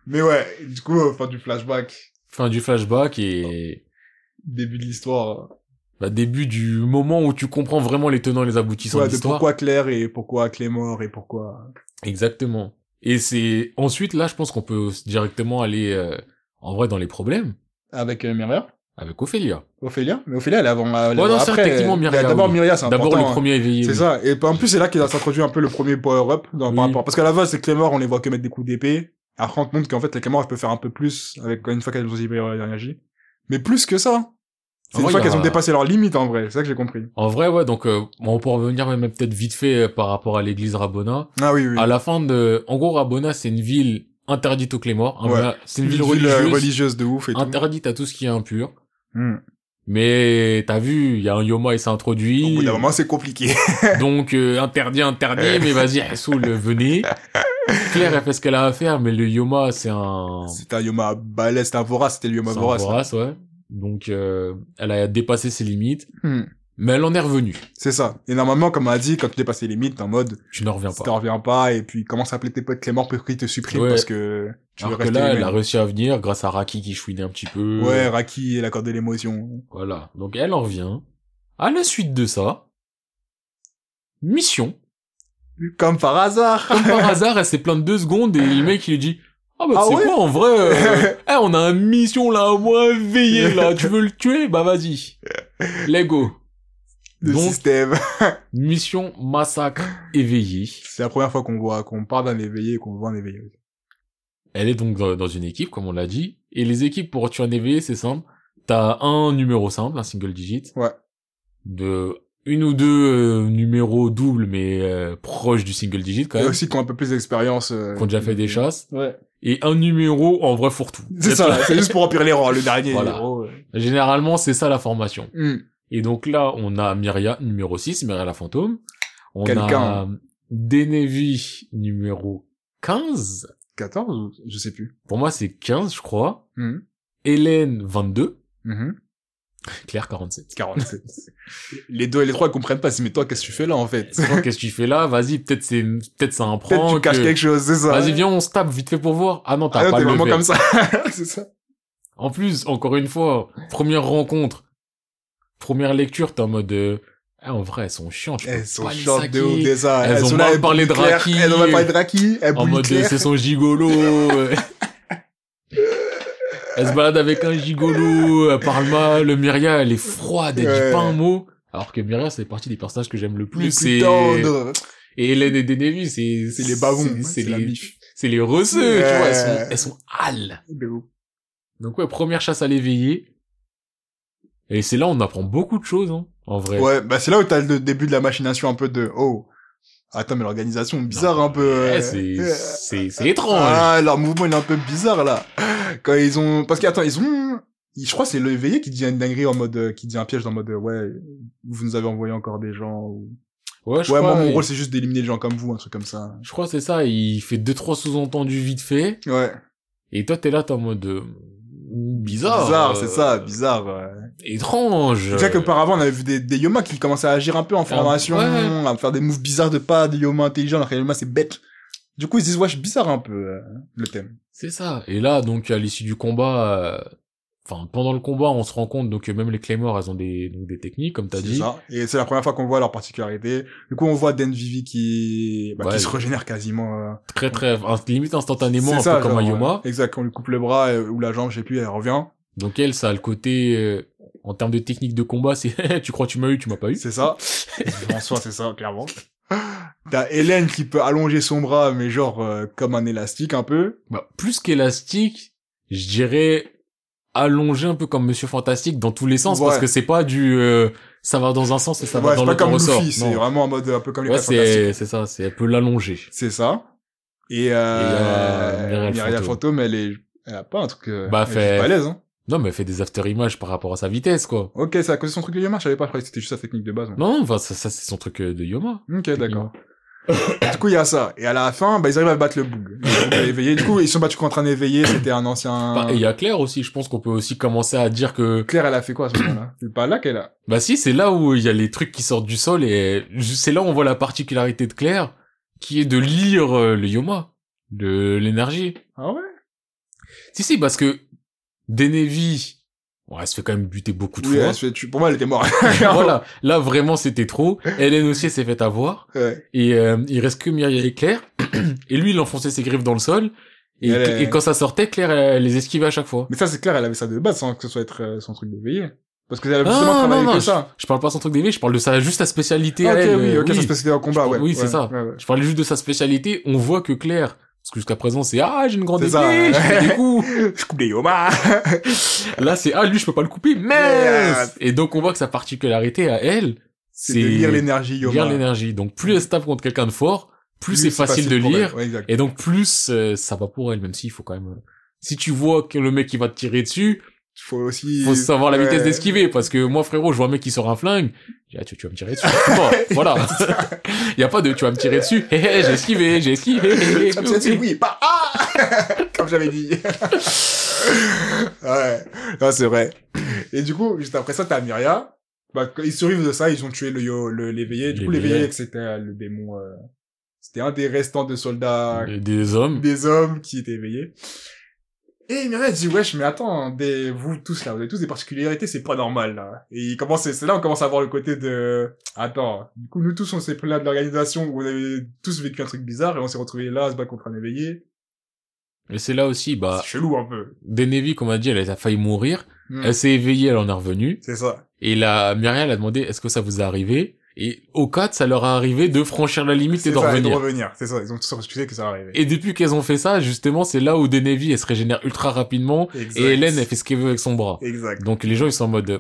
S1: Mais ouais, du coup, euh, fin du flashback,
S2: fin du flashback et
S1: début de l'histoire.
S2: bah, début du moment où tu comprends vraiment les tenants et les aboutissants
S1: Ouais,
S2: de
S1: de
S2: l'histoire.
S1: pourquoi Claire et pourquoi Clémore et pourquoi...
S2: Exactement. Et c'est ensuite là, je pense qu'on peut directement aller euh, en vrai dans les problèmes
S1: Avec euh, Myria
S2: avec Ophélia.
S1: Ophélia Mais Ophélia, elle est avant... elle est
S2: Ouais, non, c'est
S1: après,
S2: vrai, techniquement,
S1: euh,
S2: Myria,
S1: D'abord
S2: oui.
S1: Myria, c'est important.
S2: D'abord le
S1: hein.
S2: premier éveillé.
S1: C'est
S2: oui.
S1: ça. Et puis, en plus, c'est là qu'il s'introduit un peu le premier power-up dans-
S2: Oui.
S1: par rapport... Parce qu'à la base, c'est Clémore, on les voit que mettre des coups d'épée. Après, on te montre qu'en fait, la Clémore, elle peut faire un peu plus avec une fois qu'elles ont énergie. Mais plus que ça
S2: En
S1: C'est une
S2: vrai,
S1: fois
S2: il y
S1: qu'elles
S2: a-
S1: ont dépassé leurs limites, en vrai. C'est ça que j'ai compris.
S2: En vrai, ouais. Donc euh, on peut revenir même peut-être vite fait euh, par rapport à l'église Rabona.
S1: Ah oui, oui.
S2: À la fin de, en gros, Rabona c'est une ville interdite aux clémores. hein,
S1: Ouais.
S2: voilà. C'est une ville
S1: euh,
S2: religieuse,
S1: religieuse de ouf et tout.
S2: interdite à tout ce qui est impur.
S1: Hmm.
S2: Mais t'as vu, il y a un Yoma, il s'est introduit.
S1: Au bout d'un moment, c'est compliqué.
S2: Donc euh, interdit, interdit, mais vas-y, Rasoul, venez. Claire, elle fait ce qu'elle a à faire, mais le Yoma, c'est un...
S1: C'était un hein. Yoma balèze, c'était un vorace, c'était le
S2: c'est
S1: Yoma
S2: un
S1: vorace.
S2: vorace, ouais. Donc euh, elle a dépassé ses limites,
S1: Hmm.
S2: mais elle en est revenue.
S1: C'est ça. Et normalement, comme on a dit, quand tu dépasses les limites, t'es en mode,
S2: Tu n'en reviens
S1: si t'en
S2: pas.
S1: reviens pas, et puis commence à appeler tes potes Clément pour qu'ils te suppriment
S2: Ouais.
S1: parce que tu veux
S2: Alors que
S1: rester
S2: là, elle
S1: humaine.
S2: a réussi à venir grâce à Raki qui chouinait un petit peu.
S1: Ouais, Raki, elle accorde de l'émotion.
S2: Voilà. Donc elle en revient. À la suite de ça, mission.
S1: Comme par hasard.
S2: Comme par hasard, elle s'est plainte deux secondes et le mec il lui dit Ah bah
S1: Ah
S2: c'est
S1: ouais
S2: quoi en vrai euh, eh, On a une mission là, moi veillée là, tu veux le tuer Bah vas-y. Lego.
S1: Le
S2: Donc-
S1: système.
S2: Mission massacre éveillée.
S1: C'est la première fois qu'on voit, qu'on parle d'un éveillé et qu'on voit un éveillé.
S2: Elle est donc dans, dans une équipe, comme on l'a dit. Et les équipes pour tuer un éveillé, c'est simple. T'as un numéro simple, un single digit.
S1: Ouais.
S2: De une ou deux euh, numéros doubles, mais euh, proches du single digit quand
S1: Il y a
S2: même.
S1: aussi qui ont un peu plus d'expérience. euh,
S2: Qui ont déjà fait des chasses.
S1: Ouais.
S2: Et un numéro en vrai fourre-tout.
S1: C'est ça, c'est juste pour remplir les rangs, le dernier.
S2: Voilà.
S1: numéro, euh.
S2: Généralement, c'est ça la formation.
S1: Hmm.
S2: Et donc là, on a Myria numéro 6, Myria la fantôme. On a
S1: Quelqu'un.
S2: Denevi numéro 15.
S1: 14 ou je sais plus.
S2: Pour moi, c'est 15, je crois.
S1: Mhm.
S2: Hélène 22.
S1: Mhm.
S2: Claire 47.
S1: 47. les deux et les trois ils comprennent pas. C'est mais toi qu'est-ce que tu fais là en fait
S2: Toi, Qu'est-ce que tu fais là Vas-y, peut-être c'est peut-être c'est un prank.
S1: Peut-être tu caches
S2: euh,
S1: quelque chose, c'est ça.
S2: Vas-y, viens, on se tape vite fait pour voir. Ah non, t'as
S1: Ah non,
S2: pas
S1: t'es
S2: le
S1: vraiment
S2: level.
S1: comme ça. c'est ça.
S2: En plus, encore une fois, première rencontre, première lecture, t'es en mode, euh, ah, en vrai, elles sont chiantes, je
S1: Elles
S2: peux
S1: sont
S2: pas les
S1: short de
S2: saquer.
S1: ouf, c'est ça.
S2: Elles ont
S1: sont
S2: mal
S1: là, elles
S2: parlé de
S1: bouillent Claire,
S2: Raki.
S1: Elles ont mal parlé de Raki. Elles
S2: en
S1: bouillent
S2: mode, euh,
S1: Claire.
S2: c'est son gigolo. euh. elle se balade avec un gigolo, elle parle mal, Myria, elle est froide, elle
S1: Ouais.
S2: dit pas un mot. Alors que Myria, c'est partie des personnages que j'aime le plus.
S1: Les
S2: c'est-
S1: plus tendres.
S2: Et Hélène et Denevi, c'est...
S1: C'est les bavons.
S2: c'est-
S1: hein,
S2: C'est
S1: C'est la
S2: les...
S1: mif.
S2: C'est les receux, tu vois, elles
S1: Ouais.
S2: sont, elles sont hâles.
S1: De ouf.
S2: Donc ouais, première chasse à l'éveillé. Et c'est là où on apprend beaucoup de choses, hein, en vrai.
S1: Ouais, bah c'est là où t'as le début de la machination un peu de oh. Attends, mais l'organisation est bizarre
S2: Non,
S1: un peu.
S2: ouais,
S1: euh,
S2: Eh, c'est,
S1: euh,
S2: c'est, c'est étrange.
S1: Ah, leur mouvement il est un peu bizarre là. Quand ils ont parce qu'attends, ils ont je crois que c'est le veillé qui dit une dinguerie en mode euh, qui dit un piège en mode euh, ouais, vous nous avez envoyé encore des gens ou
S2: ouais, je
S1: Ouais,
S2: crois,
S1: moi, mon
S2: il-
S1: rôle, c'est juste d'éliminer les gens comme vous, un truc comme ça.
S2: je crois que c'est ça. Il fait deux, trois sous-entendus vite fait.
S1: Ouais.
S2: Et toi, t'es là, t'es en mode, euh, bizarre.
S1: Bizarre,
S2: euh,
S1: c'est ça, bizarre. Ouais.
S2: Étrange. euh,
S1: C'est ça qu'auparavant, on avait vu des, des Yoma qui commençaient à agir un peu en formation,
S2: ouais.
S1: à faire des moves bizarres de pas, des Yoma intelligents, alors que les Yoma, c'est bête. Du coup, ils se disent, ouais, je suis bizarre un peu, euh, le thème.
S2: C'est ça. Et là, donc, à l'issue du combat, euh, enfin, pendant le combat, on se rend compte, donc, que même les Claymores, elles ont des, donc, des techniques, comme t'as
S1: C'est
S2: dit.
S1: ça. Et c'est la première fois qu'on voit leur particularité. Du coup, on voit Den Vivi qui, bah,
S2: Ouais.
S1: qui se régénère quasiment. euh,
S2: Très, très, un- limite instantanément,
S1: c'est
S2: un
S1: ça,
S2: peu comme un
S1: genre,
S2: Yoma.
S1: euh, Exact. On lui coupe le bras euh, ou la jambe, je sais plus, elle revient.
S2: Donc elle, ça a le côté, euh, en termes de technique de combat, c'est tu crois tu m'as eu, tu m'as pas eu.
S1: C'est ça. en soi, c'est ça, clairement. T'as Hélène qui peut allonger son bras, mais genre euh, comme un élastique un peu.
S2: Bah, plus qu'élastique, je dirais allongé un peu comme Monsieur Fantastique dans tous les sens,
S1: Ouais.
S2: parce que c'est pas du euh, ça va dans un sens et ça va
S1: Ouais,
S2: dans
S1: c'est pas
S2: l'autre
S1: comme
S2: ressort.
S1: Luffy, c'est
S2: Non.
S1: vraiment en mode euh, un peu comme les
S2: ouais,
S1: Quatre Fantastiques.
S2: c'est c'est ça, c'est elle peut l'allonger.
S1: C'est ça. Et,
S2: euh,
S1: euh,
S2: Myriel
S1: Myriel
S2: Fantôme.
S1: Fantôme, elle est, elle a pas un truc, euh,
S2: Bah,
S1: elle est
S2: fait-
S1: juste pas à l'aise, hein.
S2: Non, mais elle fait des after images par rapport à sa vitesse, quoi.
S1: Ok, c'est à cause de son truc de Yoma, je savais pas, je croyais que c'était juste sa technique de base. hein.
S2: Non, enfin, ça, ça, c'est son truc euh, de Yoma.
S1: Ok, d'accord. du coup, il y a ça. Et à la fin, bah, ils arrivent à battre le boug. Le boug est éveillé. Du coup, ils se sont battus contre un éveillé, c'était un ancien...
S2: Bah, et il y a Claire aussi, je pense qu'on peut aussi commencer à dire que
S1: Claire, elle a fait quoi à ce moment-là? C'est pas là qu'elle a.
S2: Bah si, c'est là où il y a les trucs qui sortent du sol et ju- c'est là où on voit la particularité de Claire, qui est de lire euh, le Yoma, de l'énergie.
S1: Ah ouais?
S2: Si si, parce que Denevi, ouais, elle se fait quand même buter beaucoup de
S1: Oui,
S2: fois.
S1: elle se fait tuer. Pour moi, elle était morte.
S2: voilà, là vraiment c'était trop. Hélène aussi elle s'est fait avoir
S1: Ouais.
S2: et euh, il reste que Myriel et Claire et lui il enfonçait ses griffes dans le sol et,
S1: Elle est-
S2: et quand ça sortait Claire elle, elle les esquivait à chaque fois.
S1: Mais ça, c'est clair, elle avait ça de base sans que ce soit être euh, son truc d'éveillé. Parce qu'elle avait
S2: Ah,
S1: justement
S2: non,
S1: travaillé
S2: non,
S1: que ça.
S2: Je parle pas de son truc d'aimer, je parle de ça juste sa spécialité
S1: Ah,
S2: à
S1: ok,
S2: elle.
S1: oui,
S2: euh,
S1: ok, ça se passait en combat,
S2: pense-
S1: ouais.
S2: oui,
S1: ouais,
S2: c'est ça.
S1: ouais, ouais.
S2: Je parlais juste de sa spécialité. On voit que Claire, parce que jusqu'à présent c'est ah j'ai une grande
S1: C'est
S2: épée,
S1: ça.
S2: je fais des coups.
S1: Je coupe des Yoma.
S2: Là c'est ah lui je peux pas le couper, mais
S1: Yes.
S2: et donc on voit que sa particularité à elle,
S1: C'est
S2: C'est-
S1: de lire l'énergie Yoma.
S2: lire l'énergie. Donc plus elle se tape contre quelqu'un de fort, plus, c'est facile, de
S1: pour elle.
S2: lire,
S1: Ouais, exact.
S2: et donc plus euh, ça va pour elle. Même s'il faut quand même, euh, si tu vois que le mec qui va te tirer dessus,
S1: Faut aussi.
S2: faut savoir la
S1: Ouais.
S2: vitesse d'esquiver, parce que moi frérot je vois un mec qui sort un flingue, je dis, ah, tu, tu vas me tirer dessus, je sais pas. voilà. Il y a pas de tu vas me tirer dessus, hé hé, j'ai esquivé, j'ai esquivé. hé, hé,
S1: Ah, tu as dit
S2: hé.
S1: oui, pas ah Comme j'avais dit. ouais, non, c'est vrai. Et du coup, juste après ça, t'as Myria. Bah, quand ils survivent de ça, ils ont tué le yo- le- l'éveillé. Du coup,
S2: L'éveillé.
S1: l'éveillé, c'était euh, le démon. euh, C'était un des restants de soldats
S2: Des hommes.
S1: des hommes qui étaient éveillés. Et Myriel dit, wesh, mais attends, des, vous tous là, vous avez tous des particularités, c'est pas normal, là. Et il commence, c'est là, on commence à voir le côté de, attends, du coup, nous tous, on s'est pris là de l'organisation où on avait tous vécu un truc bizarre et on s'est retrouvés là, à se battre contre un éveillé.
S2: Et c'est là aussi, bah,
S1: C'est chelou, un peu.
S2: Denevi, comme on a dit, elle a failli mourir.
S1: Hmm.
S2: Elle s'est éveillée, elle en est revenue.
S1: C'est ça.
S2: Et là, Myriel a demandé, est-ce que ça vous est arrivé Et au 4, ça leur a arrivé de franchir la limite et
S1: C'est
S2: d'en
S1: ça, et de
S2: revenir.
S1: revenir. C'est ça, ils ont tous refusé que ça arrivait.
S2: Et depuis qu'elles ont fait ça, justement, c'est là où Denevi, elle se régénère ultra rapidement.
S1: Exact.
S2: Et Hélène, elle fait ce qu'elle veut avec son bras.
S1: Exact.
S2: Donc les gens, ils sont en mode... euh,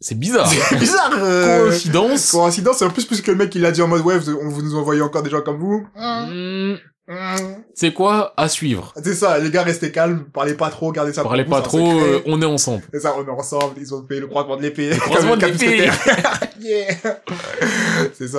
S2: C'est bizarre.
S1: C'est bizarre euh...
S2: Ah. Coïncidence.
S1: Coïncidence, c'est en plus plus que le mec il a dit en mode ouais, vous- on vous nous envoyez encore des gens comme vous.
S2: Hmm,
S1: Mm.
S2: C'est quoi à suivre
S1: Ah, C'est ça, les gars restez calmes, parlez pas trop, gardez ça. pour
S2: Parlez
S1: vous,
S2: pas
S1: c'est un
S2: trop,
S1: secret.
S2: euh, on est ensemble.
S1: C'est ça, on est ensemble, ils ont fait le croisement de l'épée. Le
S2: croisement de l'épée.
S1: yeah. C'est ça.